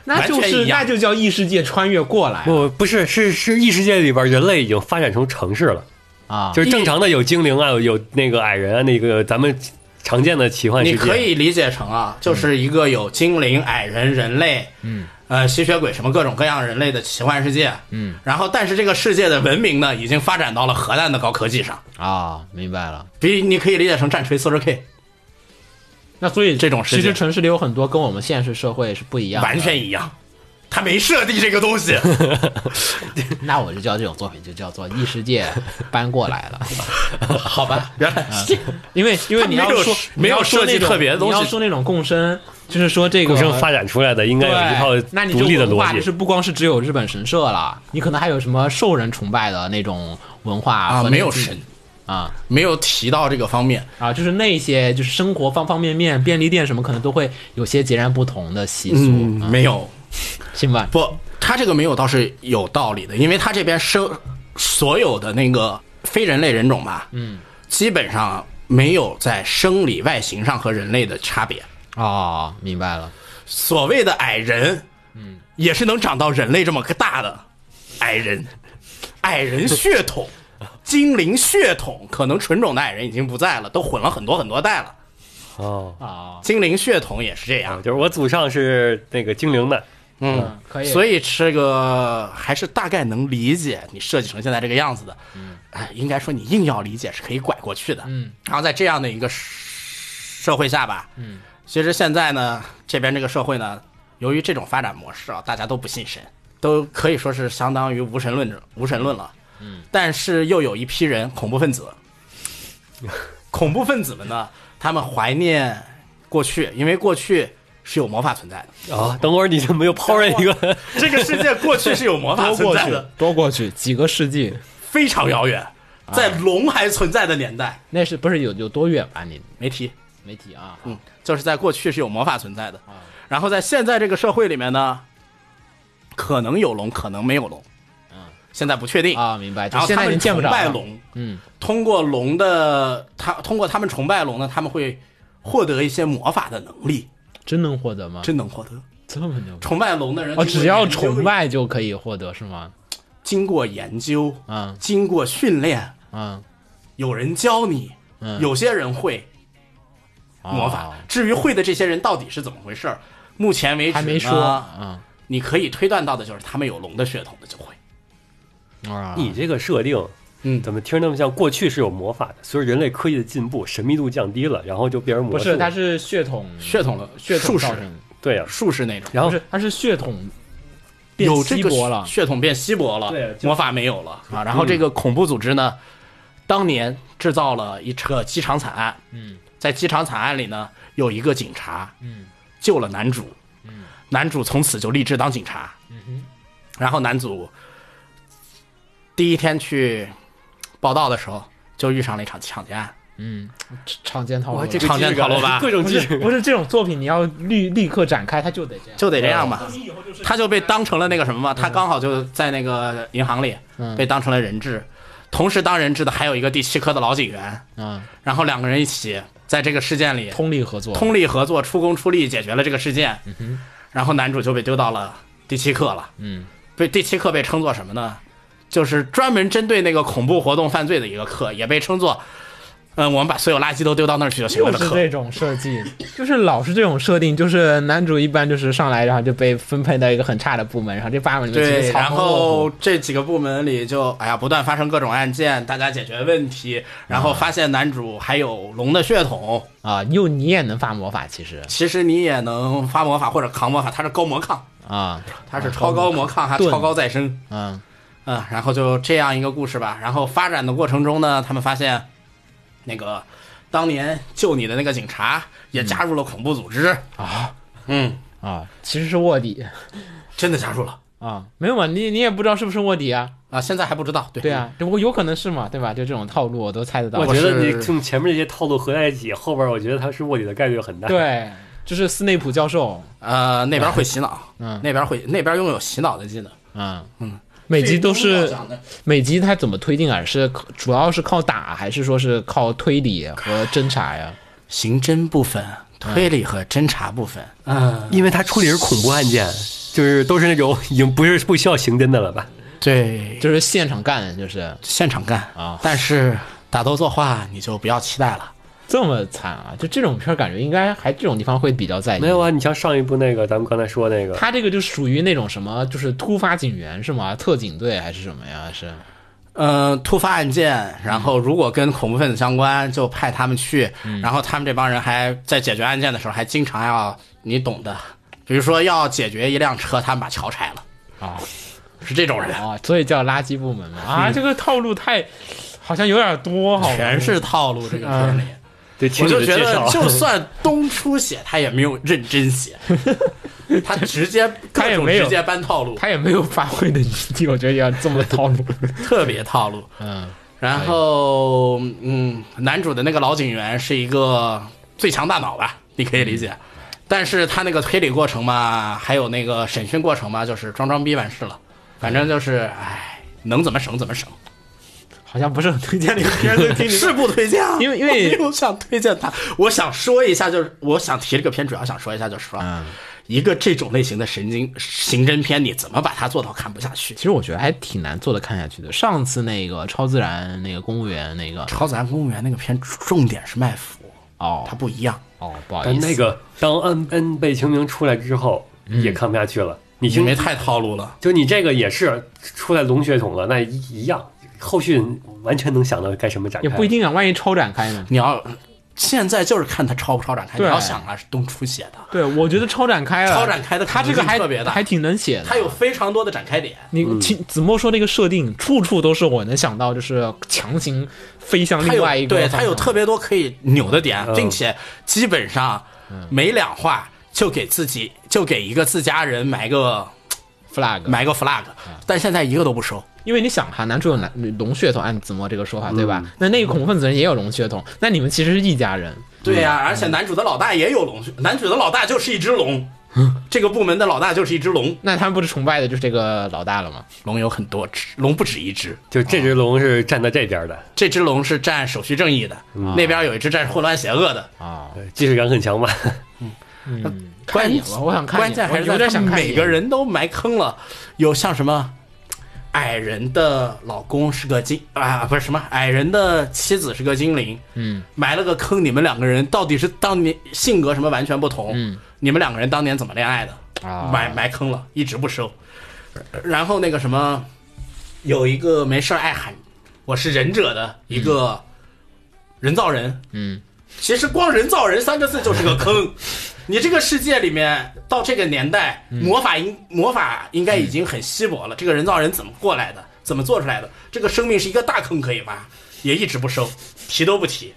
S7: 那就
S5: 完全
S7: 是
S5: 一样
S7: 那就叫异世界穿越过来
S2: 不不是是是异世界里边人类已经发展成城市了，
S7: 啊，
S2: 就是正常的有精灵啊，有有那个矮人啊，那个咱们常见的奇幻世
S5: 你
S2: 界，
S5: 可以理解成
S7: 嗯
S5: 啊，就是一个有精灵、矮人、人类，嗯，呃，吸血鬼什么各种各样人类的奇幻世界，嗯。然后，但是这个世界的文明呢，已经发展到了核弹的高科技上，
S7: 啊，明白了。
S5: 比你可以理解成战锤 40K，
S7: 那所以
S5: 这种世
S7: 其
S5: 界
S7: 实城市里有很多跟我们现实社会是不一样的，
S5: 完全一样。他没设计这个东 西，
S7: 那我就叫这种作品就叫做异世界搬过来了， 嗯
S5: 好 吧？原来是这样
S7: 因为因为
S5: 它
S7: 你
S5: 没
S7: 要
S5: 有
S7: 说
S5: 没有
S7: 你要说
S5: 设计
S7: 那种
S5: 特别的东西
S7: 你要说那种共生，就是说这个
S2: 共生发展出来的，应该
S7: 对，
S2: 有一套
S7: 那你
S2: 独
S7: 这
S2: 立的
S7: 文化
S2: 逻
S7: 就是
S2: 辑。
S7: 不光是只有日本神社了，你可能还有什么兽人崇拜的那种文化
S5: 啊，
S7: 和
S5: 没有
S7: 那种
S5: 神，
S7: 啊
S5: 没有提到这个方面，
S7: 啊，就是那些就是生活方方面面，便利店什么可能都会有些截然不同的习俗，
S5: 嗯，没有，
S7: 行吧？
S5: 不，他这个没有倒是有道理的，因为他这边生所有的那个非人类人种吧，嗯，基本上没有在生理外形上和人类的差别。
S7: 哦，明白了，
S5: 所谓的矮人，嗯，也是能长到人类这么个大的矮人，矮人血 统、精灵血统，可能纯种的矮人已经不在了，都混了很多很多代了。
S2: 哦，
S7: 啊，
S5: 精灵血统也是这样，
S2: 就是我祖上是那个精灵的，
S5: 嗯，
S7: 可以
S5: 所以这个还是大概能理解你设计成现在这个样子的。嗯，哎，应该说你硬要理解是可以拐过去的。嗯，然后在这样的一个社会下吧，嗯，其实现在呢，这边这个社会呢，由于这种发展模式啊，大家都不信神，都可以说是相当于无神论者、无神论了。嗯，但是又有一批人恐怖分 子，恐怖分子们呢，他们怀念过去，因为过去是有魔法存在的。
S2: 啊，等会儿你怎么又抛人一个？
S5: 这个世界过去是有魔法存在的，，
S7: 多过去几个世纪，
S5: 非常遥远，
S7: 哎
S5: 在龙还存在的年代，
S7: 那是不是有有多远吧？你
S5: 没提，
S7: 没提啊，
S5: 嗯，就是在过去是有魔法存在的，然后在现在这个社会里面呢，可能有龙，可能没有龙，现在不确定
S7: 嗯啊，明白，就
S5: 嗯然后
S7: 现
S5: 他
S7: 在已
S5: 们
S7: 经见不
S5: 崇
S7: 着
S5: 拜
S7: 了，
S5: 龙，
S7: 嗯，
S5: 通过龙的他，通过他们崇拜龙呢，他们会获得一些魔法的能力，
S7: 真能获得吗？
S5: 真能获得。
S7: 这么牛逼
S5: 崇拜龙的人
S7: 啊哦，只要
S5: 经过研究
S7: 崇拜就可以获得是吗？
S5: 经过研究，
S7: 嗯
S5: 经过训练，
S7: 嗯，
S5: 有人教你，
S7: 嗯
S5: 有些人会魔法。
S7: 哦
S5: 至于会的这些人到底是怎么回事儿，目前为止
S7: 还没
S5: 呢
S7: 说，嗯
S5: 你可以推断到的就是他们有龙的血统的就会。
S7: 啊，
S2: 你这个设定，
S5: 嗯
S2: 怎么听着那么像？过去是有魔法的，随着人类科技的进步，神秘度降低了，然后就变成魔
S7: 不
S2: 术。
S7: 是，它是血统
S5: 血统的
S7: 血统
S5: 术士
S7: 造成的，
S2: 对啊呀、
S5: 术士那种，
S2: 然
S7: 不
S2: 后
S7: 是它是血统变
S5: 有这
S7: 稀
S5: 个
S7: 薄了，嗯
S5: 血统变稀薄了，
S2: 对就
S5: 魔法没有了啊。然后这个恐怖组织呢，当年制造了一个机场惨案，
S7: 嗯
S5: 在机场惨案里呢，有一个警察
S7: 嗯
S5: 救了男主，男主从此就立志当警察。
S7: 嗯
S5: 然后男主第一天去报道的时候，就遇上了一场抢劫案，
S7: 嗯，常见套路
S2: 哇，
S7: 了。
S2: 这个
S5: 常见
S2: 技术感
S5: 套路吧
S2: 各种
S7: 不
S2: 技
S7: 是
S2: 术。
S7: 不是这种作品，你要立立刻展开，它就得这样。
S5: 就得这样吧。他就被当成了那个什么嘛，他刚好就在那个银行里
S7: 嗯
S5: 被当成了人质，同时当人质的还有一个第七科的老警员，
S7: 嗯，
S5: 然后两个人一起在这个事件里
S7: 通力嗯合作，
S5: 通力合作，出工出力解决了这个事件，然后男主就被丢到了第七课了。
S7: 嗯
S5: 被第七课被称作什么呢？就是专门针对那个恐怖活动犯罪的一个课，也被称作，嗯，我们把所有垃圾都丢到那儿去就行了
S7: 就
S5: 的
S7: 是
S5: 课。
S7: 这种设计，就是老是这种设定，就是男主一般就是上来，然后就被分配到一个很差的部门，然后这八门里面其
S5: 对，
S7: 实藏
S5: 然
S7: 龙卧虎
S5: 后这几个部门里就哎呀，不断发生各种案件，大家解决问题，然后发现男主还有龙的血统，
S7: 啊，又你也能发魔法，其实
S5: 其实你也能发魔法或者扛魔法，他是高魔抗，
S7: 啊，
S5: 他是超高魔抗，还
S7: 盾
S5: 超高再生。
S7: 嗯
S5: 嗯，然后就这样一个故事吧。然后发展的过程中呢，他们发现，那个当年救你的那个警察也加入了恐怖组织啊，嗯，
S7: 啊，其实是卧底
S5: 真的加入了
S7: 啊，没有嘛，你你也不知道是不是卧底啊，
S5: 啊，现在还不知道，对
S7: 对，啊，只不过有可能是嘛，对吧？就这种套路我都猜得到
S2: 我，
S5: 是
S2: 觉得你从前面这些套路合在一起，后边我觉得他是卧底的概率很大。，
S7: 对，啊就是斯内普教授，
S5: 呃，那边会洗脑，
S7: 嗯
S5: 那边会那边拥有洗脑的技能，
S7: 嗯嗯，每集都是每集它怎么推进啊？是靠主要是靠打，还是说是靠推理和侦查呀？
S5: 刑侦部分、
S7: 嗯
S5: 推理和侦查部分，嗯，
S2: 因为他处理是恐怖案件，就是都是那种已经不是不需要刑侦的了吧？
S5: 对，
S7: 就是现场干，就是
S5: 现场干
S7: 啊
S5: 但是打斗作画你就不要期待了。
S7: 这么惨啊！就这种片儿，感觉应该还这种地方会比较在意。
S2: 没有，啊，你像上一部那个，咱们刚才说那个，
S7: 他这个就属于那种什么，就是突发警员是吗？特警队还是什么呀？是
S5: 呃，突发案件，然后如果跟恐怖分子相关，就派他们去，
S7: 嗯
S5: 然后他们这帮人还在解决案件的时候，还经常要你懂的，比如说要解决一辆车，他们把桥拆了，
S7: 啊
S5: 是这种人，
S7: 啊，所以叫垃圾部门嘛。啊，这个套路太好像有点多，好吧
S5: 全是套路。这个片里，
S2: 对，
S5: 我
S2: 听你
S5: 就
S2: 的
S5: 觉
S2: 介
S5: 得
S2: 绍，
S5: 就算东出写，他也没有认 真写，他直接
S7: 他
S5: 各
S7: 也
S5: 种
S7: 没有
S5: 直接搬套路，
S7: 他也没有发挥的余地， 我觉得要这么套 路。
S5: 特别套路。
S7: 嗯
S5: 然后，嗯，男主的那个老警员是一个最强大脑吧，你可以理解。
S7: 嗯
S5: 但是他那个推理过程嘛，还有那个审讯过程嘛，就是装装逼完事了。反正就是，哎，能怎么省怎么省，
S7: 好像不是很推荐这个片子听你
S5: 是不推荐啊。
S7: 因为因为
S5: 我没有想推荐他，我想说一下，就是我想提这个片，主要想说一下，就是说，
S7: 嗯
S5: 一个这种类型的神经刑侦片，你怎么把它做到看不下去
S7: 其？实我觉得还挺难做的看下去的。上次那个超自然那个公务员那个
S5: 超自然公务员那个片，重点是卖腐，
S7: 哦
S5: 它不一样。
S7: 哦不好
S2: 但
S7: 意思，
S2: 那个当 N N 被清明出来之后，也看不下去了。你
S5: 因
S2: 听
S5: 为，太套路了，
S2: 就你这个也是出来龙血统了，那一一样，后续完全能想到该什么展开。
S7: 也不一定啊，万一超展开呢？
S5: 你要现在就是看他超不超展开，你
S7: 对
S5: 要想啊，是东出写的，
S7: 对，我觉得超展开了，
S5: 超展开的
S7: 他
S5: 可能
S7: 这个
S5: 性
S7: 还
S5: 特别大
S7: 还挺能写的。
S5: 他有非常多的展开点。
S7: 你请子墨说那个设定，处处都是我能想到，就是强行飞向
S5: 他
S7: 另
S5: 有
S7: 外一个
S5: 对
S7: 方向。
S5: 他有特别多可以扭的点，
S2: 嗯
S5: 并且基本上每两话就给自己就给一个自家人埋个
S7: flag，
S5: 埋个 flag，但现在一个都不收。
S7: 因为你想哈，男主有男龙血统，按子墨这个说法对吧？那那个恐怖分子人也有龙血统，那你们其实是一家人。
S5: 对呀、而且男主的老大也有龙，男主的老大就是一只龙，这个部门的老大就是一只龙，
S7: 那他们不是崇拜的就是这个老大了吗？
S5: 龙有很多只，龙不止一只。
S2: 就这只龙是站在这边的，
S5: 这只龙是站手续正义的，那边有一只站混乱邪恶的。
S7: 啊，
S2: 对即视感很强吧？
S7: 看一眼吧，我想看一眼。
S5: 关键还是
S7: 我有
S5: 在
S7: 点
S5: 他
S7: 想
S5: 们
S7: 看一眼
S5: 每个人都埋坑了，有像什么矮人的老公是个精啊，不是什么矮人的妻子是个精灵，
S7: 嗯，
S5: 埋了个坑，你们两个人到底是当年性格什么完全不同，
S7: 嗯，
S5: 你们两个人当年怎么恋爱的？
S7: 啊
S5: 埋埋坑了，一直不收。然后那个什么，有一个没事儿爱喊我是忍者的一个人造人，
S7: 嗯
S5: 其实光“人造人”三个字就是个坑。你这个世界里面，到这个年代，
S7: 嗯
S5: 魔法应魔法应该已经很稀薄了。这个人造人怎么过来的？怎么做出来的？这个生命是一个大坑可以挖，也一直不收，提都不提。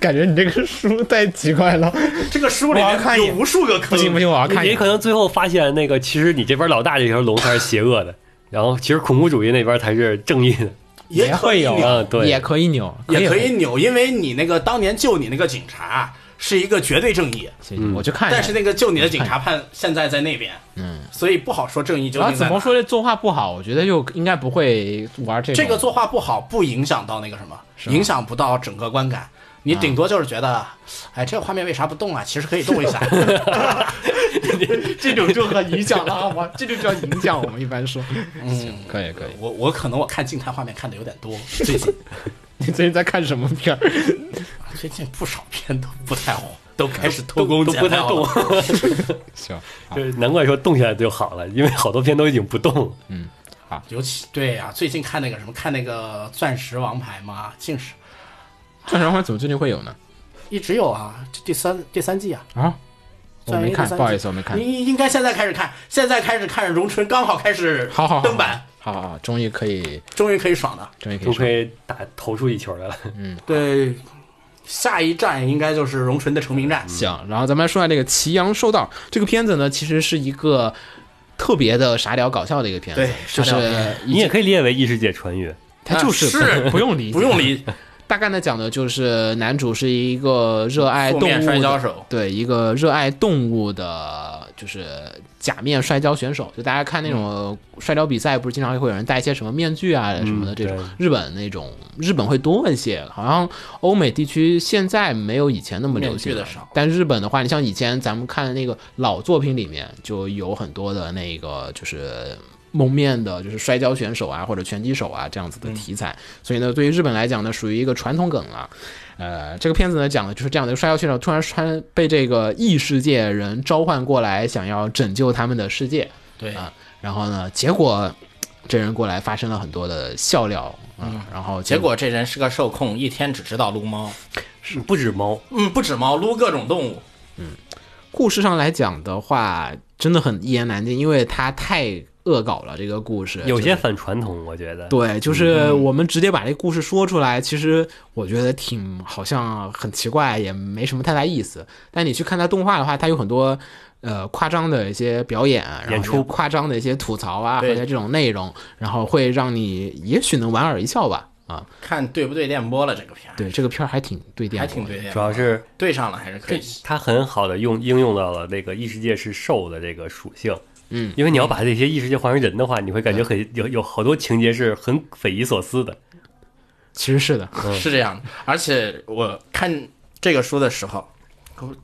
S3: 感觉你这个书太奇怪 了，
S5: 这个书里
S3: 我要看
S5: 面
S3: 一
S5: 有
S3: 眼
S5: 无数个坑。
S3: 不行不行，我要看一
S2: 也
S3: 眼
S2: 可能最后发现那个，其实你这边老大这条龙才是邪恶的，然后其实恐怖主义那边才是正义的。
S5: 也可以
S3: 也会有
S5: 扭
S2: 啊，对，
S7: 也可以扭，
S5: 也可
S7: 可
S5: 以扭，因为你那个当年救你那个警察是一个绝对正义，
S7: 行，我去看一下。
S5: 但是那个救你的警察判现在在那边，哎嗯，所以不好说正义究
S7: 然
S5: 竟
S7: 后
S5: 在
S7: 怎
S5: 哪
S7: 么说这作画不好，我觉得就应该不会玩这
S5: 这个
S7: 个
S5: 作画不好，不影响到那个什么，影响不到整个观感。你顶多就是觉得，哎，这个画面为啥不动啊？其实可以动一 下。
S3: 这种就很影响了，好 吗？这就叫影响，我们一般说。嗯，可以可以。
S5: 我我可能我看静态画面看的有点多，最近
S3: 你最近在看什么片儿？
S5: 最近不少片都不太好， 都开始偷工
S2: 都
S5: 减
S2: 不太
S5: 料
S2: 动
S5: 了。，
S3: 行，
S2: 就是难怪说动起来就好了，因为好多片都已经不动了。
S5: 尤其对呀、最近看那个什么，看那个《钻石王牌》嘛，竟是
S7: 钻石王牌怎么最近会有呢？
S5: 一直有啊，这第三第三季啊，
S7: 啊，我
S5: 钻石
S7: 没
S5: 第
S7: 看，
S5: 三
S7: 不好
S5: 季
S7: 意思，我没看
S5: 你。你应该现在开始看，现在开始看《荣春》，刚好开始
S7: 好好好，
S5: 登版，
S7: 好，好好，终于可以，
S5: 终于可以爽了。
S7: 终于可
S2: 都
S7: 以说
S2: 可。以打投出一球来了。
S5: 对，下一站应该就是荣纯的成名站。
S7: 行，然后咱们来说下这个《祁阳受道》这个片子呢，其实是一个特别的傻屌搞笑的一个片子
S5: 对，
S7: 就
S5: 傻屌
S7: 是
S2: 你也可以理解为异世界穿越，
S7: 它就是
S5: 是
S7: 不用理
S5: 不用理
S7: 大概呢讲的就是男主是一个热爱
S5: 负
S7: 哎动
S5: 面
S7: 物
S5: 摔跤
S7: 的，
S5: 手，
S7: 对，一个热爱动物的，就是假面摔跤选手。就大家看
S2: 嗯
S7: 那种摔跤比赛，不是经常会有人戴一些什么面具啊什么的
S2: 嗯
S7: 这种
S2: 对。
S7: 日本那种，日本会多一些，好像欧美地区现在没有以前那么流行了
S5: 面具的少
S7: 但日本的话，你像以前咱们看的那个老作品里面，就有很多的那个就是蒙面的，就是摔跤选手啊或者拳击手啊这样子
S5: 嗯
S7: 的题材。所以呢，对于日本来讲呢，属于一个传统梗了。呃，这个片子呢讲的就是这样的：一个摔跤选手突然穿被这个异世界人召唤过来，想要拯救他们的世界。
S5: 对
S7: 啊，然后呢，结果这人过来发生了很多的笑料啊、
S5: 嗯
S7: 然后
S9: 结果这人是个受控，一天只知道撸猫，
S2: 不止猫，
S9: 嗯，不止猫，撸各种动物。
S7: 故事上来讲的话，真的很一言难尽，因为它太恶搞了。这个故事就
S2: 有些
S7: 是
S2: 嗯反传统，我觉得。
S7: 对，就是我们直接把这故事说出来，其实我觉得挺好像很奇怪，也没什么太大意思。但你去看它动画的话，它有很多呃夸张的一些表演，然后
S2: 演出
S7: 夸张的一些吐槽啊，或
S5: 对
S7: 者这种内容，然后会让你也许能莞尔一笑吧。啊，
S5: 看对不对电波了这个片儿，
S7: 对，这个片儿还挺对电，
S5: 还挺对。电
S2: 主
S5: 波，
S2: 要是
S5: 对上了还是可以。
S2: 它很好的用应用到了那个异世界是兽的这个属性。
S7: 嗯，
S2: 因为你要把这些异世界换成人的话，你会感觉很有有好多情节是很匪夷所思的。
S7: 其实是的，
S5: 是这样的。而且我看这个书的时候，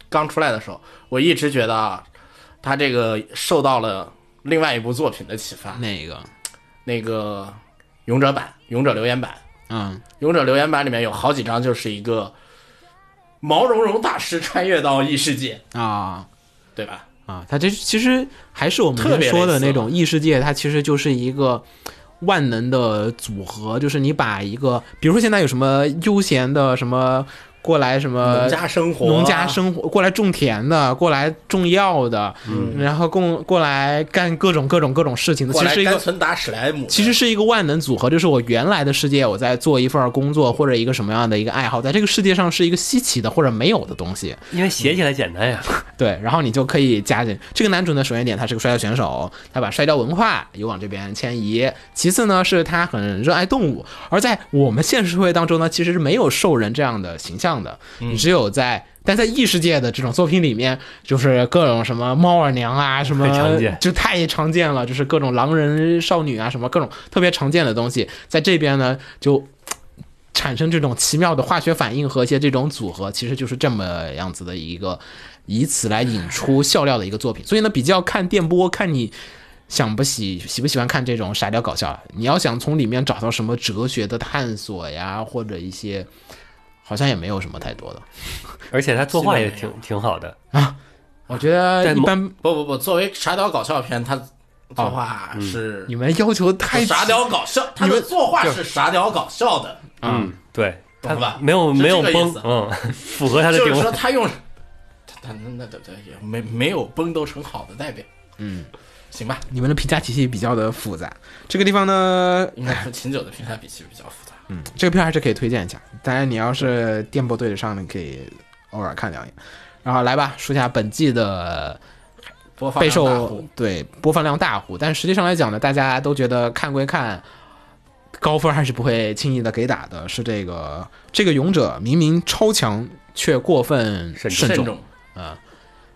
S5: 刚出来的时候，我一直觉得啊，他这个受到了另外一部作品的启发，
S7: 那个，
S5: 那个《勇者版》《勇者留言版》
S7: 嗯，
S5: 《勇者留言版》里面有好几章就是一个毛茸茸大师穿越到异世界，
S7: 啊，
S5: 对吧？
S7: 啊，它这其实还是我们
S5: 特别
S7: 说的
S5: 类似啊
S7: 那种异世界，它其实就是一个万能的组合，就是你把一个，比如说现在有什么悠闲的什么过来什么
S5: 农家生活，
S7: 呃
S5: 啊
S7: 农家生活，过来种田的，过来种药的，然后共过来干各种各种各种事情的，
S5: 嗯过
S7: 其实
S5: 来
S7: 是一
S5: 单
S7: 个。
S5: 纯打史莱姆的，
S7: 其实是一个万能组合，就是我原来的世界，我在做一份工作或者一个什么样的一个爱好，在这个世界上是一个稀奇的或者没有的东西。
S2: 因为写起来简单呀，
S7: 对，然后你就可以加进这个男主呢，首先一点他是个摔跤选手，他把摔跤文化有往这边迁移。其次呢，是他很热爱动物，而在我们现实社会当中呢，其实是没有兽人这样的形象的，
S2: 嗯
S7: 只有在。但在异世界的这种作品里面，就是各种什么猫耳娘啊，什么
S2: 很常见
S7: 就太常见了，就是各种狼人少女啊，什么各种特别常见的东西，在这边呢就产生这种奇妙的化学反应和一些这种组合，其实就是这么样子的一个，以此来引出笑料的一个作品。所以呢，比较看电波，看你想不喜喜不喜欢看这种傻屌搞笑啊？你要想从里面找到什么哲学的探索呀，或者一些，好像也没有什么太多的。
S2: 而且他作画也挺挺好的，
S7: 我觉得
S2: 但
S7: 一般，
S5: 不不不，作为傻屌搞笑片，它作画
S7: 哦
S5: 是
S7: 你们要求太
S5: 傻屌搞笑，它的作
S7: 哦
S5: 画是傻屌搞笑的，
S2: 嗯，对，他
S5: 懂吧
S2: 没有
S5: 是
S2: 没有
S5: 这个意
S2: 崩
S5: 思，
S2: 嗯， 符合他的
S5: 就
S2: 定
S5: 是
S2: 位
S5: 说。他用，他那那对对也没没有崩都成好的代表，
S7: 嗯，
S5: 行吧，
S7: 你们的评价体系比较的复杂。这个地方呢，
S5: 应该说秦九的评价比其实比较复杂。
S7: 嗯，这个片儿还是可以推荐一下。当然，你要是电波对得上的，可以偶尔看两眼。然后来吧，说一下本季的
S5: 播放
S7: 备
S5: 量大
S7: 受
S5: 户
S7: 对播放量大户，但实际上来讲呢，大家都觉得看归看，高分还是不会轻易的给打的。是这个这个勇者明明超强，却过分
S2: 慎
S7: 慎
S5: 慎
S7: 重。
S5: 重，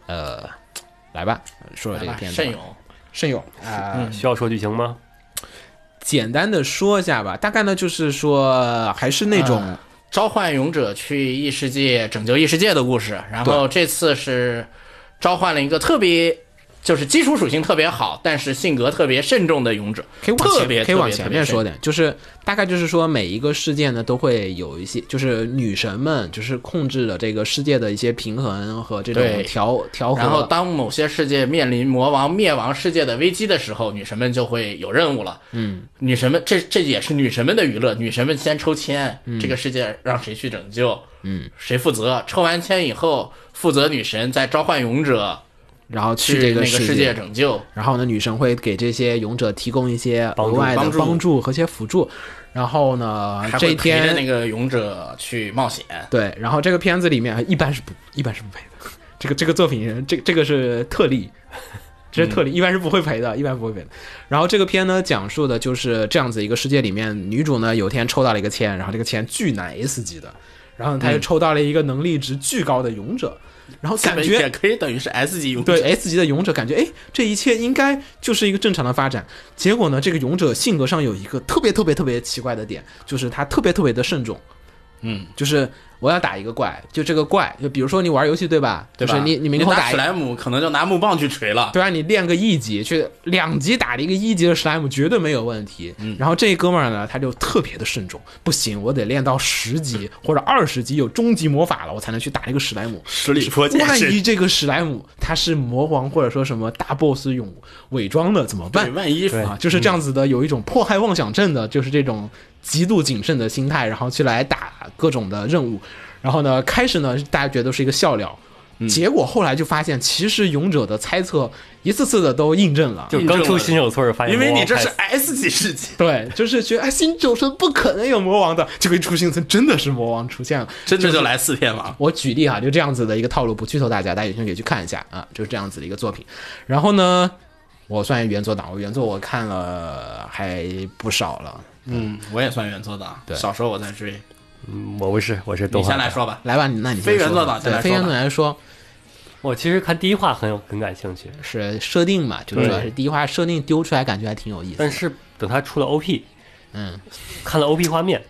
S7: 呃，来吧，说说
S5: 来
S7: 这个
S5: 吧
S7: 片子吧。
S5: 慎勇，嗯
S7: 慎勇啊，
S2: 需要说剧情吗？
S7: 简单的说一下吧，大概呢就是说还是那
S5: 嗯
S7: 种、
S5: 召唤勇者去异世界拯救异世界的故事。然后这次是召唤了一个特别，就是基础属性特别好，但是性格特别慎重的勇者，
S7: 可以往
S5: 特
S7: 前
S5: 别
S7: 可以往
S5: 特
S7: 前
S5: 别
S7: 面说
S5: 特别慎重
S7: 点，就是大概就是说每一个事件呢都会有一些，就是女神们就是控制了这个世界的一些平衡和这
S5: 对
S7: 种调调和。
S5: 然后当某些世界面临魔王灭亡世界的危机的时候，女神们就会有任务了。嗯，女神们这这也是女神们的娱乐，女神们先抽签，
S7: 嗯
S5: 这个世界让谁去拯救，嗯，谁负责。抽完签以后，负责女神再召唤勇者
S7: 然后
S5: 去
S7: 去这
S5: 那个
S7: 世
S5: 世界拯救。
S7: 然后呢，女神会给这些勇者提供一些额
S2: 帮助
S7: 外的
S5: 帮助
S7: 帮助和些辅助。然后呢
S5: 还，
S7: 啊这
S5: 会
S7: 一
S5: 陪着
S7: 天
S5: 那个勇者去冒险。
S7: 对，然后这个片子里面一般是不一般是不赔的，这个这个作品这这个是特例，这
S5: 嗯
S7: 是特例，一般是不会赔的，一般不会赔的。然后这个片呢，讲述的就是这样子一个世界里面，女主呢有一天抽到了一个签，然后这个签巨难 S 级的，然后呢
S5: 嗯
S7: 她又抽到了一个能力值巨高的勇者，然后感觉
S5: 也可以等于是 S 级勇者，
S7: 对 S 级的勇者感觉，哎，这一切应该就是一个正常的发展。结果呢，这个勇者性格上有一个特别特别特别奇怪的点，就是他特别特别的慎重。
S5: 嗯，
S7: 就是我要打一个怪，就这个怪，就比如说你玩游戏对吧？
S5: 对吧？
S7: 就是你
S5: 你
S7: 明后
S5: 打
S7: 打
S5: 史
S7: 一
S5: 莱姆，可能就拿木棒去锤了。
S7: 对啊，你练个一级，去两级打了一个一级的史莱姆，绝对没有问题。
S5: 嗯
S7: 然后这哥们儿呢，他就特别的慎重，不行，我得练到十级或者二十级有终极魔法了，我才能去打一个史莱姆。
S6: 十里坡剑
S7: 万一
S6: 士，
S7: 这个史莱姆他是魔王或者说什么大 boss 用伪装的怎么办
S5: 对，？万一
S7: 啊，就是这样子的，有一种迫害妄想症的，就是这种极度谨慎的心态，然后去来打各种的任务。然后呢，开始呢，大家觉得都是一个笑料，结果后来就发现，其实勇者的猜测一次次的都印证了。
S2: 就是刚出新手村儿发现
S6: 因
S2: 魔王派，
S6: 为你这是 S 级世界，
S7: 对，就是觉得哎，新九村不可能有魔王的，结果一出新村真的是魔王出现了。
S6: 真的就来四天王。
S7: 我举例哈、就这样子的一个套路，不剧透大家，大家有兴趣可以去看一下啊，就是这样子的一个作品。然后呢，我算原作党，我原作我看了还不少了。
S5: 嗯，我也算原作党，
S7: 对
S5: 小时候我在追。
S2: 嗯我不是，我是动
S5: 你
S2: 画
S5: 先
S2: 党
S5: 来说吧，
S7: 来吧，你那你
S5: 非
S7: 先
S5: 原
S7: 说
S5: 作
S7: 吧
S5: 党
S7: 对
S5: 先来
S7: 非
S5: 说
S7: 原
S5: 吧
S7: 作党来说
S2: 我其实看第一话很有很感兴趣，
S7: 是设定嘛，就
S2: 对
S7: 主要是第一话设定丢出来，感觉还挺有意思的。
S2: 但是等他出了 OP，
S7: 嗯，
S2: 看了 OP 画面，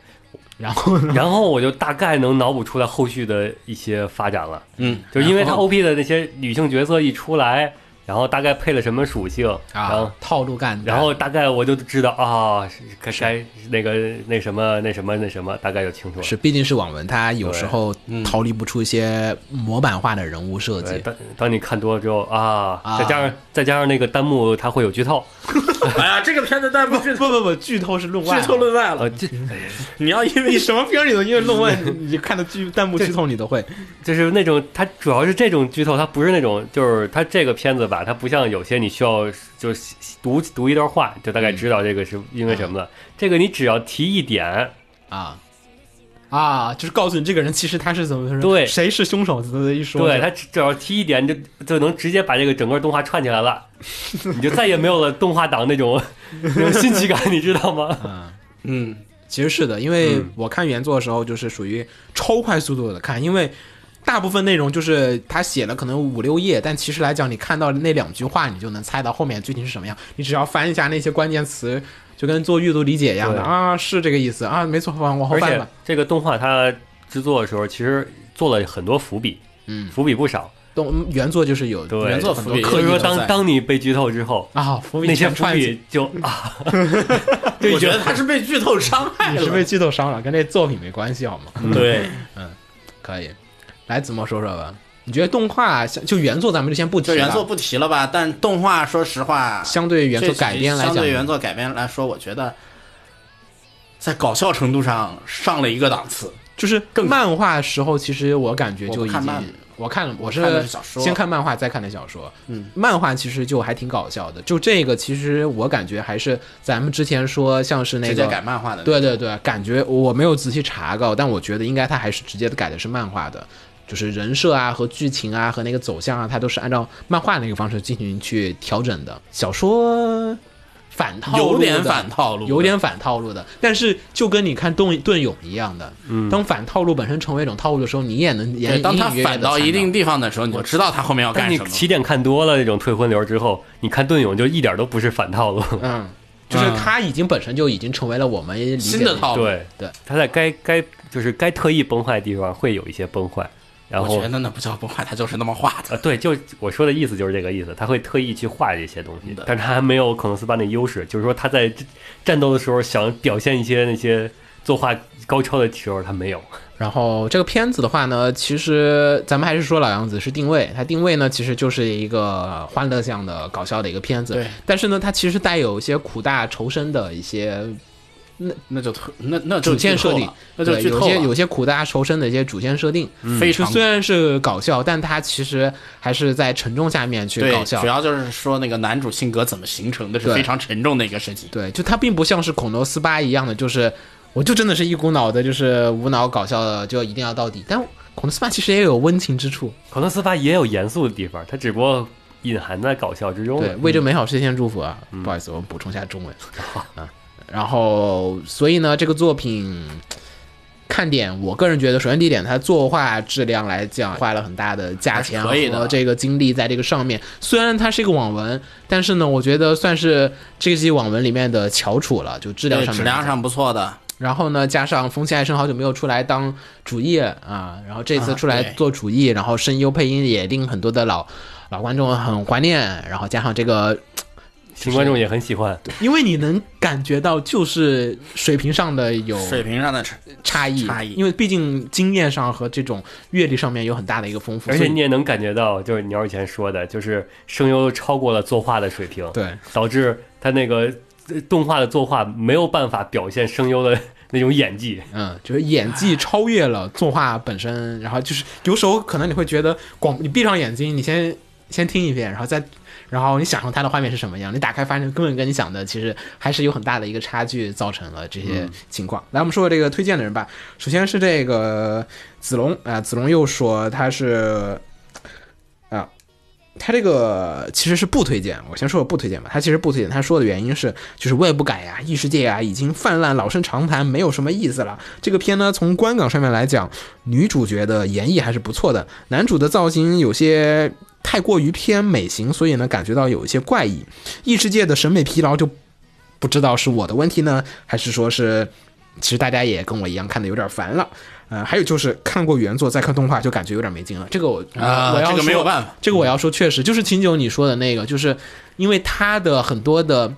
S7: 然后呢？
S2: 然后我就大概能脑补出来后续的一些发展了。
S5: 嗯，
S2: 就是因为他
S5: 然后
S2: OP 的那些女性角色一出来，然后大概配了什么属性，然后
S7: 啊，套路干，
S2: 然后大概我就知道啊，是该该那个那什么那什么那什么，大概就清楚了。
S7: 是，毕竟是网文，它有时候逃离不出一些模板化的人物设
S2: 对，
S7: 计。
S2: 当当你看多了之后啊
S7: 啊，
S2: 再加上再加上那个弹幕，它会有剧透。
S6: 哎呀，这个片子弹幕剧
S7: 不不不，剧透是论外啊
S6: 剧透论外了，
S2: 呃，这
S6: 你要因为
S7: 什么片儿你都因为论外， 你看的剧弹幕
S2: 对
S7: 剧透你都会。
S2: 就是那种，它主要是这种剧透，它不是那种，就是它这个片子吧，它不像有些你需要就是读读一段话
S7: 嗯
S2: 就大概知道这个是因为什么了。这个你只要提一点，
S7: 啊啊，就是告诉你这个人其实他是怎么回事，
S2: 对
S7: 谁是凶手，怎么一说，
S2: 对它只只要提一点，就就能直接把这个整个动画串起来 了，你就再也没有了动画党那种那种新奇感，你知道吗？
S7: 啊
S5: 嗯，
S7: 其实是的，因为
S2: 嗯
S7: 我看原作的时候就是属于超快速度的看，因为大部分内容就是他写了可能五六页，但其实来讲，你看到那两句话，你就能猜到后面剧情是什么样，你只要翻一下那些关键词。就跟做阅读理解一样的
S2: 对
S7: 啊，是这个意思啊，没错，往往后
S2: 而
S7: 翻
S2: 且
S7: 吧。
S2: 这个动画它制作的时候，其实做了很多伏笔，
S7: 嗯
S2: 伏笔不少。
S7: 动原作就是有
S2: 对，
S7: 原作很
S5: 伏
S7: 多
S5: 笔
S7: 刻
S2: 所以
S5: 有
S2: 说
S5: 点
S2: 当
S5: 在
S2: 当你被剧透之后，
S7: 啊伏笔
S2: 那些
S7: 全
S2: 伏
S7: 串起嗯
S2: 笔就啊，
S10: 我觉得他是被剧透伤害
S7: 你是
S10: 了。
S7: 被剧透伤了，跟这作品没关系好 吗？
S10: 对，
S7: 可以，来子墨说说吧，你觉得动画像就原作咱们就先不提
S5: 就
S7: 了，
S5: 原作不提了吧，但动画说实话，
S7: 相对原作改编来
S5: 相
S7: 讲，
S5: 对原作改编来说，我觉得在搞笑程度上上了一个档次。
S7: 就是漫画时候，其实我感觉就
S5: 我
S7: 已
S5: 不看漫
S7: 经我看了，我是
S5: 看的是小说
S7: 先看漫画再看的小说。嗯，漫画其实就还挺搞笑的，就这个其实我感觉还是咱们之前说像是那
S5: 直接
S7: 个
S5: 改漫画的那
S7: 对对对，感觉我没有仔细查过，但我觉得应该它还是直接改的是漫画的，就是人设啊和剧情啊和那个走向啊，它都是按照漫画那个方式进行去调整的。小说反套路
S5: 有
S7: 的
S5: 点反套路的
S7: 有点反套路的，但是就跟你看盾盾勇一样的，当反套路本身成为一种套路的时候，你也能也
S5: 嗯对，当他
S7: 隐隐约约地
S5: 反到一定
S7: 猜
S5: 地方的时候，你就知道他后面要
S2: 但
S5: 干
S2: 你
S5: 什么。
S2: 起点看多了那种退婚流之后，你看盾勇就一点都不是反套路，
S7: 到嗯，就是他已经本身就已经成为了我们理解
S5: 新的套路，
S2: 对
S7: 对，
S2: 他在该该就是该特意崩坏的地方会有一些崩坏，然
S5: 我
S2: 后
S5: 觉得那不叫崩坏，他就是那么画
S7: 呃
S5: 的。
S2: 啊，对，就我说的意思就是这个意思，他会特意去画这些东西
S5: 对，
S2: 但是他还没有孔斯班的优势，就是说他在战战斗的时候想表现一些那些作画高超的时候，他没有。
S7: 然后这个片子的话呢，其实咱们还是说老样子是定位，它定位呢其实就是一个欢乐向的搞笑的一个片子，
S5: 对，
S7: 但是呢它其实带有一些苦大仇深的一些
S5: 那就特那那就
S7: 主线
S5: 剧透
S7: 设定
S5: 了，，那就
S7: 对
S5: 剧透
S7: 有些有
S5: 了。嗯
S7: 些苦大仇深的一些主线设定，
S5: 非
S7: 就
S5: 常
S7: 虽然是搞笑，但它其实还是在沉重下面去
S5: 对
S7: 搞，笑
S5: 主。要就是说那个男主性格怎么形成的是
S7: 对
S5: 非常沉重的一个事情。
S7: 对，就它并不像是孔罗斯巴一样的，就是我就真的是一股脑的，就是无脑搞笑的，就一定要到底。但孔罗斯巴其实也有温情之处，
S2: 孔斯巴也有严肃的地方，他只不过隐含在搞笑之中
S7: 对，
S2: 了。
S5: 嗯
S7: 为这美好事献祝福啊！不好意思，我们补充一下中文啊。然后，所以呢，这个作品看点，我个人觉得，首先第一点，它作画质量来讲，花了很大的价钱
S5: 还是可以的
S7: 和这个精力在这个上面。虽然它是一个网文，但是呢，我觉得算是这期网文里面的翘楚了，就质量
S5: 对，
S7: 上面。
S5: 质量上不错的，
S7: 然后呢，加上风气爱生好久没有出来当主业啊，然后这次
S5: 啊
S7: 出来
S5: 对
S7: 做主业，然后声优配音也令很多的老老观众很怀念，然后加上这个，
S2: 新观众也很喜欢，
S7: 因为你能感觉到就是水平上的有
S5: 水平上的差
S7: 差异，
S5: 差异
S7: 因为毕竟经验上和这种阅历上面有很大的一个丰富，
S2: 而
S7: 所
S2: 且
S7: 以
S2: 你也能感觉到，就是鸟以前说的，就是声优超过了作画的水平，
S7: 对
S2: 导致他那个呃动画的作画没有办法表现声优的那种演技。
S7: 嗯，就是演技超越了作画本身，然后就是有时候可能你会觉得广，你闭上眼睛，你先先听一遍，然后再，然后你想象它的画面是什么样，你打开发现根本跟你想的其实还是有很大的一个差距，造成了这些情况。来，我们说说这个推荐的人吧，首先是这个子龙啊、子龙又说他是他这个其实是不推荐，我先说我不推荐吧。他其实不推荐，他说的原因是就是外部改呀、异世界呀、已经泛滥，老生常谈，没有什么意思了。这个片呢，从观感上面来讲，女主角的演绎还是不错的，男主的造型有些太过于偏美型，所以呢感觉到有一些怪异。异世界的审美疲劳就不知道是我的问题呢，还是说是其实大家也跟我一样看的有点烦了。呃，还有就是看过原作再看动画就感觉有点没劲了，这个我、
S5: 啊
S7: 我要
S5: 这个
S7: 说
S5: 没有办法，
S7: 这个我要说，确实就是秦九你说的那个，就是因为他的很多的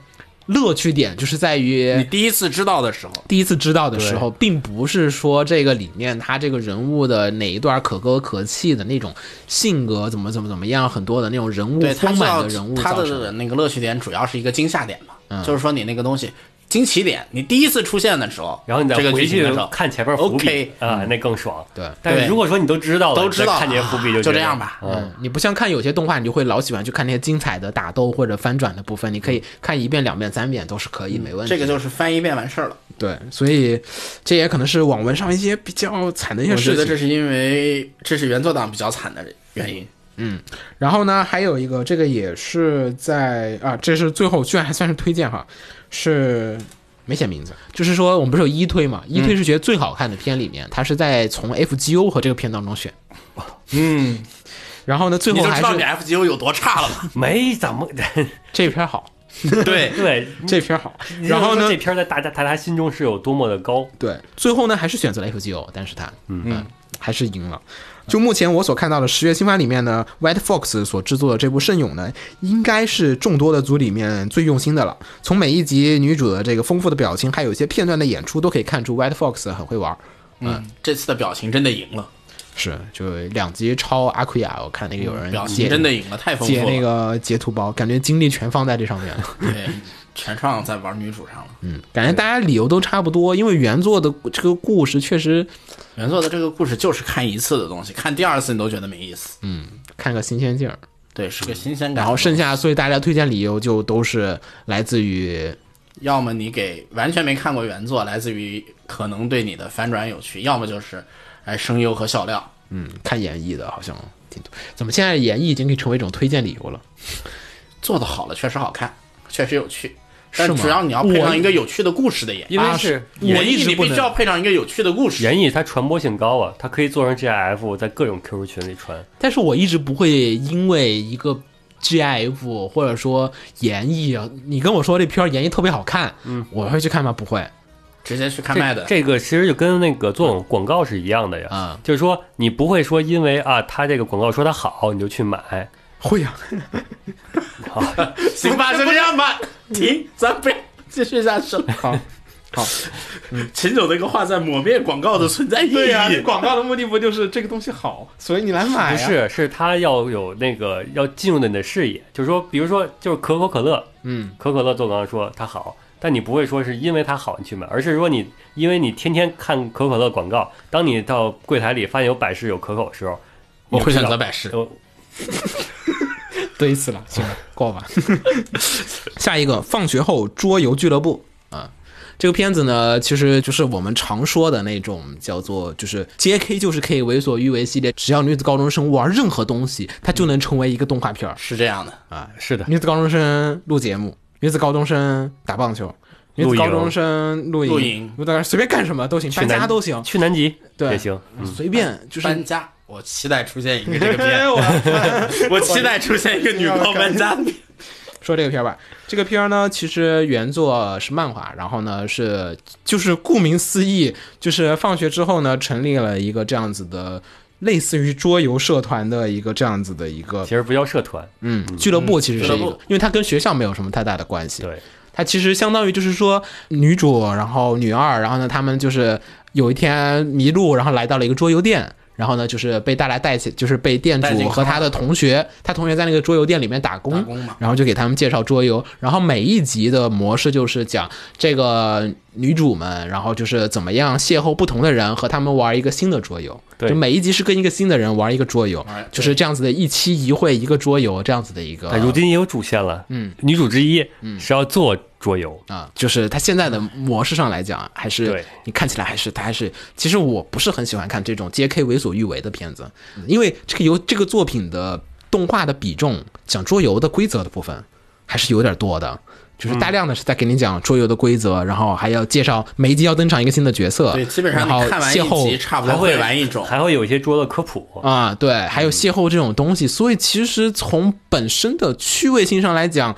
S7: 乐趣点就是在
S5: 你
S7: 于
S5: 第一次知道的时候，
S7: 第一次知道的时候，并不是说这个里面他这个人物的哪一段可歌可泣的那种性格怎么怎么怎么样，很多的那种人物
S5: 对，他
S7: 丰满
S5: 叫
S7: 的人物
S5: 他
S7: 造成的嗯
S5: 的那个乐趣点主要是一个惊吓点嘛，就是说你那个东西惊奇点，你第一次出现的时候，
S2: 然后你再
S5: 这个
S2: 回
S5: 剧情
S2: 去
S5: 的时候
S2: 看前面伏笔
S5: OK
S2: 啊，那更爽。
S7: 对
S2: 但是
S5: 对
S2: 如果说你都知道了，
S5: 都知
S2: 你
S5: 道
S2: 再看这些
S5: 了
S2: 伏笔就觉
S5: 就这
S2: 得
S5: 样吧
S2: 嗯，
S7: 你不像看有些动画，你就会老喜欢去看那些精彩的打斗或者翻转的部分，你可以看一遍、两遍、三遍都是可以，没问题。
S5: 嗯这个就是翻一遍完事儿了。
S7: 对，所以这也可能是网文上一些比较惨的一些
S5: 我觉
S7: 事情
S5: 得
S7: 嗯
S5: 这。是因为这是原作党比较惨的原因。
S7: 然后呢，还有一个，这个也是在啊，这是最后居然还算是推荐哈，是没写名字，嗯就是说我们不是有一推嘛，一推是觉得最好看的片里面，它是在从 FGO 和这个片当中选，嗯，然后呢，最
S5: 你
S7: 后
S5: 就
S7: 还
S5: 知道你
S7: 是
S5: FGO 有多差了吧？
S2: 没怎么
S7: 这片好，嗯
S5: 对，
S2: 对，
S7: 这片儿好。
S2: 你
S7: 然后
S2: 你就
S7: 呢
S2: 说这，片儿在大家大家心中是有多么的高？
S7: 对，最后呢还是选择了 FGO，但是他嗯还是赢了。就目前我所看到的《十月新番》里面呢，White Fox 所制作的这部《圣咏》呢，应该是众多的组里面最用心的了。从每一集女主的这个丰富的表情，还有一些片段的演出，都可以看出 White Fox 很会玩。
S5: 嗯， 这次的表情真的赢了，
S7: 是，就两集超阿奎亚，我看那个有人
S5: 嗯表情
S7: 截
S5: 真的赢了，太丰
S7: 截嗯
S5: 富
S7: 那
S5: 了。
S7: 个截图包，感觉精力全放在这上 面了。
S5: 对，全创在玩女主上了。
S7: 嗯，感觉大家理由都差不多，因为原作的这个故事确实
S5: 原作的这个故事就是看一次的东西，看第二次你都觉得没意思。
S7: 看个新鲜劲儿。
S5: 对，是个新鲜感。
S7: 然后剩下，所以大家推荐理由就都是来自于
S5: 要么你给完全没看过原作，来自于可能对你的反转有趣；要么就是，哎，声优和笑料。
S7: 嗯看演绎的，好像挺多。怎么现在演绎已经可以成为一种推荐理由了？
S5: 做的好了，确实好看，确实有趣。
S7: 是
S5: 但
S7: 吗
S5: 只要你要配上一个有趣的故事的演绎，
S2: 因为
S7: 啊
S2: 是
S3: 我一
S5: 演绎
S3: 直
S5: 你
S3: 不
S5: 必须
S3: 能
S5: 要配上一个有趣的故事。
S2: 人艺它传播性高啊，它可以做成 GIF 在各种 QQ 群里传。
S3: 但是我一直不会因为一个 GIF 或者说演绎啊，你跟我说这片儿演绎特别好看，嗯，我会去看吗？不会，
S5: 直接去看麦的，嗯
S2: 这这个其实就跟那个做广告是一样的呀。
S3: 啊
S2: 就是说你不会说因为啊，它这个广告说它好，你就去买。
S5: 哎
S7: 会啊呀、
S5: 行吧，就这样吧， 停，咱不要继续下去了。 好，嗯
S7: 好，
S5: 秦总这个话在抹灭广告的存在意义。
S7: 广告的目的不就是这个东西好，所以你来买
S2: 不是，是它要有那个要进入你的视野。就是说，比如说，就是可口可乐，
S7: 嗯，
S2: 可口可乐做广告说它好，但你不会说是因为它好你去买，而是说你因为你天天看可口可乐广告，当你到柜台里发现有百事有可口的时候，
S5: 我会
S2: 你就
S5: 选
S2: 知道
S5: 择百事。
S2: 我
S7: 对死了，行了，过吧。下一个，放学后桌游俱乐部啊，这个片子呢，其实就是我们常说的那种叫做就是 J.K. 就是可以为所欲为系列，只要女子高中生玩任何东西，它就能成为一个动画片儿。
S5: 是这样的，
S2: 是的，
S7: 女子高中生录节目，女子高中生打棒球，女子高中生露营，
S5: 露营
S7: 露营随便干什么都行，
S2: 去
S7: 搬家
S2: 南
S7: 都行，
S2: 呃去南极
S7: 对
S2: 也行。
S7: 随便就是。
S5: 搬家，我期待出现一个这个
S7: 哎
S5: 片，
S7: 我
S5: 我期待出现一个女高搬家。
S7: 说这个片儿吧，这个片儿呢，其实原作是漫画，然后呢是就是顾名思义，就是放学之后呢，成立了一个这样子的。类似于桌游社团的一个这样子的一个
S2: 其实不叫社团，
S7: 嗯俱乐部，其实是一
S5: 俱
S7: 个
S5: 乐部，
S7: 因为它跟学校没有什么太大的关系。
S2: 对，
S7: 它其实相当于就是说，女主，然后女二，然后呢，他们就是有一天迷路，然后来到了一个桌游店，然后呢，就是被大家带起，就是被店
S5: 带进
S7: 主和
S5: 坑
S7: 他的同学，他同学在那个桌游店里面打工，
S5: 打工嘛
S7: 然后就给他们介绍桌游，然后每一集的模式就是讲这个女主们，然后就是怎么样邂逅不同的人，和他们玩一个新的桌游，
S2: 对
S7: 就每一集是跟一个新的人玩一个桌游
S5: 玩，
S7: 就是这样子的一期一会一个桌游这样子的一个
S2: 啊但如今也有主线了。
S7: 嗯，
S2: 女主之一是要做桌游，
S7: 啊，就是它现在的模式上来讲，还是
S2: 对
S7: 你看起来还是它还是，其实我不是很喜欢看这种 J.K. 为所欲为的片子，因为这个由这个作品的动画的比重讲桌游的规则的部分还是有点多的。就是大量的是在给你讲桌游的规则，然后还要介绍每一集要登场一个新的角色，
S5: 对，基本上
S7: 然后
S5: 你看完
S7: 邂
S5: 一
S7: 逅
S5: 集，差不
S2: 还
S5: 多
S2: 会
S5: 会玩一种。
S2: 还会有一些桌的科普。
S7: 啊，对，还有邂逅这种东西，所以其实从本身的趣味性上来讲，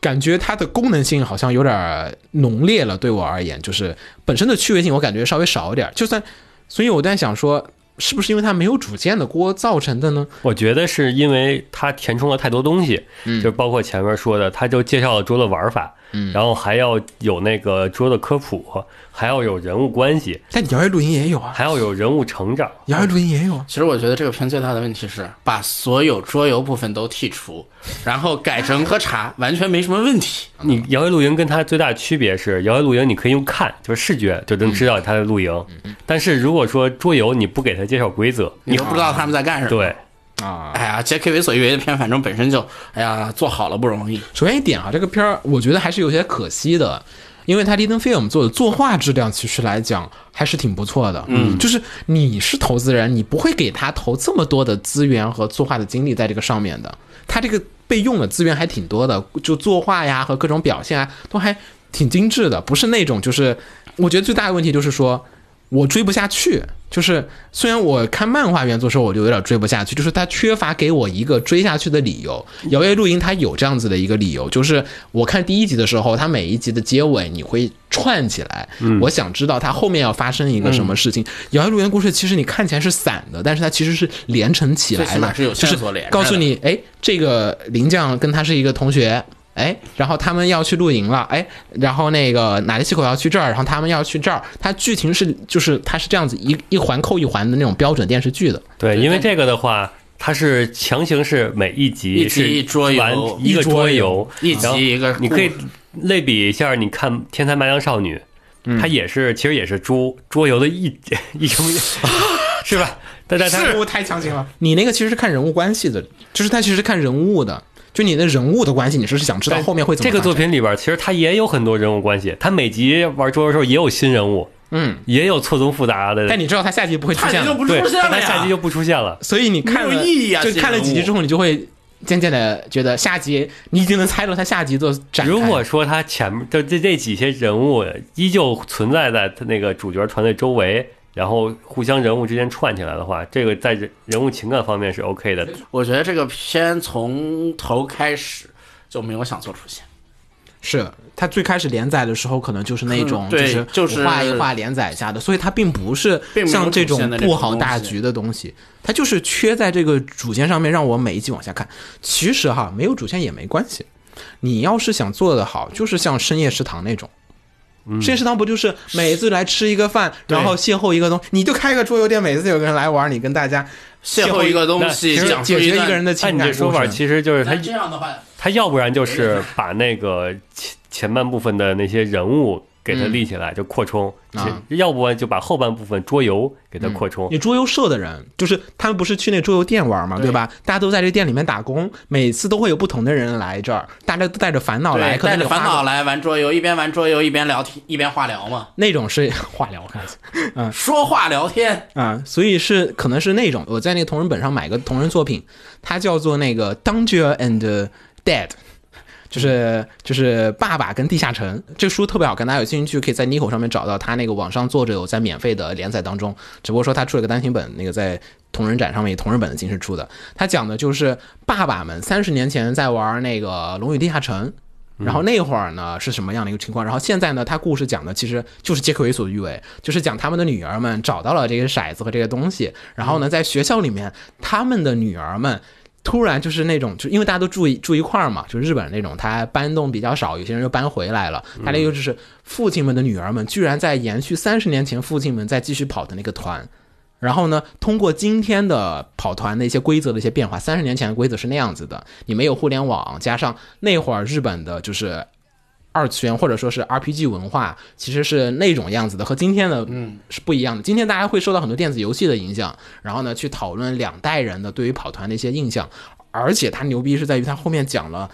S7: 感觉它的功能性好像有点儿浓烈了。对我而言，就是本身的趣味性，我感觉稍微少一点儿。就算，所以我在想说，是不是因为它没有主见的锅造成的呢？
S2: 我觉得是因为它填充了太多东西，就包括前面说的，它就介绍了桌的玩法，然后还要有那个桌的科普，还要有人物关系，
S7: 但摇曳露营也有啊，
S2: 还要有人物成长。
S7: 摇曳露营也有啊。
S5: 其实我觉得这个片最大的问题是把所有桌游部分都剔除，然后改成喝茶，完全没什么问题。
S2: 你摇曳露营跟它最大的区别是，摇曳露营你可以用看，就是视觉就能知道它在露营，但是如果说桌游你不给它介绍规则，
S5: 你都不知道他们在干什么。，
S2: 对，
S7: 啊
S5: 哎呀，J.K. 为所欲为的片，反正本身就，哎呀，做好了不容易。
S7: 首先一点啊，这个片儿我觉得还是有些可惜的，因为它 Liden Film 做的作画质量其实来讲还是挺不错的。嗯，就是你是投资人，你不会给他投这么多的资源和作画的精力在这个上面的。他这个备用的资源还挺多的，就作画呀和各种表现啊都还挺精致的，不是那种就是我觉得最大的问题就是说。我追不下去。就是虽然我看漫画原作的时候，我就有点追不下去，就是它缺乏给我一个追下去的理由。《摇曳露营》它有这样子的一个理由，就是我看第一集的时候，它每一集的结尾你会串起来，
S5: 嗯
S7: 我想知道它后面要发生一个什么事情。摇曳露营》故事其实你看起来是散的，但是它其实是连成起来
S5: 最起
S7: 的
S5: 码，是有
S7: 就是
S5: 线索连着的
S7: 告诉你，哎，这个林将跟他是一个同学。哎，然后他们要去露营了，哎，然后那个哪里西口要去这儿，然后他们要去这儿，它剧情是就是它是这样子一一环扣一环的那种标准电视剧的，
S2: 对，因为这个的话，它是强行是每一集
S5: 一集一桌游
S2: 是玩一个桌游，
S5: 一集
S2: 然后
S5: 一个
S2: 你可以类比一下，你看《天才麻将少女》，
S5: 嗯
S2: 它也是其实也是桌桌游的一 一种，是吧？但但它
S7: 物太强行了。你那个其实是看人物关系的，就是它其实是看人物的，就你的人物的关系，你是想知道
S2: 但
S7: 后面会怎么
S2: 这个
S7: 发展
S2: 作品里边，其实它也有很多人物关系，它每集玩桌游的时候也有新人物，
S7: 嗯，
S2: 也有错综复杂的。
S7: 但你知道它下集不会出
S5: 差
S7: 现
S5: 点就
S7: 了，
S5: 不出
S2: 对，
S5: 现
S2: 但它
S5: 了呀。
S2: 下集就不出现了。
S7: 所以你看
S5: 没有
S7: 了
S5: 意义啊
S7: 就
S5: 这些
S7: 看了几集
S5: 人物
S7: 之后，你就会渐渐的觉得下集你已经能猜到它下集的展开。
S2: 如果说他前面就这这几些人物依旧存在在他那个主角团队周围，然后互相人物之间串起来的话，这个在人人物情感方面是 OK 的。
S5: 我觉得这个片从头开始就没有想做主线，
S7: 是它最开始连载的时候，可能就是那种
S5: 嗯
S7: 就
S5: 对
S7: 是
S5: 就是
S7: 画一画连载下的，所以它并不是
S5: 并没有
S7: 像这
S5: 主
S7: 种
S5: 线的那
S7: 布
S5: 种
S7: 好
S5: 东
S7: 大
S5: 西
S7: 局的东西，它就是缺在这个主线上面，让我每一集往下看。其实哈，没有主线也没关系，你要是想做的好，就是像深夜食堂那种。
S5: 嗯
S7: 深夜食堂不就是每次来吃一个饭，然后邂逅一个东西，你就开个桌游店，每次有个人来玩，你跟大家
S5: 邂逅一个东西，
S2: 那其实
S5: 讲述
S7: 解决一
S5: 段
S7: 个人的
S2: 按
S7: 情
S2: 你
S7: 感
S2: 这说法，
S7: 故事
S2: 其实就是他
S5: 那这样的话，
S2: 他要不然就是把那个前前半部分的那些人物给他立起
S7: 嗯
S2: 来，就扩充；
S7: 啊
S2: 其要不然就把后半部分桌游给他扩充。
S7: 你桌游社的人，就是他们不是去那桌游店玩嘛，对吧？大家都在这店里面打工，每次都会有不同的人来这儿，大家都带着烦恼来，
S5: 对，
S7: 可能
S5: 带着
S7: 有
S5: 烦
S7: 话
S5: 恼来玩桌游，一边玩桌游一边聊天，一边话聊嘛，
S7: 那种是 化疗，我看嗯
S5: 说话聊天。
S7: 啊，所以是可能是那种。我在那个同人本上买个同人作品，它叫做那个《Danger and Dead》。就是就是爸爸跟地下城这书特别好看，大家有兴趣可以在 Nico 上面找到他那个网上作者有在免费的连载当中，只不过说他出了个单行本，那个在同人展上面以同人本的形式出的。他讲的就是爸爸们三十年前在玩那个《龙与地下城》，然后那会儿呢是什么样的一个情况？然后现在呢，他故事讲的其实就是皆可为所欲为，就是讲他们的女儿们找到了这个骰子和这个东西，然后呢，在学校里面，他们的女儿们。突然就是那种，就因为大家都住一住一块儿嘛，就是日本那种，他搬动比较少，有些人又搬回来了。他那个就是父亲们的女儿们，居然在延续三十年前父亲们在继续跑的那个团，然后呢，通过今天的跑团的一些规则的一些变化，三十年前的规则是那样子的，你没有互联网，加上那会儿日本的就是二次元或者说是 RPG 文化，其实是那种样子的，和今天的嗯是不一样的。今天大家会受到很多电子游戏的影响，然后呢去讨论两代人的对于跑团的一些印象，而且它牛逼是在于它后面讲了。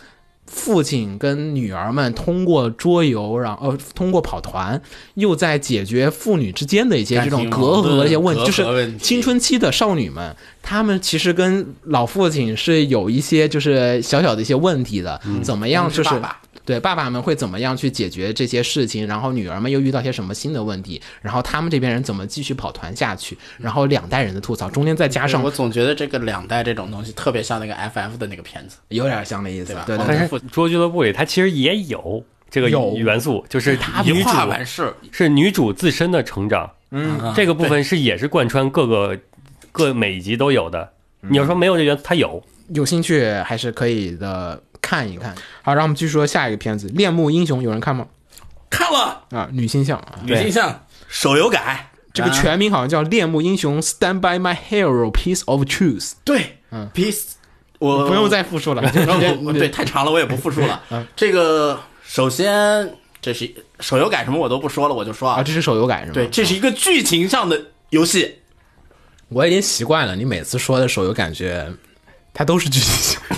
S7: 父亲跟女儿们通过桌游，然后呃，通过跑团，又在解决父女之间的一些这种
S5: 感情
S7: 隔阂的一些
S5: 矛盾
S7: 问题，就
S5: 隔
S7: 是
S5: 阂问
S7: 青春。
S5: 题
S7: 青春期的少女们，她们其实跟老父亲是有一些就是小小的一些问题的，怎么样就是
S5: 同时爸爸
S7: 对爸爸们会怎么样去解决这些事情，然后女儿们又遇到些什么新的问题，然后他们这边人怎么继续跑团下去，然后两代人的吐槽，中间再加上
S5: 我总觉得这个两代这种东西特别像那个 FF 的那个片子，
S7: 有点像的意思啊
S5: 对吧，？
S7: 对
S5: 我
S7: 对对
S5: 们
S2: 但
S5: 父
S2: 是桌俱乐部里，它其实也有这个
S7: 有
S2: 元素，就是
S5: 他
S2: 女
S5: 一
S2: 主
S5: 话完事儿，
S2: 是女主自身的成长。
S5: 嗯
S2: 这个部分是也是贯穿各个各每一集都有的。你要说没有这元素，它有。
S7: 有兴趣还是可以的看一看。好，让我们继续说下一个片子《恋慕英雄》，有人看吗？
S5: 看了
S7: 啊，女性向啊，
S5: 女性向手游改
S7: 这个
S5: 啊
S7: 全名好像叫《恋慕英雄 Stand by My Hero Piece of Truth》。
S5: 对，peace，我
S3: 嗯
S7: 不用 再复述 了，就直接
S5: 然后我对，太长了，我也不复述了。
S3: 嗯
S5: 这个首先这是手游改什么我都不说了，我就说
S7: 啊，，这是手游改是吗？
S5: 对，这是一个剧情上的 游戏，
S7: 我已经习惯了，你每次说的手游感觉它都是剧情。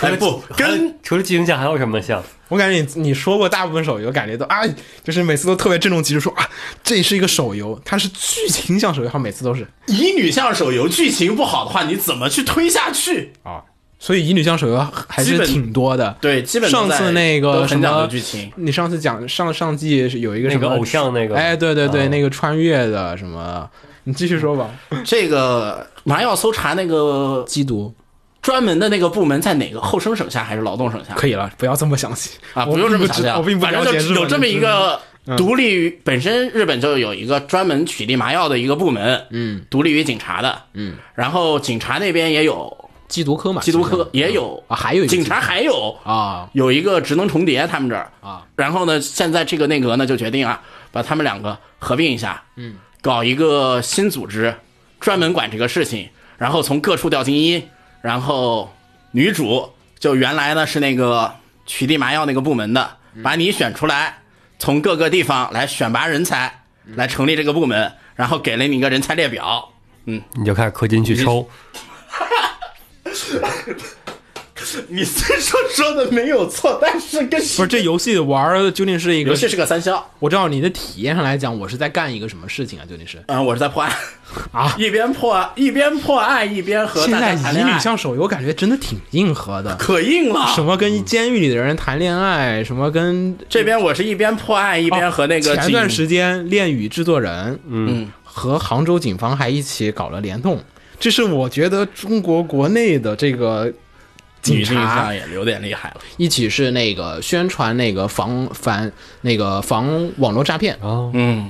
S5: 哎不跟
S2: 除了剧情像还有什么像？
S7: 我感觉你你说过大部分手游，感觉都啊，就是每次都特别郑重其事说啊，这是一个手游，它是剧情向手游，它每次都是
S5: 乙女向手游剧情不好的话，你怎么去推下去？
S7: 啊，
S3: 所以《乙女香手游》还
S11: 基
S3: 是
S11: 本
S3: 挺多的。
S11: 对，基本
S3: 上
S11: 都在
S3: 次那个
S11: 都
S3: 什
S11: 很讲究
S3: 么
S11: 剧情，
S3: 你上次讲上上季是有一个
S2: 那
S3: 什
S2: 个
S3: 么
S2: 偶像那个，
S3: 哎，对对
S5: 哦
S3: 对，
S2: 嗯
S3: 那个穿越的什么，你继续说吧。
S5: 这个马上要搜查那个
S7: 缉毒
S5: 专门的那个部门在哪个后生省下还是劳动省下？
S3: 可以了，不要这么详细
S5: 啊，
S3: 我
S5: 不用这么
S3: 并
S5: 想
S3: 知
S5: 象，
S3: 我并不
S5: 反
S3: 了
S5: 正
S3: 解日
S5: 就
S3: 本
S5: 有这么一个独立于本身日本就有一个专门取缔麻药的一个部门，
S7: 嗯，
S5: 独立于警察的，
S7: 嗯，
S5: 然后警察那边也有，
S7: 缉毒科嘛，
S5: 缉毒科也有
S7: 啊，还有一个
S5: 警察还有
S7: 啊
S5: 有一个职能重叠，他们这儿
S7: 啊，
S5: 然后呢，现在这个内阁呢就决定啊，把他们两个合并一下，嗯，搞一个新组织，专门管这个事情，然后从各处调精英，然后女主就原来呢是那个取缔麻药那个部门的，把你选出来，从各个地方来选拔人才，来成立这个部门，然后给了你一个人才列表，
S2: 你就开始氪金去抽，
S5: 你虽说说的没有错，但是跟
S3: 不是这游戏玩儿究竟是一
S5: 游
S3: 个，
S5: 戏是个三消，
S7: 我知道你的体验上来讲，我是在干一个什么事情啊？究竟是
S5: 嗯，我是在破案
S7: 啊
S5: 一边破一边破案，一边和
S7: 现
S5: 大
S7: 在
S5: 家谈
S7: 乙
S5: 恋
S7: 女
S5: 爱，
S7: 向手游，感觉真的挺硬核的，
S5: 可硬了。
S7: 什么跟监狱里的人谈恋爱，什么跟
S5: 这边我是一边破案一边和那个
S7: 哦前段
S5: 警
S7: 时间《恋与制作人》
S5: 嗯
S7: 和杭州警方还一起搞了联动，这是我觉得中国国内的这个警
S5: 女性
S7: 察
S5: 上也有点厉害了。
S7: 一起是那个宣传那个防反那个防网络诈骗，
S2: 哦，
S5: 嗯，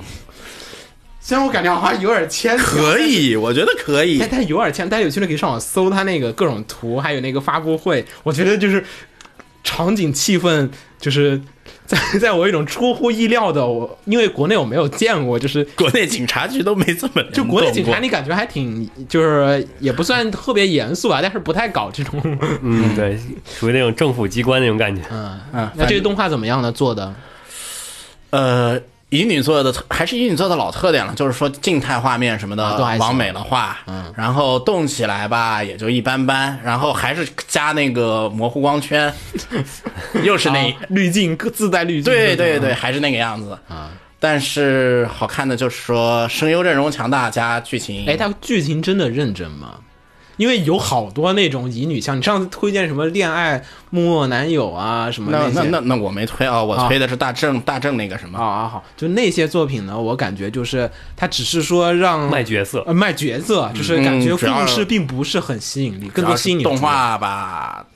S7: 虽然我感觉好像有点牵强。
S5: 可以，我觉得可以
S7: 但。但有点牵，大家有兴趣可以上网搜他那个各种图，还有那个发布会，我觉得就是场景气氛就是在 在我有一种出乎意料的，我因为国内我没有见过，就是
S5: 国内警察局都没这么
S7: 就国内警察，
S5: 联动
S7: 你感觉还挺，就是也不算特别严肃啊，但是不太搞这 种。
S2: 嗯，对，属于那种政府机关那种感觉，
S7: 嗯，
S5: 过啊，
S7: 那这
S5: 反
S7: 个动画怎么样呢？做的
S5: 呃。乙女做的特还是乙女做的老特点了，就是说静态画面什么
S7: 啊
S5: 的
S7: 都还行
S5: 完美了画，嗯，然后动起来吧也就一般般，然后还是加那个模糊光 圈，又是那
S7: 啊滤镜各自带滤镜，
S5: 对对对，，还是那个样子
S7: 啊。
S5: 但是好看的就是说声优阵容强大加剧情，
S7: 哎，它剧情真的认真吗？因为有好多那种乙女像，你上次推荐什么恋爱木偶男友啊什么
S5: 那
S7: 些
S5: 那那那我没推啊，我
S7: 啊
S5: 推的是大正大正那个什
S7: 啊
S5: 么，
S7: 啊好，就那些作品呢，我感觉就是它只是说让
S2: 卖角色，
S7: 呃卖角色，就是感觉
S5: 嗯主要
S7: 故
S5: 是
S7: 事并不是很吸引力，更
S5: 主要
S7: 多
S5: 是
S7: 吸引你的
S5: 啊动
S7: 主要
S5: 画吧，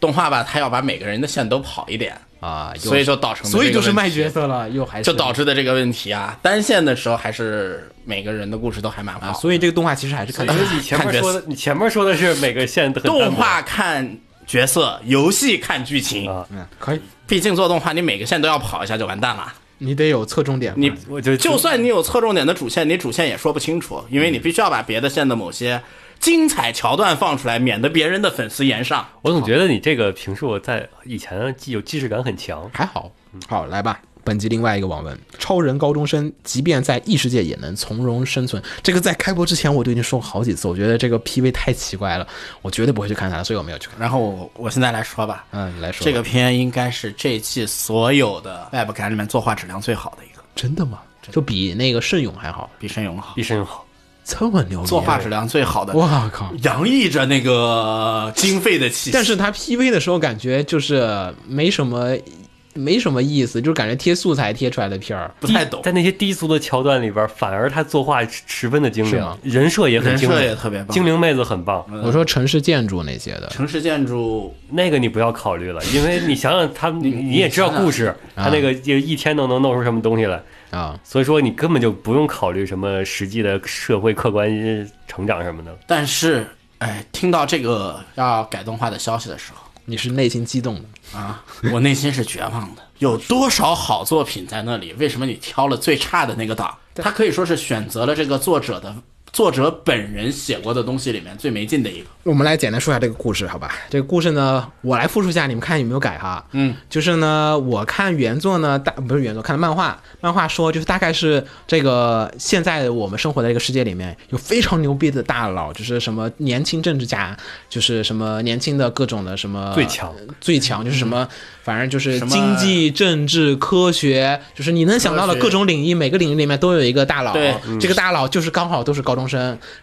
S5: 动画吧，他要把每个人的线都跑一点，
S7: 啊，有
S5: 所以就导成了
S7: 所以
S5: 这个
S7: 就是
S5: 问
S7: 卖
S5: 题
S7: 角色了，又还是
S5: 就导致的这个问题啊。单线的时候还是每个人的故事都还蛮
S7: 啊，
S5: 好，
S7: 所以这个动画其实还是看
S5: 哎
S2: 其实你前面说的，你前面说的是每个线都很单
S5: 动
S2: 薄
S5: 画看角色，游戏看剧情，
S2: 啊，
S7: 嗯可以，
S5: 毕竟做动画你每个线都要跑一下就完蛋了，
S7: 你得有侧重点吧，
S5: 你
S2: 我就
S5: 就算你有侧重点的主线，你主线也说不清楚，因
S7: 嗯
S5: 为你必须要把别的线的某些精彩桥段放出来，免得别人的粉丝言上。
S2: 我总觉得你这个评述在以前既有既视感很强，
S7: 还好。
S5: 嗯
S7: 好，来吧。本集另外一个网文：超人高中生即便在异世界也能从容生存。这个在开播之前我就已经说过好几次，我觉得这个 PV 太奇怪了，我绝对不会去看它的，所以我没有去看。
S5: 然后我我现在来说吧，
S7: 嗯，你来说吧
S5: 这个片应该是这季所有的 Web 感里面作画质量最好的一个，
S7: 真的吗？就比那个圣勇还好，
S5: 比申勇好，
S2: 一身好，
S7: 这么牛逼、啊！
S5: 作画质，量最好的，
S7: 我靠！
S5: 洋溢着那个经费的气息。
S7: 但是他 PV 的时候感觉就是没什么，没什么意思，就是感觉贴素材贴出来的片儿。
S5: 不太懂
S2: 在，那些低俗的桥段里边，反而他作画十分的精
S7: 是
S2: 良
S7: 吗，
S2: 人设也很
S5: 人
S2: 精
S5: 设也
S2: 良，
S5: 特别棒。
S2: 精灵妹子很棒。
S7: 我说城市建筑那些的，
S5: 城市建筑
S2: 那个你不要考虑 了，因为你想想他们，你你也知道故事，
S7: 想想
S2: 他那
S5: 啊
S2: 个就一天都能弄出什么东西来，
S7: 啊，
S2: 所以说你根本就不用考虑什么实际的社会客观成长什么的。
S5: 但是，哎，听到这个要改动画的消息的时候
S7: 你是内心激动的。
S5: 啊，我内心是绝望的。有多少好作品在那里？为什么你挑了最差的那个档？它可以说是选择了这个作者的作者本人写过的东西里面最没劲的一个。
S7: 我们来简单说一下这个故事，好吧？这个故事呢，我来复述一下，你们看有没有改哈？
S5: 嗯，
S7: 就是呢，我看原作呢，大不是原作，看漫画，漫画说就是大概是这个现在我们生活的这个世界里面有非常牛逼的大佬，就是什么年轻政治家，就是什么年轻的各种的什么
S2: 最强
S7: 最强就是什么，反正就是
S5: 嗯什么
S7: 经济、政治、科学，就是你能想到的
S5: 科学
S7: 各种领域，每个领域里面都有一个大佬
S5: 对。
S7: 这个大佬就是刚好都是高中生。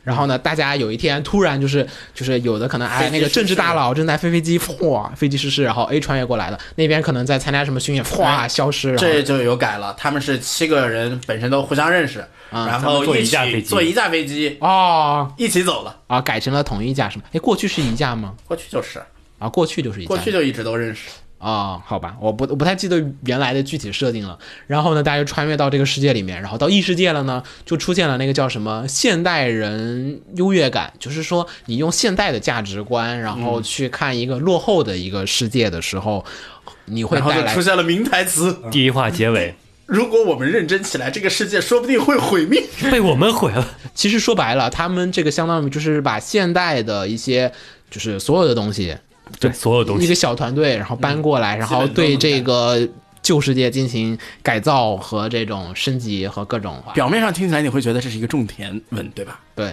S7: 然后呢，大家有一天突然就是就是有的可能哎
S5: 飞机
S7: 那个
S5: 失
S7: 政治
S5: 事
S7: 大佬正在飞飞机，嚯，飞机失事，然后 A 穿越过来了，那边可能在参加什么巡演，哗
S5: 哎
S7: 消失。然后
S5: 这就有改了。他们是七个人，本身都互相认识，然
S2: 他
S5: 后
S2: 们坐
S5: 一
S2: 一架
S5: 起
S2: 飞机
S5: 坐一架飞机
S7: 哦
S5: 一起走了。
S7: 啊，改成了统一价是吗？哎，过去是一价吗？
S5: 过去就是，
S7: 啊，过去就是一价。
S5: 过去就一直都认识。啊
S7: 哦，好吧，我不我不太记得原来的具体设定了。然后呢，大家就穿越到这个世界里面，然后到异世界了呢，就出现了那个叫什么现代人优越感，就是说你用现代的价值观，然
S5: 嗯
S7: 后去看一个落后的一个世界的时候，你会
S5: 然后
S7: 带
S5: 就
S7: 来
S5: 出现了名台词：
S2: 第一话结 尾
S5: 如果我们认真起来，这个世界说不定会毁灭。
S2: 被我们毁了，
S7: 其实说白了，他们这个相当于就是把现代的一些，就是所有的东西，
S2: 对所有东
S7: 一个
S2: 西，
S7: 小团队，然后搬过来，然
S5: 基
S7: 后
S5: 本都能
S7: 对这个旧世界进行改造和这种升级和各种
S5: 表面上听起来你会觉得这是一个种田文，对吧？
S7: 对，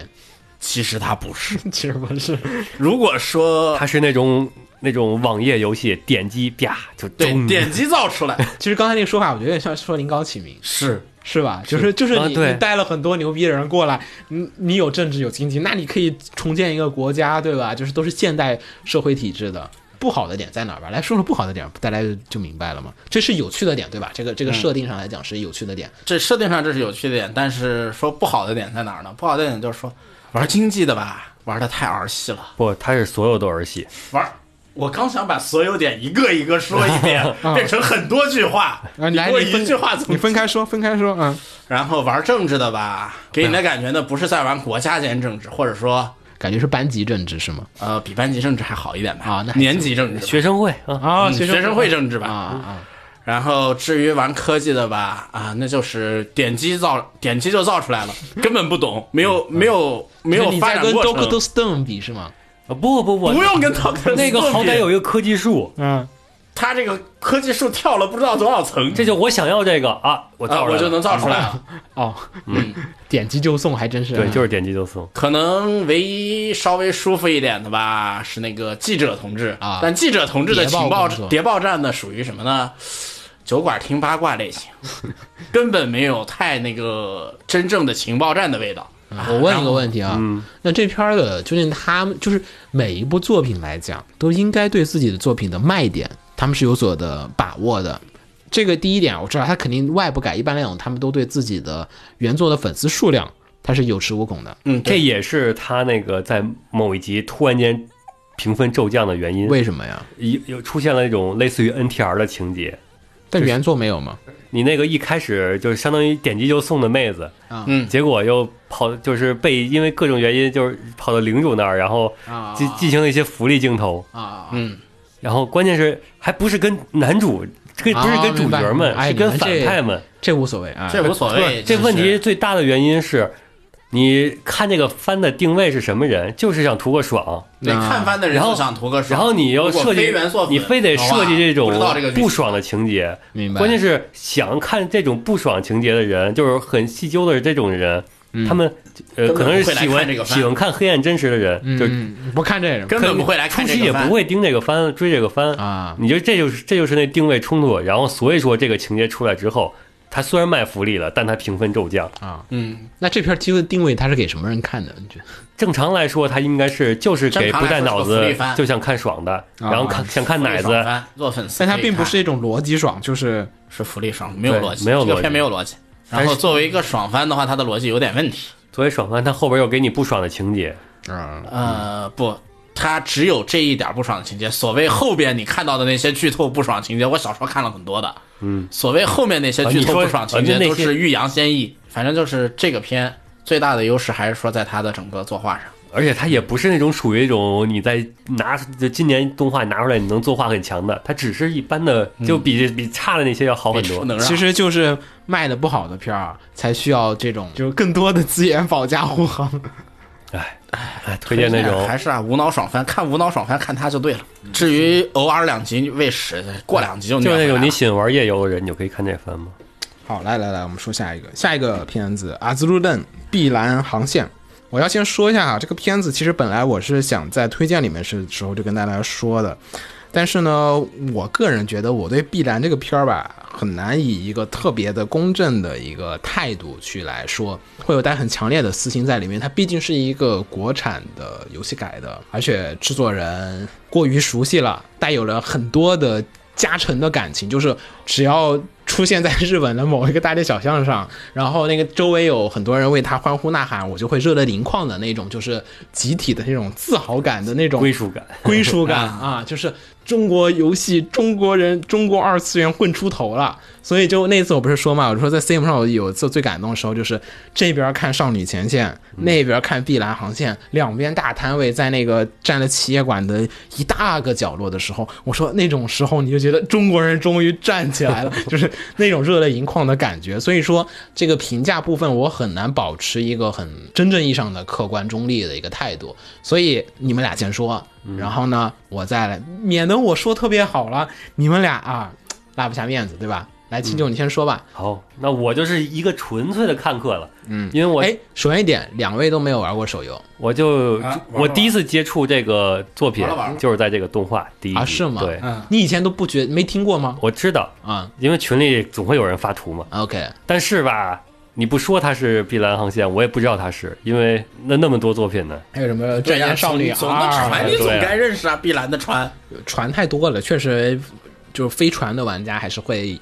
S5: 其实它不是。
S7: 其实不是，
S5: 如果 说
S2: 它是那种那种网页游戏，点击啪就
S5: 对
S2: 咚
S5: 点击造出来
S7: 其实刚才那个说法，我觉得有点像说临高启明，
S5: 是
S7: 是吧？就是就是
S2: 啊
S7: 你、
S2: 对
S7: 你带了很多牛逼的人过来，你你有政治有经济，那你可以重建一个国家，对吧？就是都是现代社会体制的。不好的点在哪儿吧？来说说不好的点，大家就明白了嘛。这是有趣的点，对吧？这个
S5: 嗯
S7: 这个设定上来讲是有趣的点。
S5: 这设定上这是有趣的点，但是说不好的点在哪儿呢？不好的点就是说玩经济的吧，玩的太儿戏了。
S2: 不，它是所有都儿戏，
S5: 玩，我刚想把所有点一个一个说一遍，变成很多句话，
S7: 啊，
S5: 嗯你
S7: 来，
S5: 给我
S7: 你分
S5: 一句话总
S7: 你分
S5: 结。
S7: 开说，分开说，嗯，
S5: 然后玩政治的吧，给你的感觉呢，不是在玩国家间政治，或者说
S7: 感觉是班级政治是吗？
S5: 呃比班级政治还好一点吧，
S7: 啊那还行
S5: 年级政治吧
S2: 学生会啊，
S7: 啊
S5: 嗯学生会政治吧。
S7: 啊啊，
S5: 然后至于玩科技的吧，啊，那就是点击造点击就造出来了，根本不懂，没有没有没有
S7: 嗯你
S5: 发
S7: 在
S5: 展
S7: 跟
S5: 过
S7: d o c t
S5: 程，
S7: Stone 比是吗？
S2: 啊不不不，
S5: 不用跟 Doctor
S2: 那个好歹有一个科技树，
S7: 嗯，
S5: 他这个科技树跳了不知道多少层，
S2: 这就我想要这个啊，我
S5: 啊
S2: 造出来
S5: 我就
S2: 了
S5: 能造出来了。
S7: 哦，点击就送还真是
S2: 对，就是是点击就送。
S5: 可能唯一稍微舒服一点的吧，是那个记者同志
S7: 啊
S5: 但记者同志的
S7: 谍报
S5: 情报
S7: 工作
S5: 谍报站呢，属于什么呢？酒馆听八卦类 型，根本没有太那个真正的情报站的味道。
S7: 我问一个问题啊，那这片儿的究竟他们就是每一部作品来讲，都应该对自己的作品的卖点，他们是有所的把握的。这个第一点我知道，他肯定外部改，一般来讲他们都对自己的原作的粉丝数量，他是有恃无恐的。
S5: 嗯，
S2: 这也是他那个在某一集突然间评分骤降的原因，
S7: 为什么呀？
S2: 有有出现了那种类似于 NTR 的情节。
S7: 但原作没有吗？
S2: 你那个一开始就相当于点击就送的妹子，
S7: 啊
S5: 嗯
S2: 结果又跑，就是被因为各种原因就是跑到领主那儿，然后
S7: 啊
S2: 进进行了一些福利镜头，
S7: 啊！
S5: 嗯，
S2: 然后关键是还不是跟男主，这个不是
S7: 啊
S2: 跟主
S7: 明白
S2: 角们，
S7: 哎
S2: 是跟反
S7: 你们这
S2: 派们。
S7: 这无所谓啊，
S5: 这无所谓。
S2: 这
S5: 其实
S2: 问题最大的原因是，你看这个番的定位是什么人，就是想图个爽，
S5: 对看番的人
S2: 然后
S5: 就想图个爽，
S2: 嗯然后你要
S5: 如果
S2: 设计
S5: 非原作粉，
S2: 你非得设计这种
S5: 好吧不知道这个剧情
S2: 不爽的情节。
S7: 明白。
S2: 关键是想看这种不爽情节的人，就是很细究的这种人，他们呃
S5: 嗯根本
S2: 可能是
S5: 不会来
S2: 喜
S5: 看这个
S2: 欢
S5: 番
S2: 喜欢看黑暗真实的人，就
S7: 嗯，不看这个
S5: 根本不会来
S2: 初
S5: 看这
S2: 期
S5: 个
S2: 也
S5: 番
S2: 不会盯这个番追这个番
S7: 啊
S2: 你就这就是这就是那定位冲突，然后所以说这个情节出来之后，它虽然卖福利了，但它评分骤降。
S7: 啊。
S5: 嗯，
S7: 那这片儿机会定位它是给什么人看的？你觉得？
S2: 正常来说，它应该是就是给不带脑
S5: 正常来说是个福利
S2: 子
S5: 番啊
S2: 就想看爽的，然后看想看奶
S5: 福利爽
S2: 子，
S5: 番做粉丝可
S7: 但
S5: 以
S7: 它
S5: 看，
S7: 并不是一种逻辑爽，就是
S5: 是福利爽，没有
S2: 对
S5: 逻辑，
S2: 没有
S5: 这
S2: 逻
S5: 个
S2: 辑
S5: 片没有逻辑。然后作为一个爽番的话，它的逻辑有点问题。
S2: 作为爽番，它后边又给你不爽的情节。
S7: 啊
S2: 嗯
S5: 呃，不，它只有这一点不爽的情节。所谓后边你看到的那些剧透不爽情节，我小时候看了很多的。嗯，所谓后面那些剧透不爽情节
S2: 啊你说
S5: 都
S2: 啊那
S5: 是欲扬先抑，反正就是这个片最大的优势还是说在它的整个作画上。
S2: 而且它也不是那种属于那种你在拿就今年动画拿出来你能作画很强的，它只是一般的，
S5: 嗯
S2: 就比、比差的那些要好很
S5: 比
S2: 多
S5: 出。能让
S7: 其实就是卖的不好的片儿才需要这种，就是更多的资源保驾护航。
S2: 哎推荐那种
S5: 还是啊无脑爽番，看无脑爽番看它就对了。至于偶尔两集喂食，过两集就
S2: 嗯就是那
S5: 虐回来
S2: 种
S5: 了
S2: 你喜欢玩夜游的人，你就可以看这番嘛。
S12: 好，来来来，我们说下一个，下一个片子《阿兹路邓碧蓝航线》。我要先说一下啊，这个片子其实本来我是想在推荐里面是时候就跟大家说的，
S7: 但是呢，我个人觉得我对《碧蓝》这个片儿吧，很难以一个特别的公正的一个态度去来说，会有带很强烈的私心在里面。它毕竟是一个国产的游戏改的，而且制作人过于熟悉了，带有了很多的加成的感情，就是只要出现在日本的某一个大街小巷上，然后那个周围有很多人为他欢呼呐喊，我就会热泪盈眶的那种，就是集体的那种自豪感的那种
S2: 归属感。
S7: 归属感啊，就是中国游戏、中国人、中国二次元混出头了。所以就那次我不是说嘛，我说在 Steam 上我有一次最感动的时候，就是这边看《少女前线》，那边看《碧蓝航线》，两边大摊位在那个占了企业馆的一大个角落的时候，我说那种时候你就觉得中国人终于站起来了，就是那种热泪盈眶的感觉。所以说这个评价部分我很难保持一个很真正意义上的客观中立的一个态度，所以你们俩先说。然后呢，我再来，免得我说特别好了，你们俩啊，拉不下面子，对吧？来，七九，你先说吧。
S2: 好，那我就是一个纯粹的看客了。嗯，因为我
S7: 哎，首先一点，两位都没有玩过手游
S2: 我就
S5: 啊玩
S2: 我
S5: 了玩
S2: 第一次接触这个作品
S5: 玩了玩了，
S2: 就是在这个动画第一集
S7: 啊？是吗？
S2: 对，
S5: 嗯
S7: 你以前都不觉没听过吗？
S2: 我知道，
S7: 啊、
S2: 因为群里总会有人发图嘛。
S7: o k
S2: 但是吧，你不说它是碧蓝航线，我也不知道它是，因为那那么多作品呢。
S7: 还有什么《战
S5: 呀
S7: 舰少女
S5: 总总的船
S7: 二
S5: 你总
S2: 对啊
S5: 该认识啊，碧蓝的船。》
S7: 船太多了，确实，就是非船的玩家还是会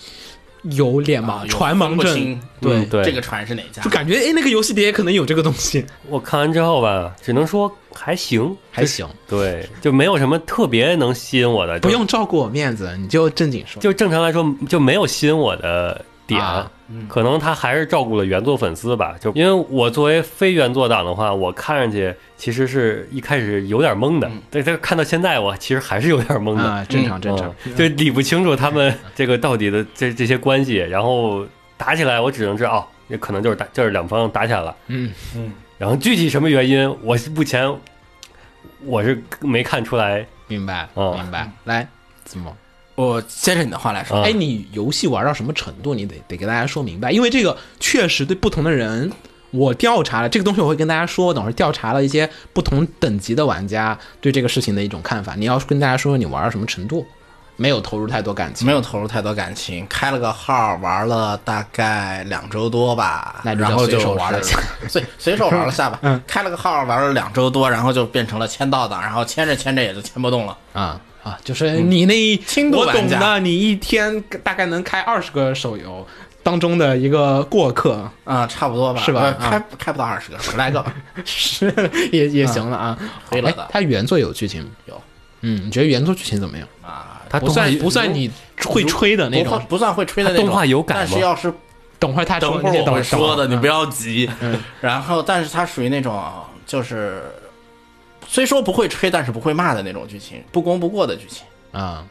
S7: 有脸盲、
S5: 啊有
S7: 船盲
S5: 分不
S7: 症
S5: 清，
S2: 对嗯对
S5: 这个船是哪家
S7: 就？感觉哎，那个游戏碟可能有这个东西，
S2: 我看完之后吧，只能说还行，
S7: 还行，
S2: 对，就没有什么特别能吸引我的，
S7: 不
S2: 就
S7: 用照顾我面子，你就正经说。
S2: 就正常来说就没有吸引我的点。
S7: 啊
S2: 可能他还是照顾了原作粉丝吧，就因为我作为非原作党的话，我看上去其实是一开始有点懵的，但但是看到现在我其实还是有点懵的，
S7: 嗯啊，正常正常。嗯
S2: 嗯就理不清楚他们这个到底的这这些关系，然后打起来，我只能知道，哦也可能就是打，就是两方打起来了，
S7: 嗯
S6: 嗯，
S2: 然后具体什么原因，我是目前我是没看出来
S7: 明白，
S2: 哦
S7: 明白。来，子墨，
S5: 我接着你的话来说，
S2: 啊
S7: 哎，你游戏玩到什么程度，你得得给大家说明白，因为这个确实对不同的人，我调查了这个东西，我会跟大家说，我等会儿调查了一些不同等级的玩家对这个事情的一种看法，你要跟大家说说你玩到什么程度，没有投入太多感情，
S5: 没有投入太多感情，开了个号玩了大概两周多吧，
S7: 那你就
S5: 然后就
S7: 随手玩了一下
S5: 是，随随手玩了下吧。嗯，开了个号玩了两周多，然后就变成了签到党，然后签着签着也就签不动了。
S7: 啊啊，就是你那一
S5: 轻度
S7: 我
S5: 玩
S7: 懂
S5: 家
S7: 的，你一天大概能开二十个手游当中的一个过客，
S5: 啊、差不多吧，
S7: 是吧
S5: 呃
S7: 啊
S5: 开开不到二十个，十来个吧。
S7: 是也也行了啊，
S5: 可以了的
S7: 哎它原作有剧情
S5: 有，
S7: 嗯，你觉得原作剧情怎么样？
S5: 啊，
S2: 他
S7: 不
S2: 动画
S7: 算不算你会吹的那
S5: 不会
S7: 种。
S5: 不算会吹的那种，
S2: 动画有感吗
S5: 但是要是
S7: 等会儿他
S5: 等
S7: 说
S5: 会
S7: 那
S5: 儿
S7: 些
S5: 我
S7: 等
S5: 会说的，
S7: 等
S5: 你不要急。
S7: 嗯
S5: 然后，但是它属于那种就是虽说不会吹，但是不会骂的那种剧情，不功不过的剧情。
S7: 啊，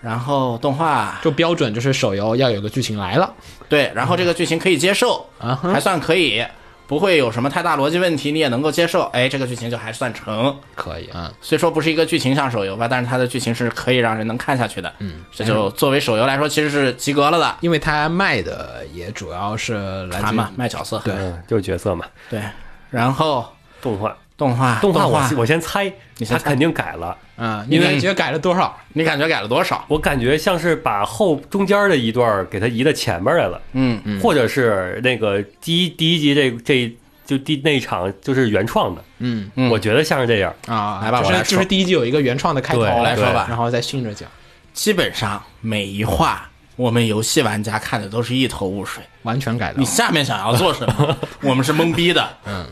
S5: 然后动画
S7: 就标准就是手游要有个剧情来了
S5: 对，然后这个剧情可以接受，
S7: 啊哈，
S5: 还算可以，不会有什么太大逻辑问题，你也能够接受。哎，这个剧情就还算成。
S7: 可以啊，
S5: 虽说不是一个剧情向手游吧，但是它的剧情是可以让人能看下去的。嗯，这就作为手游来说，其实是及格了的。
S7: 因为他卖的也主要是来自
S5: 谈
S7: 于
S5: 嘛，卖角色。
S7: 对
S2: 嗯，就是角色嘛，
S5: 对，然后
S2: 动画
S5: 啊动画
S2: 动画我我先猜，
S5: 你先
S2: 他
S5: 猜
S2: 肯定改了，
S7: 啊，你
S5: 因为
S7: 感觉改了多少？
S5: 你感觉改了多少？
S2: 我感觉像是把后中间的一段儿给它移到前面来了，
S5: 嗯，
S2: 或者是那个第一第一集这这就第那一场就是原创的，
S7: 嗯
S5: 嗯
S2: 我觉得像是这样。
S7: 啊，
S5: 来吧
S7: 就
S5: 我
S7: 是
S5: 来
S7: 就
S5: 说
S7: 是第一季有一个原创的开头
S2: 对我
S5: 来说吧
S7: 然后再顺着讲，
S5: 基本上每一话，我们游戏玩家看的都是一头雾水。
S6: 哦
S7: 完全改的
S5: 你。下面想要做什 么？我们是懵逼的，
S2: 呃，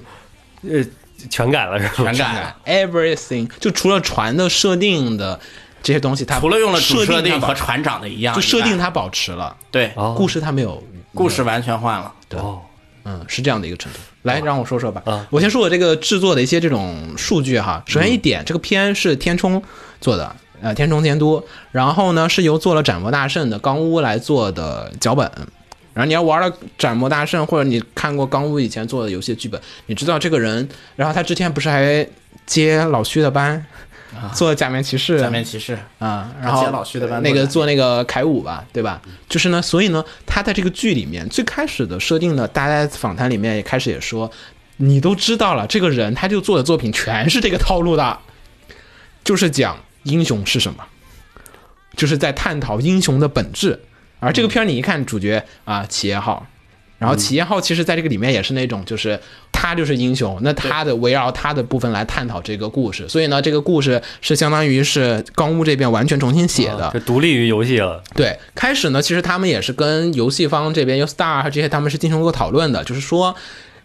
S2: 全改了是吧？
S5: 全改了
S7: 改。everything 就除了船的设定的这些东西，它
S5: 除了用了主设定
S7: 它
S5: 和
S7: 保
S5: 船长的一样以
S7: 就
S5: 外，
S7: 设定它保持了，
S5: 对
S2: 哦
S7: 故事它没有
S5: 故事完全换了。
S2: 哦，
S7: 嗯，是这样的一个程度。来，让我说说吧。
S2: 啊
S7: 我先说我这个制作的一些这种数据哈。首先
S5: 嗯
S7: 一点，这个片是天冲做的，呃，天冲监督。然后呢，是由做了《斩魔大圣》的冈屋来做的脚本。然后你要玩了《斩魔大圣》，或者你看过冈屋以前做的游戏剧本，你知道这个人。然后他之前不是还接老徐的班，做假面骑士，
S5: 啊假面骑士，
S7: 啊，然后
S5: 接老徐的班
S7: 那
S5: 过
S7: 个
S5: 来
S7: 做那个凯舞吧，对吧？就是呢，所以呢，他在这个剧里面最开始的设定呢，大家在访谈里面也开始也说，你都知道了，这个人他就做的作品全是这个套路的，就是讲英雄是什么，就是在探讨英雄的本质。而这个片儿你一看主角啊，企业号，然后企业号其实在这个里面也是那种，就是他就是英雄，那他的围绕他的部分来探讨这个故事。所以呢，这个故事是相当于是钢屋这边完全重新写的
S2: 就，独立于游戏了。
S7: 对，开始呢，其实他们也是跟游戏方这边 U Star 啊这些他们是进行过讨论的，就是说，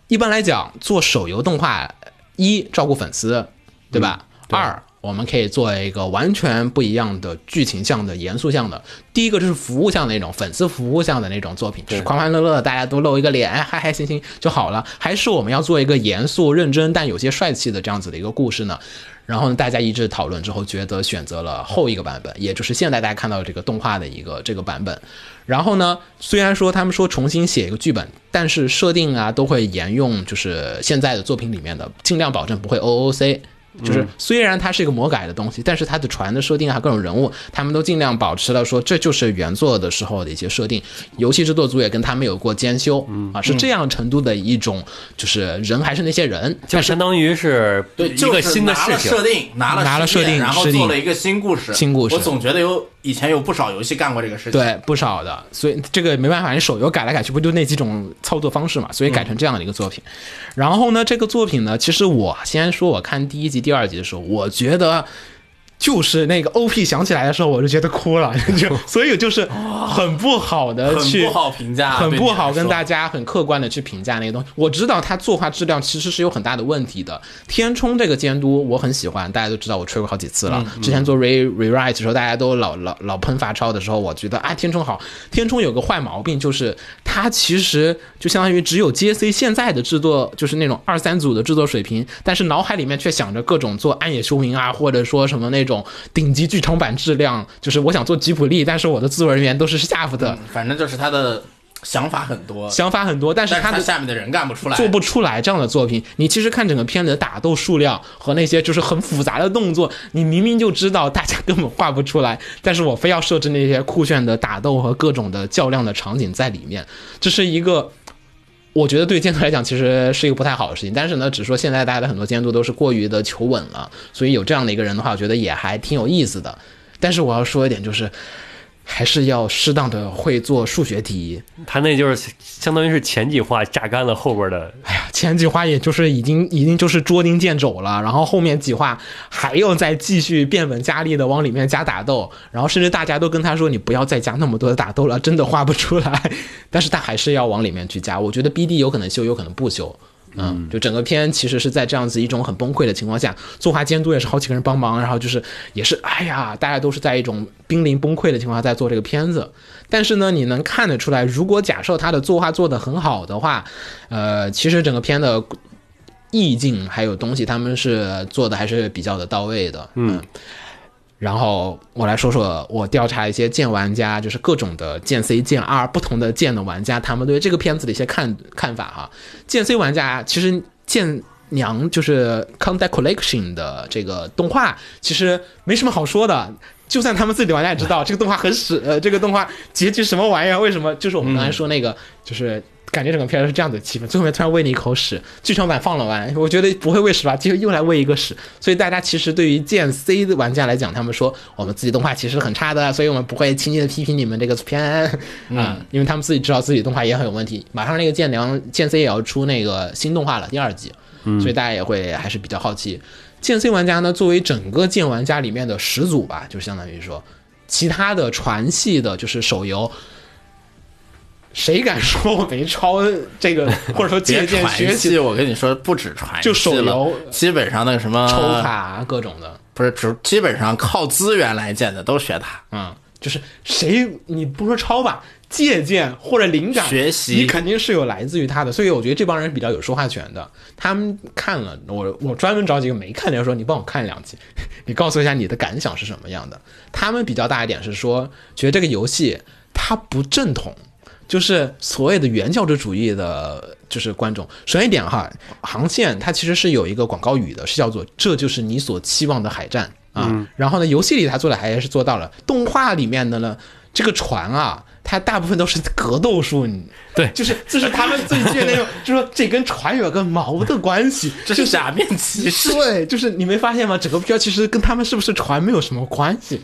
S7: 一般来讲做手游动画，一照顾粉丝，对吧？二我们可以做一个完全不一样的剧情向的、严肃向的。第一个就是服务向的那种，粉丝服务向的那种作品，就是快快乐乐，大家都露一个脸，哎，嗨嗨心心就好了。还是我们要做一个严肃、认真但有些帅气的这样子的一个故事呢？然后呢，大家一致讨论之后，觉得选择了后一个版本，也就是现在大家看到的这个动画的一个这个版本。然后呢，虽然说他们说重新写一个剧本，但是设定啊都会沿用就是现在的作品里面的，尽量保证不会 OOC。就是虽然它是一个魔改的东西，但是它的船的设定啊，各种人物，他们都尽量保持了说这就是原作的时候的一些设定。游戏制作组也跟他们有过兼修，啊，是这样程度的一种，就是人还是那些人，
S2: 就相当于是
S6: 对，
S2: 一
S6: 就
S2: 个
S6: 是
S2: 新的
S6: 拿
S2: 事
S6: 了
S2: 情，
S6: 设定，拿了
S7: 拿了
S6: 事件
S7: 设定
S6: 然后
S7: 设定
S6: 做了一个新故事。
S7: 新故事
S6: 我总觉得有以前有不少游戏干过这个事情。，
S7: 对，不少的，所以这个没办法，你手游改来改去，不就那几种操作方式嘛？所以改
S6: 嗯
S7: 成这样的一个作品。然后呢，这个作品呢，其实我先说，我看第一集、第二集的时候，我觉得就是那个 OP 响起来的时候，我就觉得哭了， 就所以就是很不好的
S6: 很
S7: 去
S6: 不好评价，
S7: 很
S6: 对
S7: 不
S6: 你来
S7: 好跟
S6: 说
S7: 大家很客观的去评价那个东西。我知道它作画质量其实是有很大的问题的。天冲这个监督我很喜欢，大家都知道我吹过好几次了。之前做 re rewrite 的时候，大家都老老老喷发超的时候，我觉得啊，天冲好。天冲有个坏毛病就是它其实就相当于只有 JC 现在的制作就是那种二三组的制作水平，但是脑海里面却想着各种做暗夜修明啊，或者说什么那种顶级剧场版质量，就是我想做吉普力，但是我的制作人员都是 staff 的。
S6: 反正就是他的想法很多，
S7: 想法很多，但是
S6: 但是
S7: 他
S6: 他
S7: 的
S6: 下面的人干不出来，
S7: 做不出来这样的作品。你其实看整个片子的打斗数量和那些就是很复杂的动作，你明明就知道大家根本画不出来，但是我非要设置那些酷炫的打斗和各种的较量的场景在里面，这是一个。我觉得对监督来讲，其实是一个不太好的事情。但是呢，只是说现在大家的很多监督都是过于的求稳了，所以有这样的一个人的话，我觉得也还挺有意思的。但是我要说一点，就是还是要适当的会做数学题，
S2: 他那就是相当于是前几话榨干了后边的，
S7: 前几话也就是已经已经就是捉襟见肘了，然后后面几话还要再继续变本加厉的往里面加打斗，然后甚至大家都跟他说你不要再加那么多的打斗了，真的画不出来，但是他还是要往里面去加。我觉得 BD 有可能修，有可能不修。嗯，就整个片其实是在这样子一种很崩溃的情况下，作画监督也是好几个人帮忙，然后就是也是哎呀，大家都是在一种濒临崩溃的情况下在做这个片子。但是呢，你能看得出来，如果假设他的作画做得很好的话，呃，其实整个片的意境还有东西，他们是做的还是比较的到位的。嗯，然后我来说说，我调查一些剑玩家，就是各种的剑 C、剑 R 不同的剑的玩家，他们对这个片子的一些看看法哈、剑 C 玩家其实剑娘就是《Contact Collection》的这个动画，其实没什么好说的。就算他们自己玩家也知道，这个动画很屎，呃，这个动画结局什么玩意儿？为什么？就是我们刚才说那个，就是感觉整个片儿是这样的气氛，最后面突然喂你一口屎，剧场版放了完，哎我觉得不会喂屎吧，结果又来喂一个屎，所以大家其实对于剑 C 的玩家来讲，他们说我们自己动画其实很差的，所以我们不会轻易的批评你们这个片啊、因为他们自己知道自己动画也很有问题。马上那个剑良剑 C 也要出那个新动画了，第二季，所以大家也会还是比较好奇。剑 C 玩家呢，作为整个剑玩家里面的始祖吧，就相当于说，其他的传系的，就是手游，谁敢说我没抄这
S3: 啊
S7: 个，嗯或者说借
S6: 别
S7: 鉴
S6: 传
S7: 学习
S6: 戏，我跟你说，不止传戏
S7: 就手游
S6: 了基本上那个什么
S7: 抽卡啊各种的？
S6: 不是，只基本上靠资源来建的都学他。
S7: 嗯，就是谁你不说抄吧，借鉴或者灵感
S6: 学习
S7: 你肯定是有来自于他的，所以我觉得这帮人比较有说话权的。他们看了我，我专门找几个没看的人说，你帮我看两集， 你告诉我一下你的感想是什么样的。他们比较大一点是说，觉得这个游戏它不正统。就是所谓的原教旨主义的，就是观众。首先一点哈，航线它其实是有一个广告语的，是叫做“这就是你所期望的海战”啊。然后呢，游戏里它做的还是做到了，动画里面的呢，这个船啊，它大部分都是格斗术，你
S2: 对
S7: 就是就是他们最倔那种，就说这跟船有个毛的关系，
S6: 这是假面骑士，
S7: 对，就是你没发现吗？整个片儿其实跟他们是不是船没有什么关系。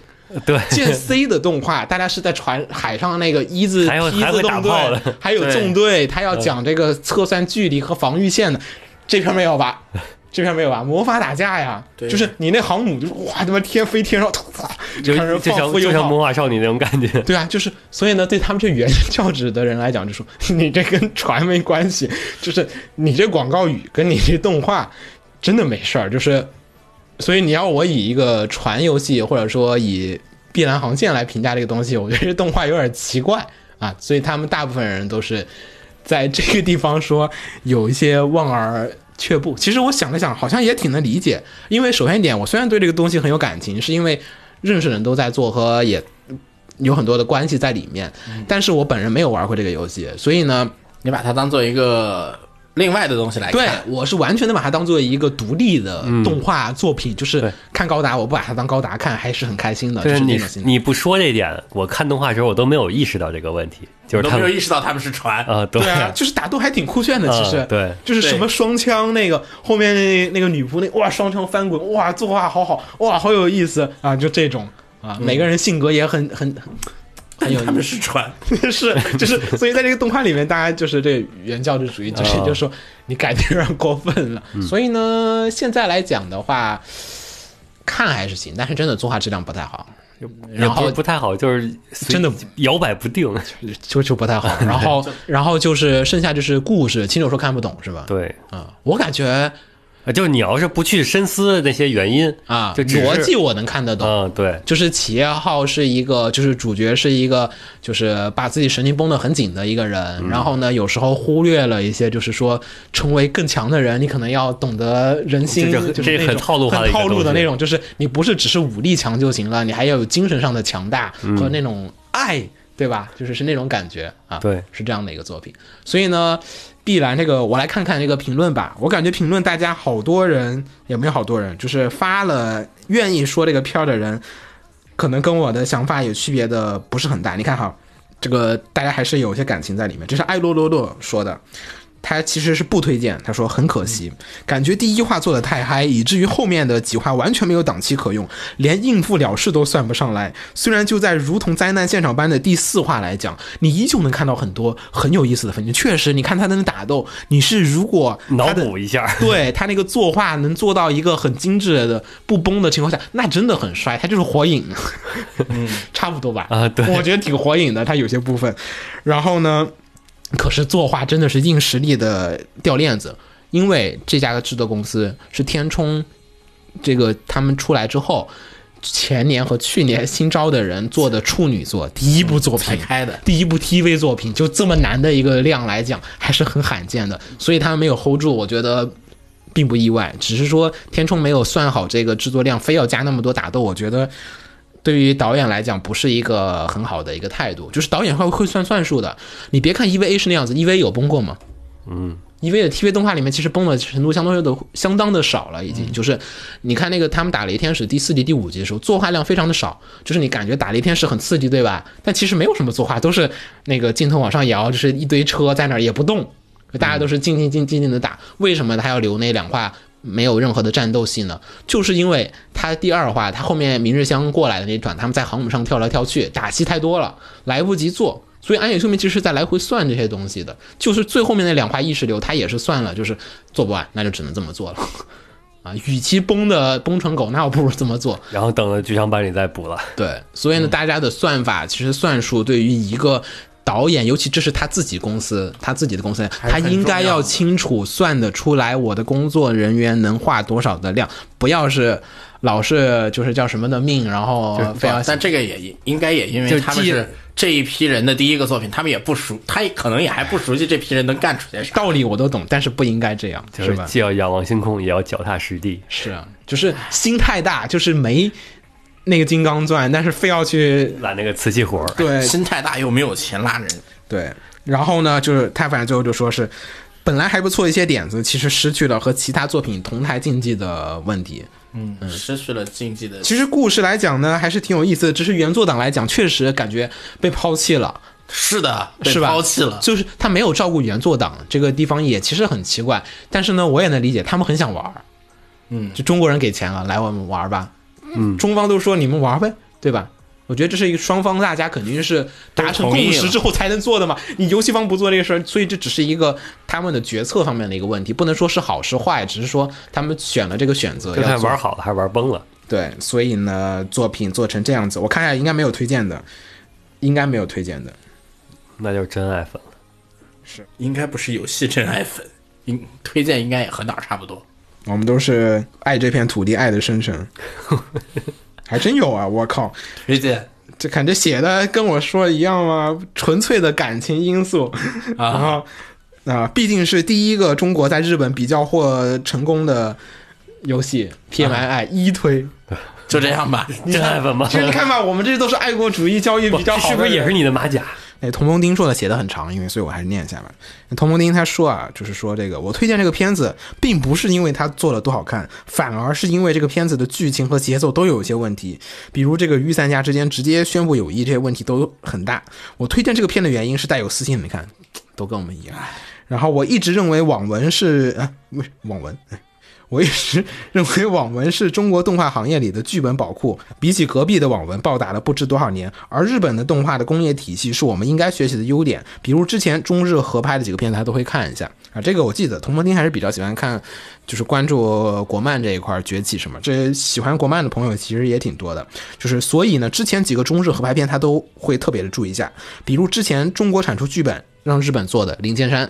S2: 对，
S7: 剑 C 的动画，大家是在船海上那个一字
S2: 还有
S7: 梯
S2: 还
S7: 字
S2: 会打
S7: 纵队
S2: 炮的，嗯
S7: 还有纵队，他要讲这个测算距离和防御线的，这篇没有吧？这篇没有吧？魔法打架呀，就是你那航母就是哇他妈天飞天上，突突
S2: 就
S7: 突开始
S2: 就
S7: 放
S2: 像
S7: 浮
S2: 就
S7: 游
S2: 像
S7: 炮
S2: 魔法少女那种感觉。
S7: 对啊，就是所以呢，对他们这原教旨的人来讲，就说 你这跟船没关系，就是你这广告语跟你这动画真的没事儿，就是所以你要我以一个船游戏或者说以《碧蓝航线》来评价这个东西，我觉得这动画有点奇怪啊，所以他们大部分人都是在这个地方说有一些望而。却步。其实我想了想，好像也挺能理解，因为首先一点，我虽然对这个东西很有感情，是因为认识人都在做和也有很多的关系在里面，但是我本人没有玩过这个游戏，所以呢，
S5: 你把它当做一个另外的东西来看。
S7: 对我是完全的把它当做一个独立的动画作品，就是
S2: 嗯对
S7: 看高达，我不把它当高达看，还是很开心的，啊就
S2: 对
S7: 是那
S2: 你
S7: 种心态。
S2: 你不说这点，我看动画的时候我都没有意识到这个问题，就是
S5: 都
S2: 他
S5: 没有
S2: 们
S5: 意识到他们是船。
S2: 啊，对
S7: 对 啊，就是打斗还挺酷炫的，其实、
S6: 嗯
S2: 啊对
S7: 就是什么双枪那个后面那那个女仆那哇双枪翻滚哇作画好好哇好有意思啊，就这种啊，每个人性格也很很很有
S6: 嗯 他
S7: 意思
S6: 们是船，
S7: 是，就是，所以在这个动画里面，大家就是这原教旨主义，就是
S6: 嗯
S2: 啊
S7: 就说你感觉有点过分了。所以呢，现在来讲的话，看还是行，但是真的作画质量不太好，
S2: 也
S7: 然
S2: 不
S7: 后
S2: 是不太好，就是随
S7: 真的
S2: 摇摆不定。
S7: 就就不 太好。然后，然后就是剩下就是故事，亲手说看不懂是吧？
S2: 对，
S7: 啊，我感觉
S2: 啊就是你要是不去深思那些原因
S7: 啊，
S2: 就只是
S7: 逻辑我能看得懂，
S2: 嗯，对，
S7: 就是企业号是一个，就是主角是一个，就是把自己神经绷得很紧的一个人。
S2: 嗯
S7: 然后呢，有时候忽略了一些，就是说成为更强的人，你可能要懂得人心，
S2: 这这
S7: 就是
S2: 这
S7: 那
S2: 很
S7: 种
S2: 套路化的
S7: 很
S2: 一个
S7: 套路的
S2: 东西
S7: 那种，就是你不是只是武力强就行了，你还要有精神上的强大
S2: 嗯
S7: 和那种爱，对吧？就是是那种感觉啊，
S2: 对，
S7: 是这样的一个作品。所以呢，碧蓝这个，我来看看这个评论吧。我感觉评论大家好多人，也没有好多人，就是发了愿意说这个片儿的人，可能跟我的想法有区别的不是很大。你看哈，这个大家还是有一些感情在里面。这是艾罗罗洛说的，他其实是不推荐，他说很可惜，
S5: 嗯
S7: 感觉第一话做的太嗨，以至于后面的几话完全没有档期可用，连应付了事都算不上来。虽然就在如同灾难现场般的第四话来讲，你依旧能看到很多很有意思的分镜。确实，你看他的那打斗，你是如果
S2: 脑
S7: 他的
S2: 补一 下，
S7: 对他那个作画能做到一个很精致的不崩的情况下，那真的很帅，他就是火影， 差不多吧？
S2: 嗯啊对
S7: 我觉得挺火影的，他有些部分。然后呢，可是作画真的是硬实力的掉链子，因为这家制作公司是天冲，这个他们出来之后。前年和去年新招的人做的处女作，第一部作品
S5: 开的
S7: 第一部 TV 作品，就这么难的一个量来讲，还是很罕见的，所以他没有 hold 住，我觉得并不意外，只是说天冲没有算好这个制作量，非要加那么多打斗，我觉得对于导演来讲不是一个很好的一个态度，就是导演会会算算数的，你别看 EVA 是那样子，EVA 有崩过吗？嗯。EVA 的 TV 动画里面其实崩的程度相当的相当的少了，已经、就是，你看那个他们打雷天使第四集、第五集的时候，作画量非常的少，就是你感觉打雷天使很刺激，对吧？但其实没有什么作画，都是那个镜头往上摇，就是一堆车在那儿也不动，大家都是静静静静静的打。为什么他要留那两话没有任何的战斗戏呢？就是因为他第二话，他后面明日香过来的那一段，他们在航母上跳来跳去，打戏太多了，来不及做。所以安野秀明其实是在来回算这些东西的，就是最后面那两话意识流，他也是算了，就是做不完，那就只能这么做了。 啊，与其崩的崩成狗，那我不如这么做。
S2: 然后等了剧场版里再补了。
S7: 对，所以呢，大家的算法其实算术对于一个导演，尤其这是他自己公司，他自己的公司，他应该要清楚算得出来，我的工作人员能画多少的量，不要是老是就是叫什么的命，然后非要
S5: 啊但这个也应该也因为
S2: 就
S5: 他们
S2: 记
S5: 是这一批人的第一个作品，他们也不熟，他也可能也还不熟悉这批人能干出些啥。
S7: 道理我都懂，但是不应该这样，
S2: 就是是
S7: 吧？
S2: 既要仰望星空，也要脚踏实地。
S7: 是啊，就是心太大，就是没那个金刚钻，但是非要去
S2: 揽那个瓷器活儿，
S7: 对
S5: 心太大又没有钱拉人，
S7: 对，然后呢，就是他反正最后就说是，本来还不错一些点子，其实失去了和其他作品同台竞技的问题。
S5: 失去了竞技的。
S7: 其实故事来讲呢，还是挺有意思的，只是原作党来讲，确实感觉被抛弃了。
S5: 是的，被
S7: 是吧？
S5: 抛弃了。
S7: 就是他没有照顾原作党这个地方，也其实很奇怪。但是呢，我也能理解，他们很想玩，嗯，就中国人给钱了，来我们玩吧，嗯，中方都说你们玩呗，对吧？我觉得这是一个双方大家肯定是达成
S5: 同意
S7: 共
S5: 了
S7: 识之后才能做的嘛。你游戏方不做这个事儿，所以这只是一个他们的决策方面的一个问题，不能说是好是坏，只是说他们选了这个选择
S2: 就
S7: 要
S2: 看
S7: 做
S2: 玩好了还是玩崩了。
S7: 对，所以呢，作品做成这样子，我看一下应该没有推荐的，应该没有推荐的。
S2: 那就是真爱粉了。
S5: 应该不是游戏真爱粉，应推荐应该也和哪儿差不多。
S7: 我们都是爱这片土地，爱的深 沉。还真有啊！我靠，
S5: 推荐
S7: 这看这写的跟我说一样吗？纯粹的感情因素，然
S5: 啊，
S7: 后啊、毕竟是第一个中国在日本比较获成功的游戏
S2: 啊
S7: PMI 一推。
S5: 就这样吧。
S2: 真爱粉吗？
S7: 其实你看吧，我们这都是爱国主义教育比较好的人，
S2: 是不是也是你的马甲？
S7: 哎，童蒙丁说的写的很长，因为所以我还是念一下吧。童蒙丁他说啊，就是说这个我推荐这个片子，并不是因为它做的多好看，反而是因为这个片子的剧情和节奏都有一些问题，比如这个御三家之间直接宣布友谊这些问题都很大。我推荐这个片的原因是带有私心，你看，都跟我们一样。然后我一直认为网文是啊，不是网文，哎我一直认为网文是中国动画行业里的剧本宝库，比起隔壁的网文暴打了不知多少年，而日本的动画的工业体系是我们应该学习的优点。比如之前中日合拍的几个片子，他都会看一下啊。这个我记得，童梦丁还是比较喜欢看，就是关注国漫这一块儿崛起什么。这喜欢国漫的朋友其实也挺多的，就是所以呢，之前几个中日合拍片他都会特别的注意一下，比如之前中国产出剧本让日本做的《零剑山》，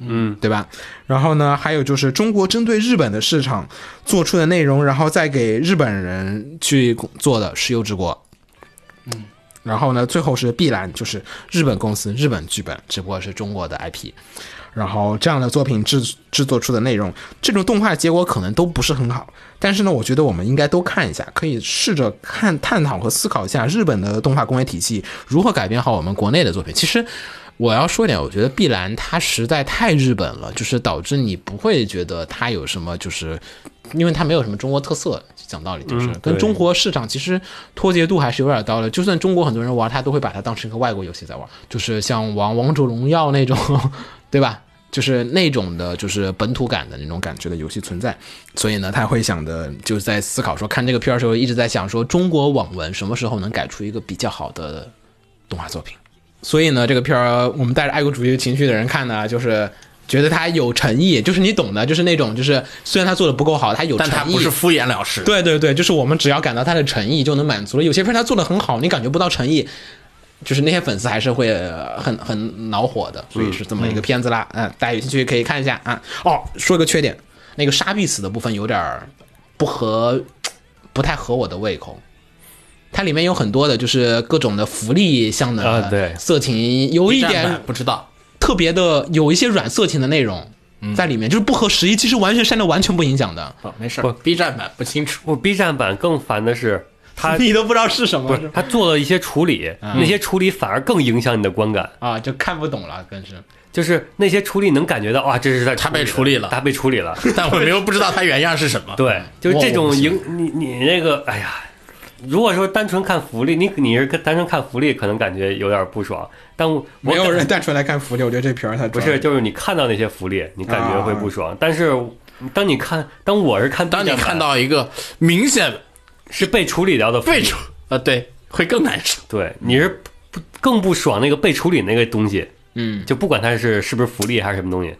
S7: 嗯，对吧？然后呢，还有就是中国针对日本的市场做出的内容，然后再给日本人去做的《石油之国》。嗯，然后呢，最后是必然就是日本公司日本剧本，只不过是中国的 IP。然后这样的作品制制作出的内容，这种动画结果可能都不是很好。但是呢，我觉得我们应该都看一下，可以试着看探讨和思考一下日本的动画工业体系如何改变好我们国内的作品。其实我要说一点，我觉得碧蓝它实在太日本了，就是导致你不会觉得它有什么，就是因为它没有什么中国特色。讲道理就是
S2: 嗯
S7: 跟
S2: 对
S7: 中国市场其实脱节度还是有点高的，就算中国很多人玩，他都会把它当成一个外国游戏在玩，就是像玩王者荣耀那种， 对吧？就是那种的，就是本土感的那种感觉的游戏存在，所以呢，他会想的就是在思考说，看这个片儿的时候一直在想说，中国网文什么时候能改出一个比较好的动画作品。所以呢，这个片儿我们带着爱国主义情绪的人看呢，就是觉得它有诚意，就是你懂的，就是那种就是虽然他做的不够好，他有诚
S5: 但
S7: 意，
S5: 他不是敷衍了事，
S7: 对对对，就是我们只要感到他的诚意就能满足了。有些片儿他做的很好，你感觉不到诚意，就是那些粉丝还是会呃很很恼火的。所以是这么一个片子啦，嗯，大家有兴趣可以看一下啊。哦，说一个缺点，那个杀必死的部分有点儿不合，不太合我的胃口。它里面有很多的，就是各种的福利向的、
S5: 呃
S2: 啊对
S7: 色情，有一
S5: 站
S7: 点
S5: 板不知道。
S7: 特别的有一些软色情的内容在里面，就是不合时宜，其实完全删的完全不影响的。
S5: 哦，没事
S2: 不
S5: 儿，B 站版不清楚。
S2: 我 B 站版更烦的是 他
S7: 你都不知道是嗯什么，
S2: 不是他做了一些处理，那些处理反而更影响你的观感。
S7: 啊，就看不懂了，更是。
S2: 就是那些处理能感觉到，啊哇，这是在
S5: 他被
S2: 的
S5: 处理了
S2: 他被处理了。
S5: 但我们又不知道它原样是什么。
S2: 对，就是
S7: 哇
S2: 这
S7: 嗯我
S2: 种
S7: 不
S2: 影，你你那个，哎呀，如果说单纯看福利，你你是单纯看福利，可能感觉有点不爽，但我我
S7: 没有
S2: 感
S7: 人带出来看福利，我觉得这片儿它
S2: 不
S7: 主要
S2: 是，就是你看到那些福利，你感
S7: 啊
S2: 觉会不爽，但是当你看，当我是看 B
S5: 当
S2: 站
S5: 你
S2: 版，
S5: 看到一个明显
S2: 是被处理掉的福利
S5: 被处，呃，对，会更难受。
S7: 嗯
S2: 对，你是不更不爽那个被处理那个东西，
S7: 嗯
S2: 就不管它是是不是福利还是什么东西，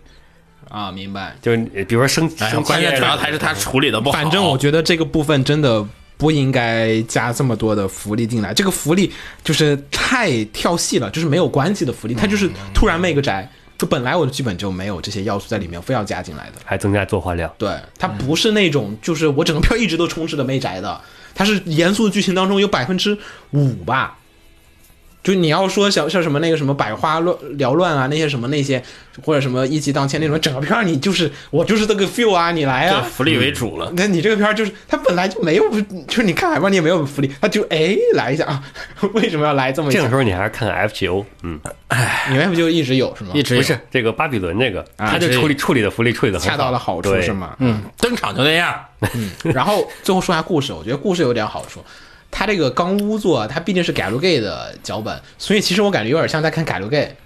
S7: 啊，明白。
S2: 就是你比如说生
S5: 哎呀，
S2: 生
S5: 关键主要还是他处理的不好。
S7: 反正我觉得这个部分真的不应该加这么多的福利进来，这个福利就是太跳戏了，就是没有关系的福利，它就是突然卖个宅，就本来我的剧本就没有这些要素在里面，非要加进来的。
S2: 还增加作画量。
S7: 对，它不是那种就是我整个票一直都充斥着媚宅的，它是严肃剧情当中有百分之五吧。就你要说像像什么那个什么百花乱缭乱啊，那些什么那些或者什么一骑当千那种，整个片儿你就是我就是这个 feel 啊，你来
S5: 对
S7: 啊，
S5: 福利为主了。
S7: 那你这个片儿就是它本来就没有，就是你看海报你也没有福利，它就 哎来一下 啊，为什么要来这么一
S2: 这种
S7: 下？
S2: 时候你还是看 FGO，嗯，
S7: 啊你们就一直有是吗？
S5: 一直有
S2: 不是这个巴比伦这个，
S7: 啊
S2: 他就处理处理的福利处理的
S7: 恰到了好处是？吗？嗯。
S5: 嗯，登场就那样，
S7: 然后最后说一下故事，我觉得故事有点好说。他这个钢屋作，它毕竟是改路 gay 的脚本，所以其实我感觉有点像在看改路 gay，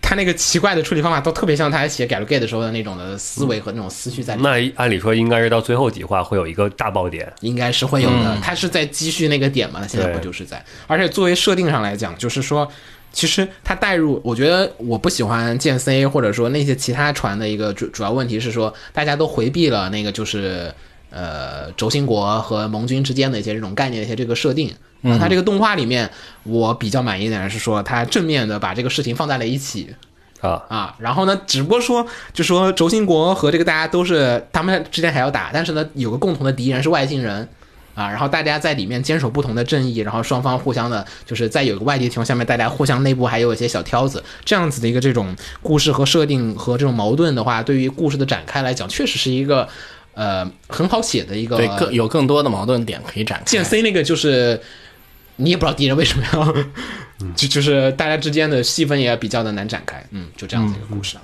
S7: 他那个奇怪的处理方法都特别像他写《改路 gay》的时候的那种的思维和那种思绪在里面，
S2: 那按理说应该是到最后几话会有一个大爆点，
S7: 应该是会有的。他是在积蓄那个点嘛，那现在不
S2: 对
S7: 就是在？而且作为设定上来讲，就是说，其实他带入，我觉得我不喜欢剑 C 或者说那些其他船的一个主主要问题是说，大家都回避了那个就是呃轴心国和盟军之间的一些这种概念的一些这个设定。那他这个动画里面，我比较满意的是说，他正面的把这个事情放在了一起，
S2: 啊，
S7: 啊，然后呢，只不过说就说轴心国和这个大家都是他们之间还要打，但是呢，有个共同的敌人是外星人。啊，然后大家在里面坚守不同的正义，然后双方互相的，就是在有个外界情况下面，大家互相内部还有一些小挑子，这样子的一个这种故事和设定和这种矛盾的话，对于故事的展开来讲，确实是一个呃很好写的一个
S5: 对，更有更多的矛盾点可以展开。
S7: 剑 C 那个就是你也不知道敌人为什么
S2: 嗯
S7: 要，就就是大家之间的戏份也比较的难展开，嗯，就这样子一个故事、啊。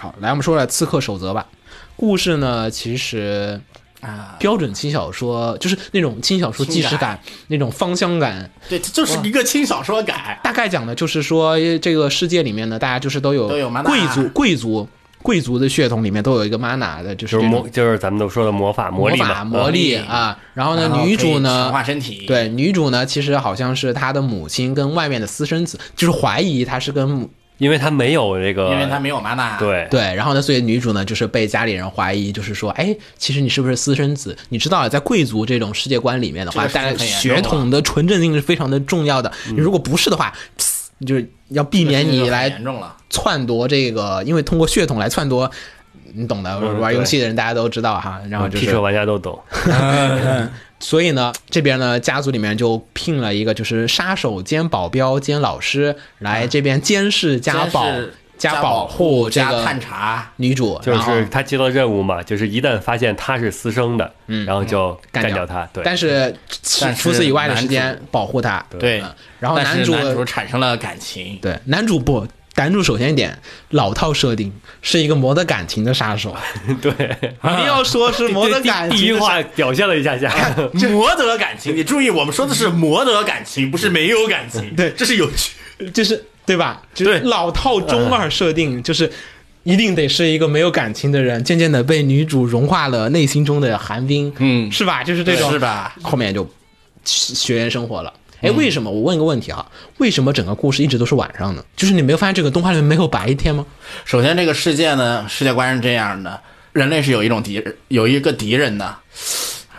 S7: 好，来我们说了《刺客守则》吧。故事呢，其实
S5: 啊，
S7: 标准轻小说就是那种轻小说即视
S5: 轻
S7: 感、那种芳香感，
S5: 对，这就是一个轻小说改。
S7: 大概讲的就是说，这个世界里面呢，大家就是都有
S5: 都有 mana
S7: 贵族、贵族、贵族的血统里面都有一个 mana 的，就是
S2: 就
S7: 这种
S2: 是魔，就是咱们都说的魔法、魔力
S7: 魔法、
S2: 嘛，嗯
S7: 魔力啊。然后呢，女主呢
S5: 强，化身体，，
S7: 对，女主呢，其实好像是她的母亲跟外面的私生子，就是怀疑她是跟母
S2: 啊因为他没有这个，
S5: 因为他没有玛纳。，
S2: 对
S7: 对，然后呢，所以女主呢就是被家里人怀疑，就是说，哎，其实你是不是私生子？你知道，在贵族这种世界观里面的话，
S5: 这个事
S7: 大家
S5: 情很严
S7: 血
S5: 重嗯啊
S7: 统的纯正性是非常的重要的。你如果不是的话，呲你就是要避免你来
S5: 严重了。
S7: 篡夺这个，因为通过血统来篡夺。你懂的，
S2: 嗯
S7: 玩
S2: 对
S7: 游戏的人大家都知道哈，然后就是
S5: 哦
S2: 汽车玩家都懂，
S5: 呃
S7: 所以呢，这边呢，家族里面就聘了一个就是杀手兼保镖兼老师来这边监视加保、
S5: 监视
S7: 加
S5: 加
S7: 保
S5: 保护、
S7: 护这
S5: 加
S7: 个
S5: 探查，
S7: 女主，
S2: 就
S7: 然后
S2: 是他接到任务嘛，就是一旦发现他是私生的，然后就
S7: 干
S2: 嗯干
S7: 掉
S2: 掉他。对，
S7: 但是除
S5: 但是
S7: 除此以外的
S5: 男
S7: 时间保护她，
S5: 对
S7: 嗯然后
S5: 但
S7: 男
S5: 是
S7: 主
S5: 男主产生了感情，
S7: 对男主不。男主首先一点，老套设定是一个磨得感情的杀手。对，你要说是磨得
S2: 第
S7: 感
S2: 第一
S7: 情的杀，
S2: 话表现了一下下，
S5: 磨得感情。你注意，我们说的是磨得感情，不是没有感情。
S7: 对
S5: 这是有趣。
S7: 就是对嗯吧？就是
S2: 对
S7: 老套中二设定，就是一定得是一个没有感情的人，渐渐的被女主融化了内心中的寒冰，
S5: 嗯
S7: 是吧？就是这种，
S5: 是？吧？
S7: 后面就学学员生活了。哎，为什么？我问一个问题哈，为什么整个故事一直都是晚上呢？就是你没有发现这个动画里面没有白天吗？
S5: 首先，这个世界呢，世界观是这样的：人类是有一种敌人，有一个敌人的，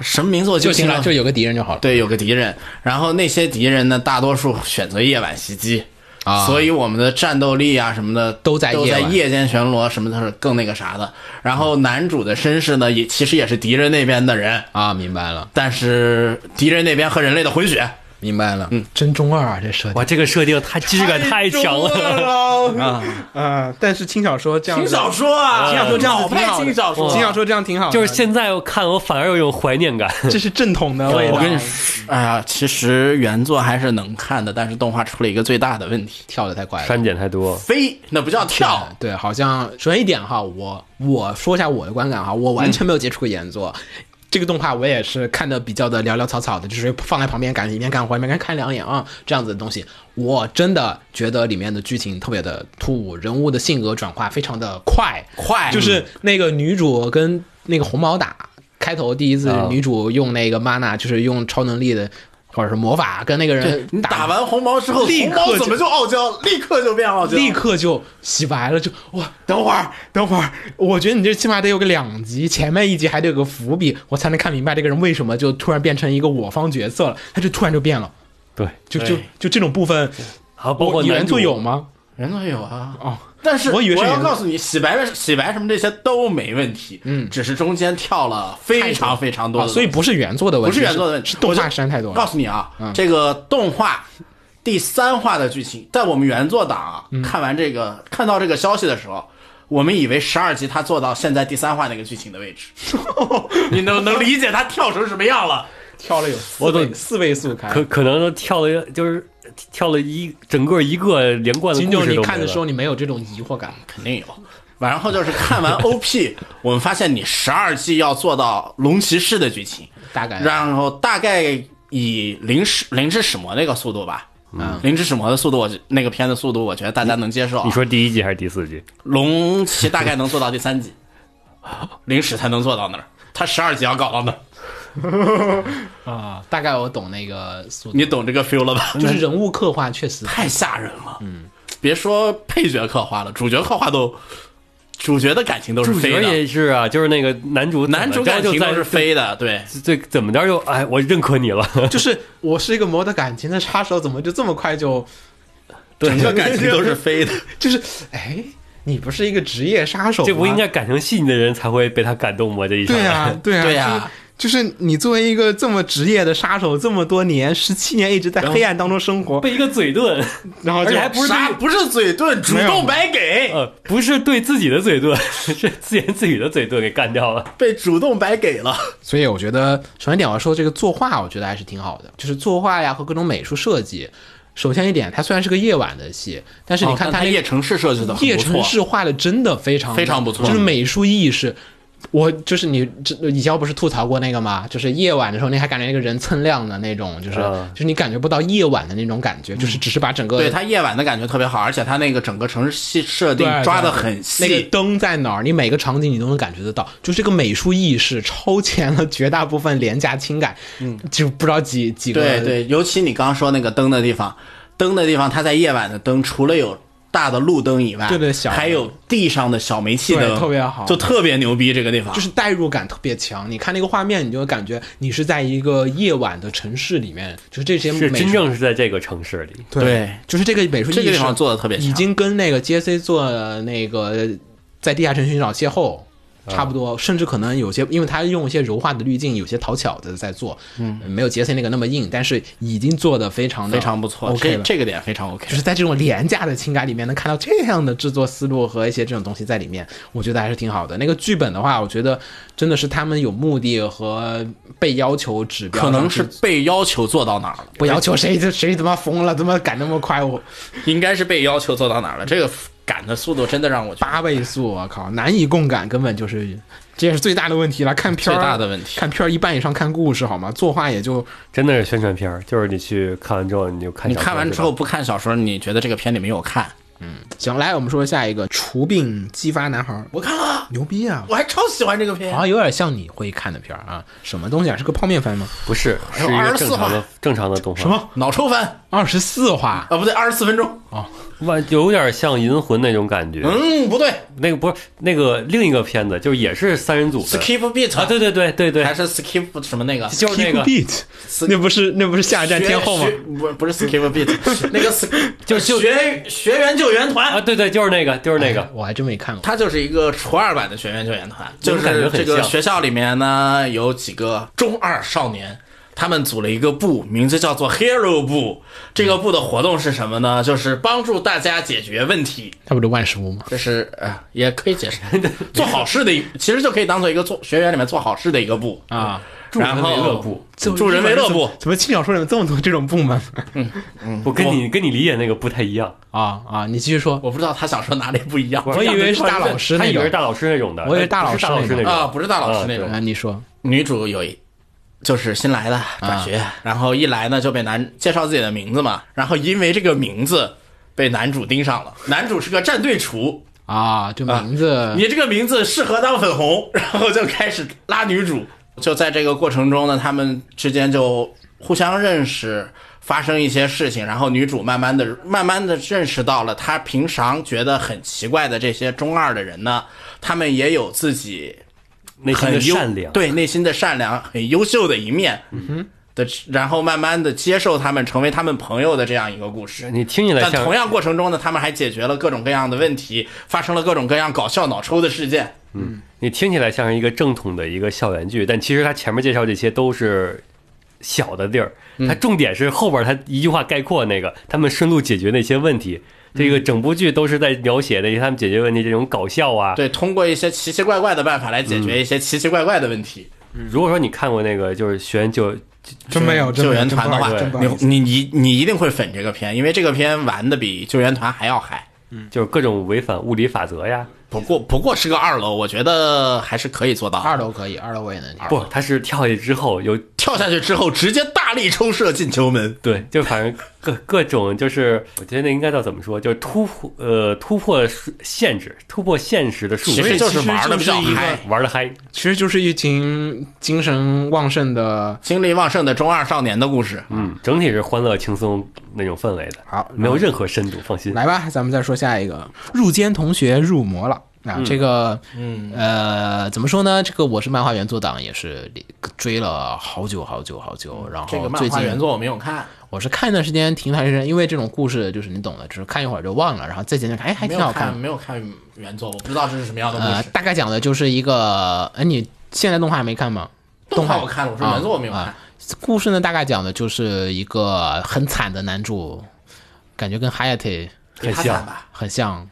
S5: 什么名字我记
S7: 就
S5: 不清
S7: 行
S5: 了
S7: 了，就有个敌人就好了。
S5: 对，有个敌人，然后那些敌人呢，大多数选择夜晚袭击，
S7: 啊
S5: 所以我们的战斗力啊什么的
S7: 都在
S5: 都
S7: 夜
S5: 在
S7: 晚
S5: 夜间巡逻，什么的是更那个啥的。然后男主的身世呢，也其实也是敌人那边的人，
S7: 啊，明白了，
S5: 但是敌人那边和人类的混血，
S7: 明白了。嗯，真中二啊，这设定
S2: 哇，这个设定它即视感太强了。
S7: 了啊啊！但是轻小说这样子，
S5: 说啊
S7: 轻小说这样子挺好的，
S5: 嗯
S7: 轻小说这样挺好的，
S2: 就是现在我看我反而有一种怀念感，
S7: 这是正统的味道。
S5: 我跟你说，哎呀，其实原作还是能看的，但是动画出了一个最大的问题，嗯啊
S7: 跳的太快了，
S2: 删减太多。
S5: 飞那不叫跳，
S7: 哎对，好像首先一点哈，我我说一下我的观感哈，我完全没有接触过原作。
S5: 嗯
S7: 这个动画我也是看的比较的寥寥草草的，就是放在旁边赶一边干活一边看两眼啊，这样子的东西，我真的觉得里面的剧情特别的突兀，人物的性格转化非常的快，
S5: 快嗯
S7: 就是那个女主跟那个红毛打，开头第一次
S5: 嗯
S2: 哦
S7: 女主用那个玛娜，就是用超能力的或者是魔法跟那个人
S5: 你
S7: 打
S5: 打完红毛之后，
S7: 立刻
S5: 红毛
S7: 就
S5: 怎么就傲娇？立刻就变傲娇，
S7: 立刻就洗白了，就哇！等会儿，啊等会儿，我觉得你这起码得有个两集，前面一集还得有个伏笔，我才能看明白这个人为什么就突然变成一个我方角色了，他就突然就变了，
S2: 对，
S7: 就就
S5: 对
S7: 就这种部分，
S2: 好，包括
S7: 我
S2: 男
S7: 原
S2: 主
S7: 作有吗？
S5: 人都有啊。
S7: 哦，
S5: 但是
S7: 我以为是
S5: 要
S7: 原
S5: 告诉你，洗白、洗白什么这些都没问题，
S7: 嗯
S5: 只是中间跳了非常非常多
S7: 啊，
S5: 的东西，
S7: 所以不是原作的问
S5: 不
S7: 题，
S5: 是原作的问
S7: 是
S5: 题，
S7: 动
S5: 我
S7: 画
S5: 就
S7: 删太多
S5: 告
S7: 了。
S5: 诉你啊
S7: 嗯，
S5: 这个动画第三话的剧情，在我们原作党啊看完这个看到这个消息的时候。我们以为十二集他做到现在第三话那个剧情的位置， 你能能理解他跳成什么样了？
S7: 跳了有
S2: 我
S7: 四
S2: 懂
S7: 位四位速开。
S2: 可可能都跳了一个，就是跳了一整个一个连贯的
S7: 金
S2: 故
S7: 九，
S2: 事
S7: 你
S2: 都
S7: 看
S2: 没
S7: 的时候
S2: 了。
S7: 你没有这种疑惑感，
S5: 肯定有。然后就是看完 OP，我们发现你十二季要做到龙骑士的剧情，
S7: 大概
S5: 然后大概以零时零至始魔那个速度吧，嗯，灵之使魔的速度，我那个片的速度，我觉得大家能接受啊。
S2: 你说第一季还是第四季？
S5: 龙骑大概能做到第三集，灵使才能做到那儿，他十二集要搞到那儿，
S13: 啊，大概我懂那个速度，
S5: 你懂这个 feel 了吧？
S7: 嗯
S13: 就是人物刻画确实
S5: 太吓人了，嗯，别说配角刻画了，主角刻画都，主角的感情都是
S2: 主
S5: 飞
S2: 角
S5: 的，
S2: 也是啊，就是那个男主怎么
S5: 男主
S2: 着
S5: 感
S2: 就
S5: 情
S2: 在
S5: 都是飞的，对，
S2: 这怎么着就哎，我认可你了，
S13: 就是我是一个磨得感情的杀手，怎么就这么快就
S5: 整个感情都是飞的，
S13: 就是哎，你不是一个职业杀手吗，
S2: 这不应该感情细腻的人才会被他感动吗？这一场
S3: 对呀，对呀，
S5: 啊
S3: 啊
S5: 对啊呀
S3: 就是，就是你作为一个这么职业的杀手，这么多年，十七年一直在黑暗当中生活，
S2: 被一个嘴遁，
S3: 然后
S2: 而
S3: 就
S2: 且还不是
S5: 啥
S2: 对
S5: 不是嘴遁，主动白给，
S2: 呃不是对自己的嘴遁， 是自言自语的嘴遁给干掉了。
S5: 被主动白给了，
S7: 所以我觉得，首先点我要说这个作画，我觉得还是挺好的，就是作画呀和各种美术设计。首先一点，它虽然是个夜晚的戏，哦但是你看它
S5: 他
S7: 那个
S5: 哦夜城市设计的
S7: 夜城市画的真的非常
S5: 非常不错
S7: 就是美术意识。我就是你，这以前我不是吐槽过那个吗？就是夜晚的时候，你还感觉那个人锃亮的那种，就是、
S2: 嗯
S7: 就是你感觉不到夜晚的那种感觉，就是只是把整个
S5: 嗯对他夜晚的感觉特别好，而且他那个整个城市细设定
S7: 对
S5: 抓的
S7: 对
S5: 很细，
S7: 那个灯在哪儿，你每个场景你都能感觉得到，就这个美术意识超前了绝大部分廉价情感，嗯，就不知道几几个
S5: 对对，尤其你刚刚说那个灯的地方，灯的地方，它在夜晚的灯，除了有大的路灯以外，
S7: 对对小的
S5: 还有地上的小煤气
S7: 对
S5: 灯，
S7: 特别好
S5: 就特别牛逼。这个地方
S7: 就是代入感特别强。你看那个画面，你就会感觉你是在一个夜晚的城市里面，就是这些
S2: 是
S7: 美
S2: 真
S7: 术
S2: 正是在这个城市里，
S5: 对
S7: 就是这个美术意识
S5: 这个地方做的特别强
S7: 已经跟那个 JC 做那个在地下城寻找邂逅
S5: 啊
S7: 差不多，甚至可能有些，因为他用一些柔化的滤镜，有些讨巧的在做，嗯，没有 JC 那个那么硬，但是已经做的非常的
S5: 非常不错
S7: OK
S5: 这
S7: 了。
S5: 这个点非常 OK
S7: 就。是在这种廉价的情感里面，能看到这样的制作思路和一些这种东西在里面，我觉得还是挺好的。那个剧本的话，我觉得真的是他们有目的和被要求指标
S5: 可
S7: 上去，
S5: 能是被要求做到哪儿了，
S7: 不要求谁谁他妈疯了，怎么敢那么快？我
S5: 哎应该是被要求做到哪儿了。这个赶的速度真的让我觉得
S7: 八倍速，我靠，难以共感，根本就是，这也是最大的问题了。看片儿
S5: 最大的问题
S7: 看片儿一半以上看故事好吗？作画也就
S2: 真的是宣传片儿，就是你去看完之后你就看
S5: 你
S2: 小说。
S5: 看完
S2: 是吧
S5: 之后，不看小说，你觉得这个片你没有看？
S7: 行。来，我们说下一个，除病激发男孩儿，
S5: 我看了，
S7: 牛逼啊！
S5: 我还超喜欢这个片
S7: 好像有点像你会看的片儿啊，什么东西啊？是个泡面番吗？
S2: 不是是一个正常
S5: 24
S2: 的正常的动画，什么
S5: 脑抽翻
S7: 二十四话，
S5: 啊，不对，二十四分钟。
S2: 有点像银魂那种感觉。
S5: 嗯，不对
S2: 那个不是那个另一个片子，就是也是三人组的
S5: ，skip beat
S2: 啊，对对对对
S5: 还
S2: 对，
S5: 是 skip 什么那个？
S2: 就是那
S7: Kick
S2: 个
S7: Beat，那不是那不是下一站天后吗？
S5: 学？不不是 skip beat，那个 sk-
S2: 就就
S5: 学学员救援
S2: 啊，
S5: 团，
S2: 对对，就是那个就是那
S5: 哎
S2: 个，
S7: 我还真没看过。
S5: 它就是一个初二版的学员救援团，就
S2: 感
S5: 是
S2: 觉
S5: 这
S2: 很
S5: 个
S2: 像
S5: 学校里面呢有几个中二少年。他们组了一个部，名字叫做 Hero 部。这个部的活动是什么呢？就是帮助大家解决问题，
S7: 他不是万事屋吗？
S5: 这是呃，也可以解释，做好事的一，其实就可以当做一个做学员里面做好事的一个部啊。然后
S2: 助人为乐部
S5: 助人为乐部，
S7: 怎么轻小说里面这么多这种部门
S2: 我跟你跟你理解那个不太一样，
S7: 啊啊！你继续说，
S5: 我不知道他想说哪里不一样
S2: 我
S7: 以为是大老师
S2: 他
S7: 那
S2: 以为
S7: 种
S2: 是大老师那种的，
S7: 我以为大
S2: 不
S7: 老
S2: 是
S7: 师
S2: 大老
S7: 那
S2: 师
S7: 种
S2: 那
S5: 啊，不是大老师
S2: 啊
S5: 那种。
S7: 啊，你说
S5: 女主有一就是新来的转学，然后一来呢就被男介绍自己的名字嘛，然后因为这个名字被男主盯上了。男主是个战队厨，
S7: 啊，这名字
S5: 你这个名字适合当粉红，然后就开始拉女主。就在这个过程中呢，他们之间就互相认识，发生一些事情，然后女主慢慢的、慢慢的认识到了，她平常觉得很奇怪的这些中二的人呢，他们也有自己
S2: 内心
S5: 很
S2: 的
S5: 优
S2: 善良，
S5: 对内心的善良，很优秀的一面。的，然后慢慢的接受他们，成为他们朋友的这样一个故事。
S2: 你听起来
S5: 但
S2: 像
S5: 同样过程中呢，他们还解决了各种各样的问题，发生了各种各样搞笑脑抽的事件。
S2: 你听起来像是一个正统的一个校园剧，但其实他前面介绍这些都是小的地儿，
S7: 嗯
S2: 它重点是后边他一句话概括那个他们深入解决那些问题。这
S7: 嗯
S2: 个整部剧都是在描写的他们解决问题这种搞笑啊。嗯
S5: 对，通过一些奇奇怪怪的办法来解决一些奇奇怪怪的问题。
S2: 如果说你看过那个就是学员就
S3: 真没有真
S5: 救
S3: 没有
S5: 援
S3: 真
S5: 团
S3: 不
S5: 的
S3: 好
S5: 话
S3: 意思真不，好意思
S5: 你你你你一定会粉这个片，因为这个片玩的比救援团还要嗨。
S2: 就是各种违反物理法则呀，
S5: 不过不过是个二楼，我觉得还是可以做到。
S7: 嗯二楼可以，二楼我也能。
S2: 不，他是跳下去之后有
S5: 跳下去之后直接大
S14: 力抽射进球门。
S2: 对，就反正各各种就是，我觉得那应该叫怎么说，就是突破呃突破束限制，突破现实的束
S5: 其
S2: 缚
S5: 实，就是玩的比较
S3: 其实就是一个
S5: 嗨，
S2: 玩的嗨。
S3: 其实就是一群精神旺盛的。
S5: 精力旺盛的中二少年的故事。
S2: 嗯，整体是欢乐轻松那种氛围的，
S3: 好，
S2: 没有任何深度，放心。
S3: 来吧，咱们再说下一个入间同学入魔了啊！这个，
S5: 嗯，
S7: 呃，怎么说呢？这个我是漫画原作党，也是追了好久好久好久，然
S5: 嗯这
S7: 后
S5: 个漫
S7: 最
S5: 画
S7: 近
S5: 原作我没有看，
S7: 我是看一段时间停一段时间，因为这种故事就是你懂的，就是看一会儿就忘了，然后再捡捡看，哎，还
S5: 没
S7: 挺
S5: 有
S7: 好
S5: 看，没有看原作，我不知道这是什么样的故
S7: 呃，
S5: 事。
S7: 大概讲的就是一个，哎，你现在动画还没看吗？
S5: 动
S7: 画
S5: 画我看了，我说原作我没有看
S7: 啊。故事呢，大概讲的就是一个很惨的男主，感觉跟 Hayate
S5: 比他
S2: 很像
S5: 惨吧？
S7: 很像。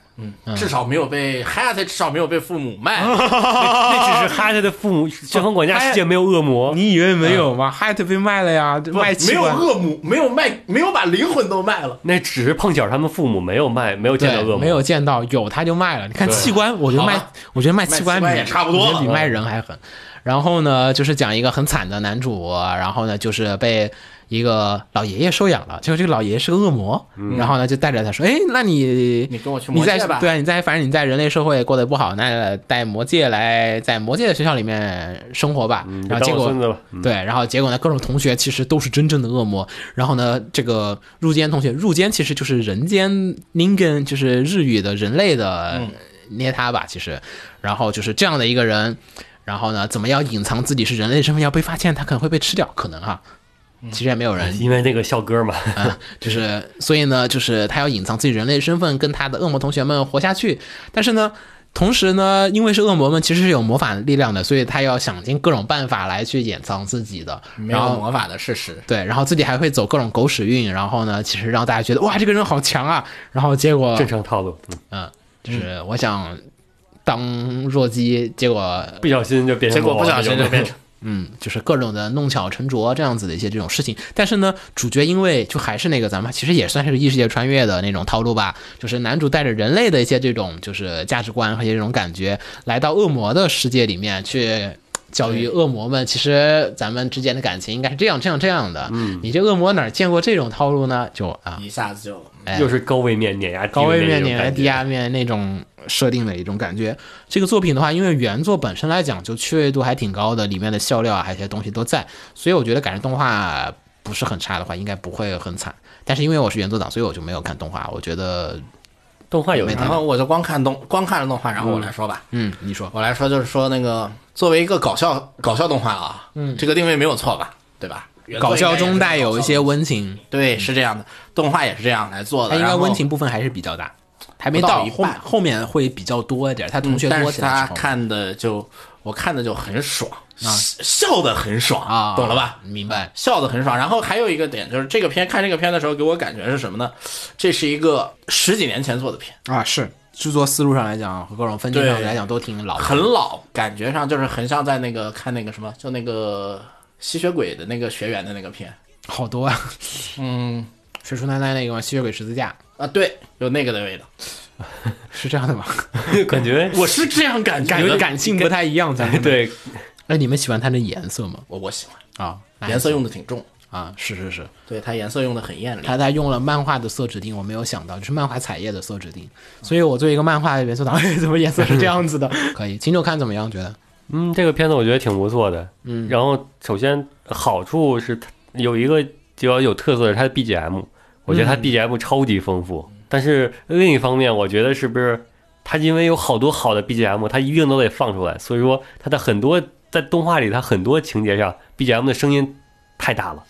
S5: 至少没有被 Hayate，至少没有被父母卖。
S2: 那只是哈特的父母拳皇管家世界没有恶魔，
S3: 你以为
S7: 嗯
S3: 没有吗？还得被卖了呀，卖器
S5: 没有
S3: 官。
S5: 恶魔，没有卖，没有把灵魂都卖了。
S2: 那只是碰巧他们父母没有卖，没有见到恶
S7: 对，
S2: 魔，
S7: 没有见到，有他就卖了。你看
S2: 对
S7: 器官，我觉得
S5: 好吧
S7: 卖，我觉得卖
S5: 卖
S7: 器官
S5: 器官
S7: 比
S5: 也差不多
S7: 我觉得比
S5: 了
S7: 卖人还狠。然后呢，就是讲一个很惨的男主，然后呢，就是被一个老爷爷收养了。结果这个老爷爷是个恶魔，然后呢，就带着他说：“哎，那你
S5: 嗯你跟我去
S7: 你
S5: 魔
S7: 在
S5: 界吧
S7: 对啊，你在反正你在人类社会过得不好，那带魔界来，在魔界的学校里面生活吧。
S2: 嗯，就
S7: 然后啊
S2: 当
S7: 结
S2: 我
S7: 果
S2: 孙子吧。
S7: 对，然后结果呢，各种同学其实都是真正的恶魔。然后呢，这个入间同学，入间其实就是人间 ningen，就是日语的人类的捏他吧，其实。然后就是这样的一个人，然后呢，怎么样隐藏自己是人类身份，要被发现，他可能会被吃掉，可能哈。其实也没有人
S2: 因为那个校歌嘛，
S7: 啊，就是所以呢，就是他要隐藏自己人类身份，跟他的恶魔同学们活下去。但是呢，同时呢，因为是恶魔们其实是有魔法力量的，所以他要想尽各种办法来去掩藏自己的。
S5: 没
S7: 然
S5: 有
S7: 后
S5: 魔法的事实，
S7: 对，然后自己还会走各种狗屎运，然后呢，其实让大家觉得哇，这个人好强啊。然后结果
S2: 正常套路，嗯
S7: 就是我想当弱鸡，结果
S2: 不小心就变
S5: 结
S2: 成
S5: 果
S2: 魔
S5: 不
S2: 王了
S5: 小心就变成。
S7: 嗯，就是各种的弄巧成拙这样子的一些这种事情。但是呢，主角因为就还是那个咱们其实也算是异世界穿越的那种套路吧，就是男主带着人类的一些这种就是价值观和一些这种感觉，来到恶魔的世界里面去。教育恶魔们，其 实咱们之间的感情应该是这样、这样、这样的。嗯，你这恶魔哪儿见过这种套路呢？就啊，
S5: 一下子就
S7: 哎
S2: 又是高位面碾压低
S7: 高位面
S2: 那种
S7: 碾压
S2: 感觉
S7: 低压面那种设定的一种感觉。这个作品的话，因为原作本身来讲就趣味度还挺高的，里面的笑料啊，还有一些东西都在，所以我觉得改成动画不是很差的话，应该不会很惨。但是因为我是原作党，所以我就没有看动画。我觉得，
S2: 动画有
S7: 没
S2: 啥
S5: 然后我就光看动光看了动画，然后我来说吧，
S7: 嗯，你说，
S5: 我来说就是说那个作为一个搞笑搞笑动画啊，嗯，这个定位没有错吧？对吧？原作
S7: 搞笑中
S5: 应该
S7: 带
S5: 也是搞笑
S7: 有一些
S5: 的
S7: 温情，
S5: 对，是这样的，动画也是这样来做
S7: 它
S5: 的。
S7: 应该
S5: 然后
S7: 温情部分还是比较大，还没
S5: 不到
S7: 到
S5: 一
S7: 后
S5: 半
S7: 后面会比较多一点，他同学
S5: 嗯但
S7: 多
S5: 是
S7: 起来
S5: 他
S7: 之后
S5: 看的就我看的就很爽，笑笑的很爽
S7: 啊，
S5: 懂了吧？
S7: 明白。
S5: 笑的很爽。然后还有一个点就是这个片看这个片的时候给我感觉是什么呢？这是一个十几年前做的片，
S7: 啊，是制作思路上来讲和各种分镜上
S5: 对
S7: 来讲都挺老的，
S5: 很老，感觉上就是很像在那个看那个什么，就那个吸血鬼的那个学员的那个片。
S7: 好多啊。
S5: 嗯
S7: 水树奈奈那个吗？吸血鬼十字架
S5: 啊，对，有那个的味道。
S7: 是这样的吗？
S2: 感觉
S5: 我是这样感觉
S7: 感
S5: 的，
S7: 感性不太一样，咱们。
S2: 对
S7: 哎，你们喜欢它的颜色吗？
S5: 我我喜欢，
S7: 啊，那还
S5: 颜色用的挺重，
S7: 啊，是是是，
S5: 对它颜色用的很艳丽。
S7: 它它用了漫画的色指定，我没有想到，就是漫画彩页的色指定，所以我作为一个漫画的元素党，哎，怎么颜色是这样子的？
S5: 嗯
S7: 可以，秦九看怎么样？觉得
S2: 嗯，这个片子我觉得挺不错的。嗯，然后首先好处是它有一个比较有特色的，它的 BGM，我觉得它 BGM 超级丰富。但是另一方面，我觉得是不是它因为有好多好的 BGM，它一定都得放出来，所以说它的很多在动画里，它很多情节上 BGM 的声音太大了。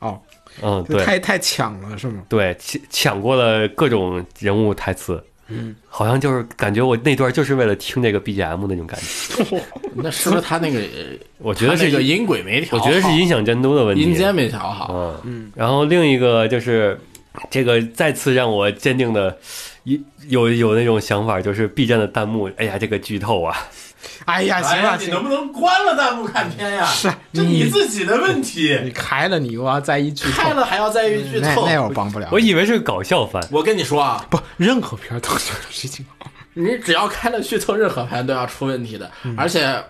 S3: 哦，
S2: 嗯，对，
S3: 太太抢了是吗？
S2: 对，抢抢过了各种人物台词，嗯，好像就是感觉我那段就是为了听这个 BGM 那种感觉。
S5: 那是不是它那个？呃
S2: 我觉得是
S5: 它那个
S2: 音，
S5: 音轨没调
S2: 我
S5: 好，
S2: 觉得是音响监督的问题。
S5: 音阶没调好。
S2: 嗯，然后另一个就是这个再次让我坚定的一有有那种想法，就是 B 站的弹幕，哎呀，这个剧透啊，
S7: 哎呀，行了，
S5: 你
S7: 行
S5: 能不能关了弹幕看片呀？啊是，这
S7: 你
S5: 你自己的问
S7: 你
S5: 题。
S7: 开了，你又要在意剧透
S5: 看，了还要在于剧
S7: 嗯那
S5: 透。
S7: 那我帮不了你。
S2: 我以为是搞笑番，
S5: 我跟你说啊，
S7: 不，任何片儿都有事情。
S5: 你只要开了剧透，任何盘都要出问题的。而且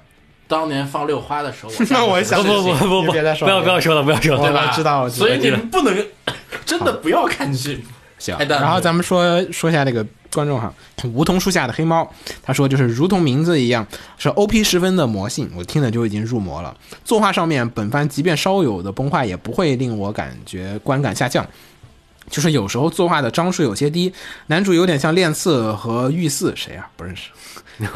S5: 当年放六花的 时候，我
S7: 嗯那我想
S2: 不不不不不，
S7: 别再说
S2: 不要不要说了，不要说
S7: 对
S2: 了。
S7: 吧我知道我知道
S5: 所以你们不能 真的不要看剧。
S7: 行，
S5: 太淡了
S7: 然后咱们说说一下这个观众哈，梧桐树下的黑猫，他说就是如同名字一样，是 O P 十分的魔性，我听了就已经入魔了。作画上面，本番即便稍有的崩坏，也不会令我感觉观感下降。就是有时候作画的张数有些低，男主有点像练次和御四，谁啊？不认识。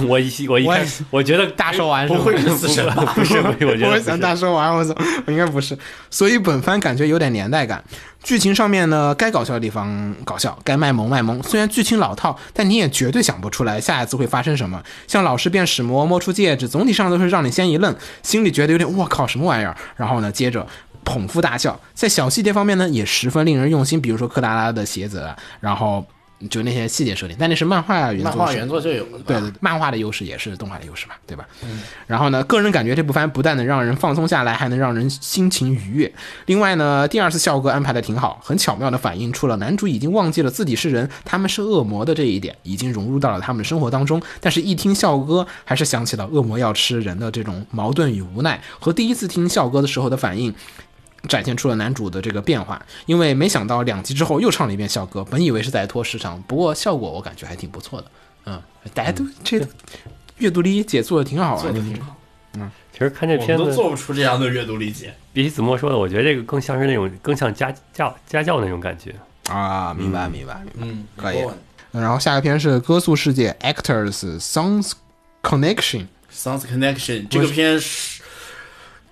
S2: 我一我一看，我觉得
S3: 大寿丸是
S5: 不会是死神 吧？
S2: 不是不 是，我 觉
S7: 我
S2: 得
S7: 也
S2: 不
S7: 想
S2: 是
S7: 大说完，我操，我应该不是。所以本番感觉有点年代感。剧情上面呢，该搞笑的地方搞笑，该卖萌卖萌。虽然剧情老套，但你也绝对想不出来下一次会发生什么。像老师变使魔摸出戒指，总体上都是让你先一愣，心里觉得有点我靠什么玩意儿。然后呢，接着捧腹大笑。在小细节方面呢，也十分令人用心，比如说克拉拉的鞋子啊，然后就那些细节设定。但那是漫画原作
S5: 漫
S7: 设定，
S5: 画原作就有了吧，
S7: 对对，对漫画的优势也是动画的优势嘛，对吧？然后呢，个人感觉这部番不但能让人放松下来，还能让人心情愉悦。另外呢，第二次校歌安排的挺好，很巧妙的反映出了男主已经忘记了自己是人，他们是恶魔的这一点，已经融入到了他们的生活当中。但是，一听校歌，还是想起了恶魔要吃人的这种矛盾与无奈，和第一次听校歌的时候的反应展现出了男主的这个变化，因为没想到两集之后又唱了一遍校歌，本以为是在拖时长，不过效果我感觉还挺不错的。嗯，大家都这
S3: 嗯
S7: 阅读理解做的挺好啊，
S2: 其实看这
S5: 我们
S2: 片
S5: 都
S2: 子，
S5: 做不出这样的阅读理解。
S2: 比起子墨说的，我觉得这个更像是那种更像家教家教那种感觉。
S7: 啊，明白明白。明白
S5: 嗯，
S7: 可以然后下一篇是《歌宿世界》Actors Songs Connection，
S5: Sounds Connection 这个片是，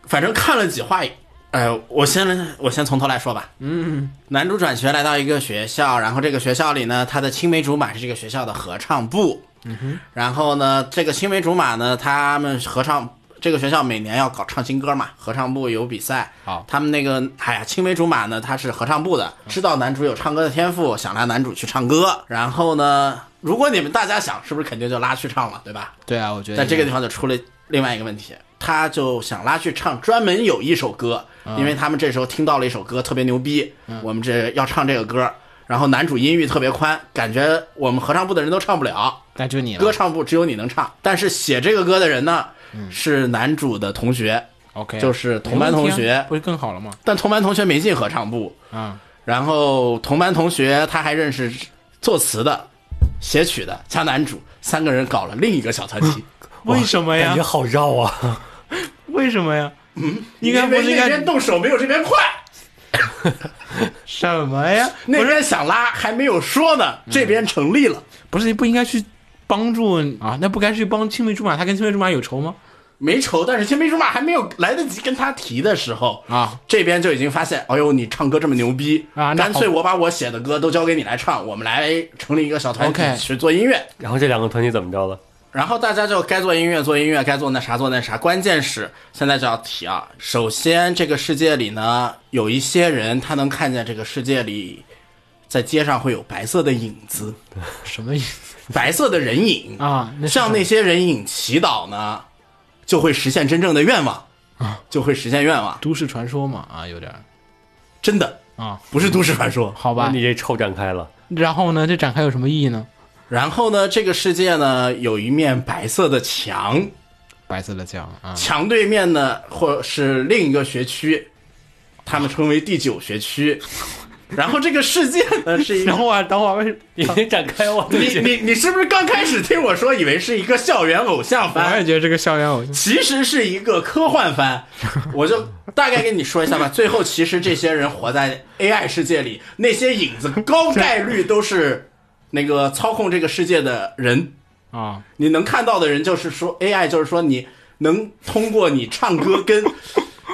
S5: 反正看了几话。哎，我先我先从头来说吧。嗯，男主转学来到一个学校，然后这个学校里呢，他的青梅竹马是这个学校的合唱部。嗯然后呢，这个青梅竹马呢，他们合唱这个学校每年要搞唱新歌嘛，合唱部有比赛。
S3: 好
S5: 他们那个哎呀，青梅竹马呢，他是合唱部的，知道男主有唱歌的天赋，想拉男主去唱歌。然后呢，如果你们大家想，是不是肯定就拉去唱了，对吧？
S3: 对啊，我觉得
S5: 在这个地方就出了另外一个问题，他就想拉去唱专门有一首歌，
S3: 嗯
S5: 因为他们这时候听到了一首歌特别牛逼，我们这要唱这个歌，然后男主音域特别宽，感觉我们合唱部的人都唱不了，
S3: 那就你了
S5: 歌唱部只有你能唱，但是写这个歌的人呢
S3: 嗯
S5: 是男主的同学，
S3: OK，
S5: 就是同班同学，
S3: 啊不是更好了吗？
S5: 但同班同学没进合唱部，
S3: 啊，
S5: 然后同班同学他还认识作词的、写曲的加男主，三个人搞了另一个小团体。
S3: 为什么
S2: 感觉？好绕啊！
S3: 为什么呀？
S5: 应
S3: 该不 是应该
S5: 动手没有这边快，
S3: 什么呀？
S5: 那边想拉还没有说呢，这边成立了，
S3: 不是不应该去帮助啊？那不该去帮青梅竹马？他跟青梅竹马有仇吗？
S5: 没仇，但是青梅竹马还没有来得及跟他提的时候
S3: 啊，
S5: 这边就已经发现，哎呦，你唱歌这么牛逼
S3: 啊那好
S5: 干脆我把我写的歌都交给你来唱，我们来成立一个小团体
S3: OK
S5: 去做音乐。
S2: 然后这两个团体怎么着了？
S5: 然后大家就该做音乐做音乐，该做那啥做那啥。关键是现在就要提啊，首先这个世界里呢，有一些人他能看见这个世界里，在街上会有白色的影子，
S3: 什么意思
S5: 白色的人影
S3: 啊？那是
S5: 向那些人影祈祷呢，就会实现真正的愿望
S3: 啊，
S5: 就会实现愿望，
S3: 都市传说嘛啊，有点儿
S5: 真的
S3: 啊，
S5: 不是都市传说。
S3: 好吧
S2: 你。这臭展开了，
S3: 然后呢，这展开有什么意义呢？
S5: 然后呢，这个世界呢有一面白色的墙，
S3: 白色的酱 啊，
S5: 墙对面呢或是另一个学区，他们称为第九学区。然后这个世界呢是一个
S3: 然后啊，等会儿为什
S2: 你这展开我
S5: 你你你是不是刚开始听我说以为是一个校园偶像
S3: 我也
S5: 番？
S3: 觉得这个校园偶像
S5: 其实是一个科幻番，我就大概跟你说一下吧。最后，其实这些人活在 AI 世界里，那些影子高概率都是那个操控这个世界的人。
S3: 啊，
S5: 你能看到的人就是说 AI，就是说你能通过你唱歌跟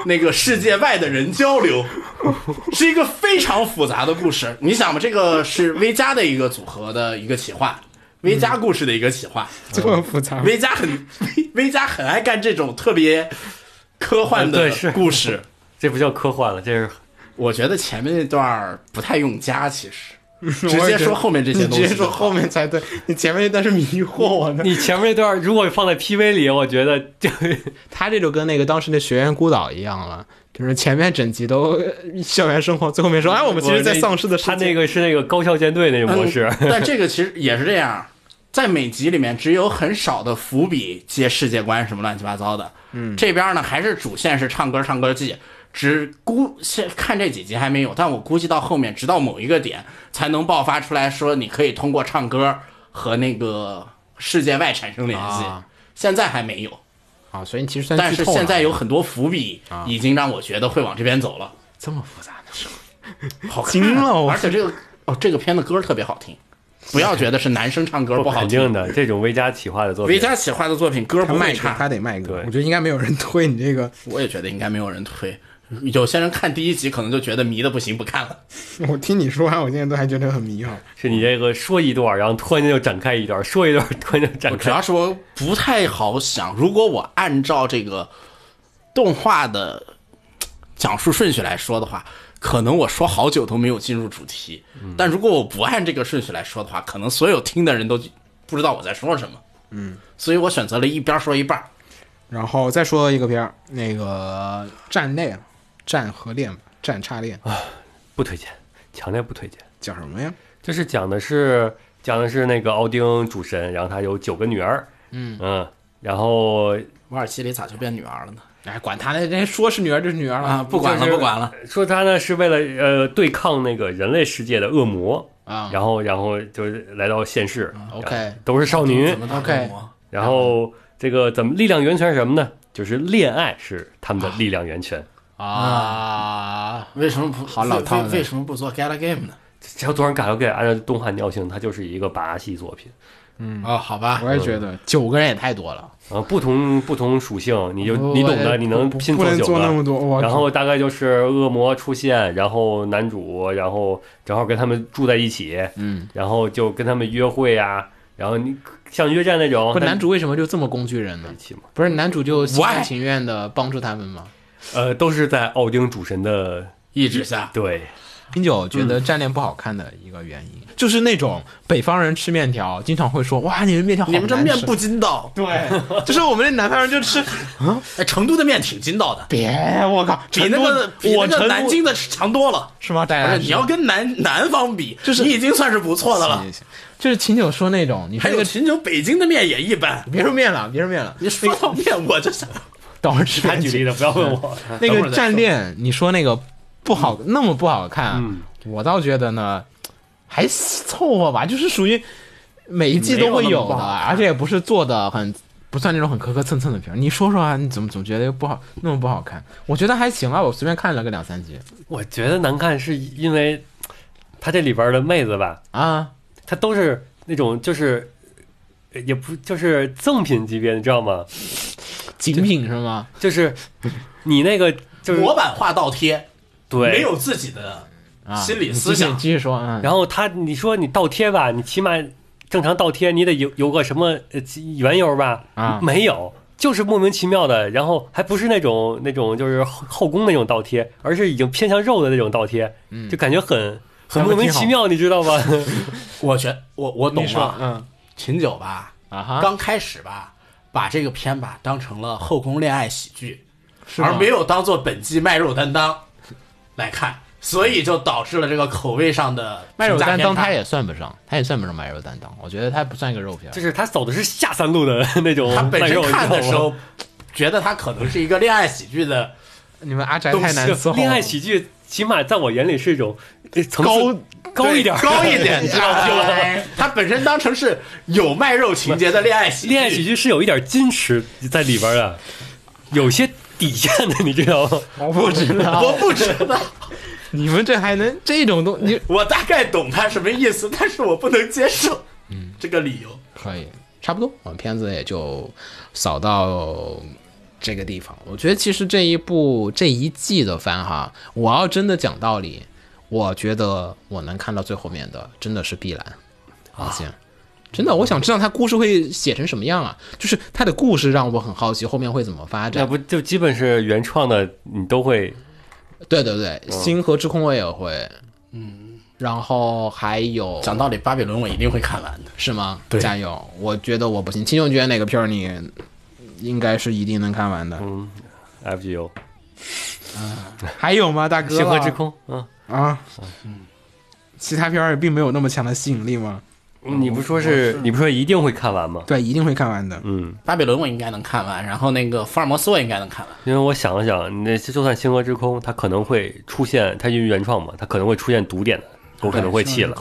S5: 那个世界外的人交流，是一个非常复杂的故事。你想吧，这个是微加的一个组合的一个企划。微加故事的一个企划，
S7: 这么复杂
S5: 微加很微微加很爱干这种特别科幻
S7: 嗯
S2: 呃
S5: 的
S2: 对是
S5: 故事。
S2: 这不叫科幻了，这是
S5: 我觉得前面那段儿不太用加，其实 直
S7: 我也
S5: 接
S7: 觉得
S5: 说后面这些
S7: 你
S5: 东
S7: 直
S5: 西。
S7: 接说后面才对，你前面那段是迷惑我的。
S2: 你前面那段如果放在 PV 里，我觉得就
S3: 他这就跟那个当时那学院孤岛一样了，就是前面整集都呃校园生活，最后面说，哎，我们其实在丧尸的世界
S5: 嗯
S2: 他那个是那个高校舰队那个模式，
S5: 嗯但这个其实也是这样，在每集里面只有很少的伏笔接世界观什么乱七八糟的。嗯，这边呢还是主线是唱歌唱歌记，只估现看这几集还没有，但我估计到后面直到某一个点才能爆发出来说你可以通过唱歌和那个世界外产生联系，
S15: 啊
S5: 现在还没有。
S15: 啊，所以你其实算
S5: 但
S15: 剧
S5: 是
S15: 透了啊
S5: 现在有很多伏笔，已经让我觉得会往这边走了。
S15: 这么复杂的事，
S5: 好看啊
S15: 惊了我
S5: 而且这个哦，这个片的歌特别好听，不要觉得是男生唱歌不好
S2: 肯
S5: 听。
S2: 定的，这种微加企划的作品，
S5: 维嘉企划的作品歌
S15: 他
S5: 不
S15: 卖
S5: 会
S15: 给
S5: 差，
S15: 他得卖歌，
S2: 对
S15: 我觉得应该没有人推你这个，
S5: 我也觉得应该没有人推。有些人看第一集可能就觉得迷的不行，不看了。
S15: 我听你说完，我现在都还觉得很迷糊。
S2: 是你这个说一段，然后突然间就展开一段，说一段突然就展
S5: 我主
S2: 开。
S5: 要是我不太好想，如果我按照这个动画的讲述顺序来说的话，可能我说好久都没有进入主题。但如果我不按这个顺序来说的话，可能所有听的人都不知道我在说什么。嗯，所以我选择了一边说一半儿。
S15: 然后再说一个片儿，那个站内了，站和恋吧，站差恋
S2: 不推荐，强烈不推荐。
S15: 叫什么呀？
S2: 就是讲的是讲的是那个奥丁主神，然后他有九个女儿，嗯然后
S5: 瓦尔西里咋就变女儿了呢？
S7: 哎，管他呢，人家说是女儿就是女儿了
S5: 啊，不管
S7: 就
S5: 了，
S7: 是
S5: 不管了。
S2: 说他呢是为了呃对抗那个人类世界的恶魔，
S7: 啊。
S2: 然后然后就是来到现世、
S7: OK，
S2: 都是少女
S5: 怎，么打
S7: OK
S5: 恶魔
S2: 然后这个怎么力量源泉是什么呢？就是恋爱是他们的力量源泉。
S7: 啊，
S5: 为什么不好
S7: 老套
S5: 套？
S7: 呢
S5: 为什么不做 Gala Game 呢？
S2: 只要多少改了改，按照动画尿性，它就是一个拔戏作品。
S7: 哦，好吧，
S15: 我也觉得
S7: 九个人也太多了，
S2: 啊，不同不同属性，你就
S7: 不
S2: 你懂的，
S7: 我
S2: 你能拼
S15: 哦哎不
S2: 凑
S15: 能
S2: 九
S15: 做那
S2: 个。
S15: 么多，我
S2: 然后大概就是恶魔出现，然后男主，然后正好跟他们住在一起，
S7: 嗯，
S2: 然后就跟他们约会啊，然后你像约战那种，
S7: 不，
S2: 但
S7: 男主为什么就这么工具人
S2: 一
S7: 呢？
S2: 起嘛，
S7: 不是男主就心
S5: Why？
S7: 甘情愿的帮助他们吗？
S2: 呃，都是在奥丁主神的
S5: 意志下，
S2: 对，
S7: 冰酒觉得战恋不好看的一个原因，就是那种北方人吃面条，经常会说：“哇，你们面条好
S5: 你们这
S7: 难
S5: 面
S7: 吃
S5: 不筋道。
S7: 对，就是我们那南方人就吃，
S5: 哎，成都的面挺筋道的，
S7: 别我靠，
S5: 比那
S7: 成
S5: 个
S7: 都
S5: 比
S7: 我
S5: 那个
S7: 成
S5: 南京的强多了。
S7: 是吗？大
S5: 不
S7: 家
S5: 是，你要跟南 南方比，
S7: 就是
S5: 你已经算是不错的了。
S7: 行行就是秦九说那种，你
S5: 还
S7: 说那
S5: 有
S7: 个
S5: 秦九北京的面也一般。
S7: 别说面了，别说面了，
S5: 你说到面，我就想
S7: 等会儿 吃
S2: 他举例的，不要问我。
S7: 那
S5: 等会儿
S7: 个
S5: 再
S7: 战恋，你说那个不好，那么不好看，
S5: 嗯
S7: 我倒觉得呢，还凑合吧，就是属于每一季都会
S5: 没有那
S7: 有
S5: 么不
S7: 的，
S5: 好看
S7: 而且也不是做的很。不算那种很磕磕蹭蹭的片儿，你说说啊？你怎么总觉得不好，那么不好看？我觉得还行啊，我随便看了个两三集
S2: 我觉得难看是因为他这里边的妹子吧，
S7: 啊。
S2: 她都是那种就是。呃也不就是赠品级别，你知道吗？
S7: 精品是吗？
S2: 就是你那个就是
S5: 模板化倒贴，
S2: 对
S5: 没有自己的
S7: 啊，
S5: 心理
S7: 你
S5: 思
S7: 继续
S5: 想
S7: 继续说啊。
S2: 然后他，你说你倒贴吧，你起码正常倒贴，你得有有个什么呃缘由吧？
S7: 啊
S2: 没有，就是莫名其妙的，然后还不是那种那种就是后后宫那种倒贴，而是已经偏向肉的那种倒贴，就感觉很很莫名其妙，你知道吗？
S5: 我觉我我懂
S7: 你说，
S5: 了。
S7: 嗯
S5: 秦九吧，
S7: 啊哈，
S5: 刚开始吧，把这个片吧当成了后宫恋爱喜剧，
S7: 吗
S5: 而没有当做本季卖肉担当来看，所以就导致了这个口味上的
S7: 卖肉担当他
S5: 也
S7: 也算不上，他也算不上卖肉担当，我觉得他不算一个肉片儿
S2: 就。是他走的是下三路的那种
S5: 他本
S2: 卖
S5: 身
S2: 肉，
S5: 看的
S2: 你知
S5: 时
S2: 道吗
S5: 候，觉得他可能是一个恋爱喜剧的
S7: 你们阿宅
S2: 东
S7: 太
S2: 西啊
S7: 难伺候了。
S2: 恋爱喜剧起码在我眼里是一种呃层次高一点儿的
S5: 高一点，
S2: 你
S5: 你
S2: 知
S5: 知
S2: 道
S5: 道
S2: 吗？
S5: 吗？他本身当成是有卖肉情节的恋爱喜剧，
S2: 恋爱喜剧是有一点矜持在里边的，有些底线的，你知道吗？
S7: 我不知
S5: 我
S2: 啊
S7: 道，
S5: 不知道，
S7: 你们这还能这种东你
S5: 我大概懂他什么意思，但是我不能接受，嗯，这个理由。
S7: 可以差不多，我们片子也就扫到这个地方。我觉得其实这一部这一季的番哈，我要真的讲道理，我觉得我能看到最后面的真的是碧蓝啊，行。真的，我想知道他故事会写成什么样啊！就是他的故事让我很好奇，后面会怎么发展
S2: 啊那？不就基本是原创的，你都会
S7: 对对对，星河之空我也会，嗯，然后还有
S5: 讲道理，《巴比伦》我一定会看完的。
S7: 是吗？加油！我觉得我不行。秦琼觉得哪个片儿你应该是一定能看完的？
S2: F G O
S15: 还有吗，
S2: 啊
S15: 大哥？
S2: 星河之空，嗯，
S15: 啊，其他片儿并没有那么强的吸引力吗？
S2: 嗯你不说是你不说一定会看完吗？
S7: 对，一定会看完的。
S2: 嗯，
S5: 巴比伦我应该能看完，然后那个福尔摩斯我应该能看完。
S2: 因为我想了想，那就算《星河之空》，它可能会出现，它因为原创嘛，它可能会出现读点的，我可能会弃了。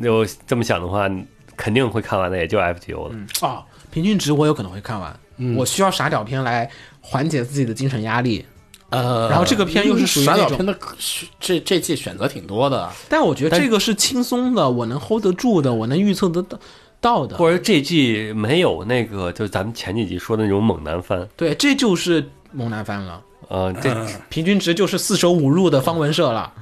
S2: 就这么想的话，肯定会看完的，也就 FGO 了。
S7: 啊，平均值我有可能会看完，我需要傻屌片来缓解自己的精神压力。
S5: 呃，
S7: 然后这个片又是属于
S5: 傻
S7: 那
S5: 屌
S7: 种
S5: 片的可，这这季选择挺多的。啊
S7: 但我觉得
S2: 但
S7: 这个是轻松的，我能 hold 得住的，我能预测得到到的。
S2: 或者这季没有那个，就咱们前几集说的那种猛男番，
S7: 对，这就是猛男番了，
S2: 呃，这
S7: 平均值就是四舍五入的方文社了。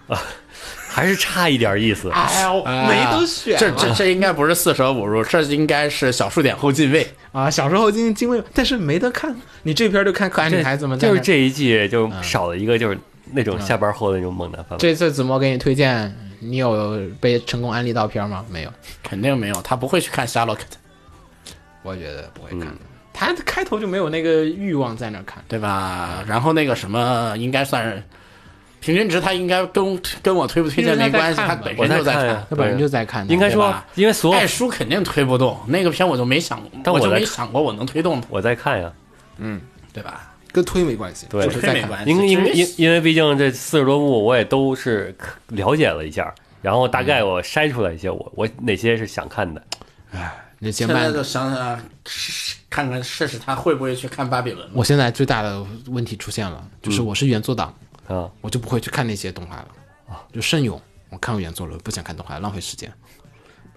S2: 还是差一点意
S3: 啊
S2: 思。
S5: 哎呦，
S7: 没得选啊
S5: 这这这应该不是四舍五入，这应该是小数点后进位。
S7: 啊，小时候经经历，但是没得看。你这片儿就看可爱女孩子们在
S2: 就
S7: 那，
S2: 是这一季就少了一个，就是那种下班后的那种猛男番。
S7: 这次子墨给你推荐，你有被成功安利到片儿吗？没有，
S5: 肯定没有，他不会去看 Sherlock，
S7: 我觉得不会看的。他开头就没有那个欲望在那儿看。
S5: 对吧？然后那个什么，应该算是平均值，他应该跟跟我推不推荐没关
S7: 平均值
S5: 系，
S7: 在
S5: 他
S7: 看吧
S5: 本
S2: 我
S5: 身就
S2: 在
S5: 在
S2: 看
S5: 看
S2: 呀。
S7: 他本人就在看的，
S2: 应该
S5: 对
S2: 说
S5: 吧，
S2: 因为所有
S5: 爱书肯定推不动那个片，我就没想，
S2: 但
S5: 我
S2: 我
S5: 就
S2: 在
S5: 没
S2: 看
S5: 想过我能推动它，
S2: 我在看呀，
S5: 对吧？
S7: 跟推没关系，
S2: 对
S7: 就是
S5: 这
S7: 在
S5: 没
S7: 看。
S5: 关系，
S2: 因因
S5: 只是
S2: 因因为毕竟这四十多部我也都是了解了一下，然后大概我筛出来一些我我哪些是想看的。
S7: 那前
S5: 现在
S7: 半
S5: 就想想试试看看试试他会不会去看巴比伦。
S7: 我现在最大的问题出现了，就是我是原作党，
S2: 啊，
S7: 我就不会去看那些动画了。就圣勇，我看过原作了，不想看动画，浪费时间。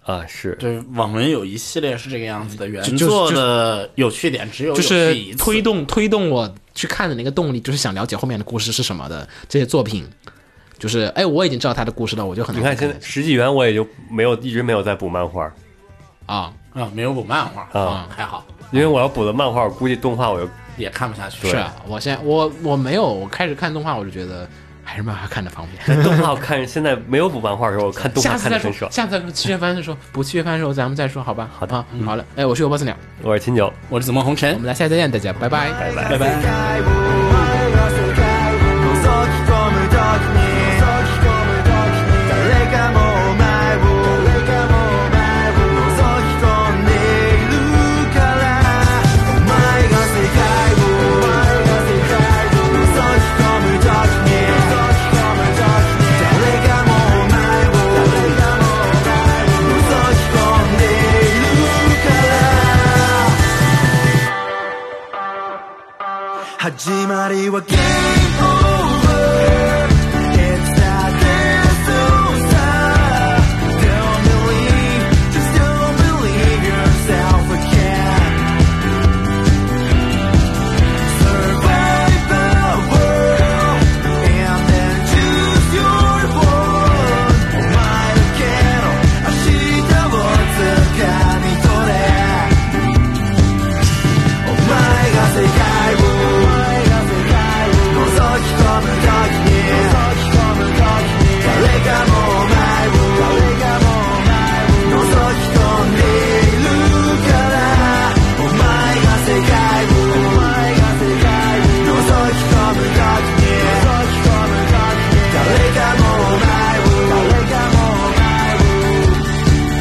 S2: 啊，是
S5: 对，网文有一系列是这个样子的，原
S7: 就就
S5: 作的有趣点只有
S7: 就
S5: 有
S7: 是
S5: 趣一次
S7: 推动推动我去看的那个动力，就是想了解后面的故事是什么的这些作品。就是哎，我已经知道他的故事了，我就很
S2: 你
S7: 难
S2: 看
S7: 再
S2: 现在十纪元我也就没有一直没有在补漫画
S7: 啊，
S5: 啊，没有补漫画
S2: 啊，
S5: 还好
S2: 因为我要补的漫画，我估计动画我就
S5: 也看不下去。
S7: 是啊，我现在我我没有，我开始看动画，我就觉得还是漫画看的方便。
S2: 动画我看现在没有补漫画的时候，我看 动
S7: 下
S2: 画
S7: 次
S2: 看
S7: 再
S2: 的
S7: 说
S2: 很，爽。
S7: 下次咱们七月份的时候，补七月份的时候咱们再说，好吧？好的，好了，哎，我是油波斯鸟，
S2: 我是秦九，
S5: 我是紫梦红尘
S7: 我，们来下次再见，大家拜拜。
S2: 拜拜。
S15: 世界を前が世界を覗き込む時に覗き込む時に誰かもお前を誰かもお前を覗き込んでいるからお前が世界をお前が世界を覗き込む時に覗き込む時に誰かもお前を誰かもお前を覗き込んでいるから始まりは Game Over It's that dance Don't believe, just don't believe yourself again Survive the world And then choose your world お前だけの明日を掴み取れお前が世界を覗き込む時に覗き込む時に誰かもお前を誰かもお前を覗き込んでいるからお前が世界をお前が世界を覗き込む時に覗き込む時に誰かもお前を誰かもお前を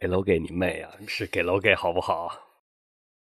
S2: 给楼给你妹啊！是给楼给好不好？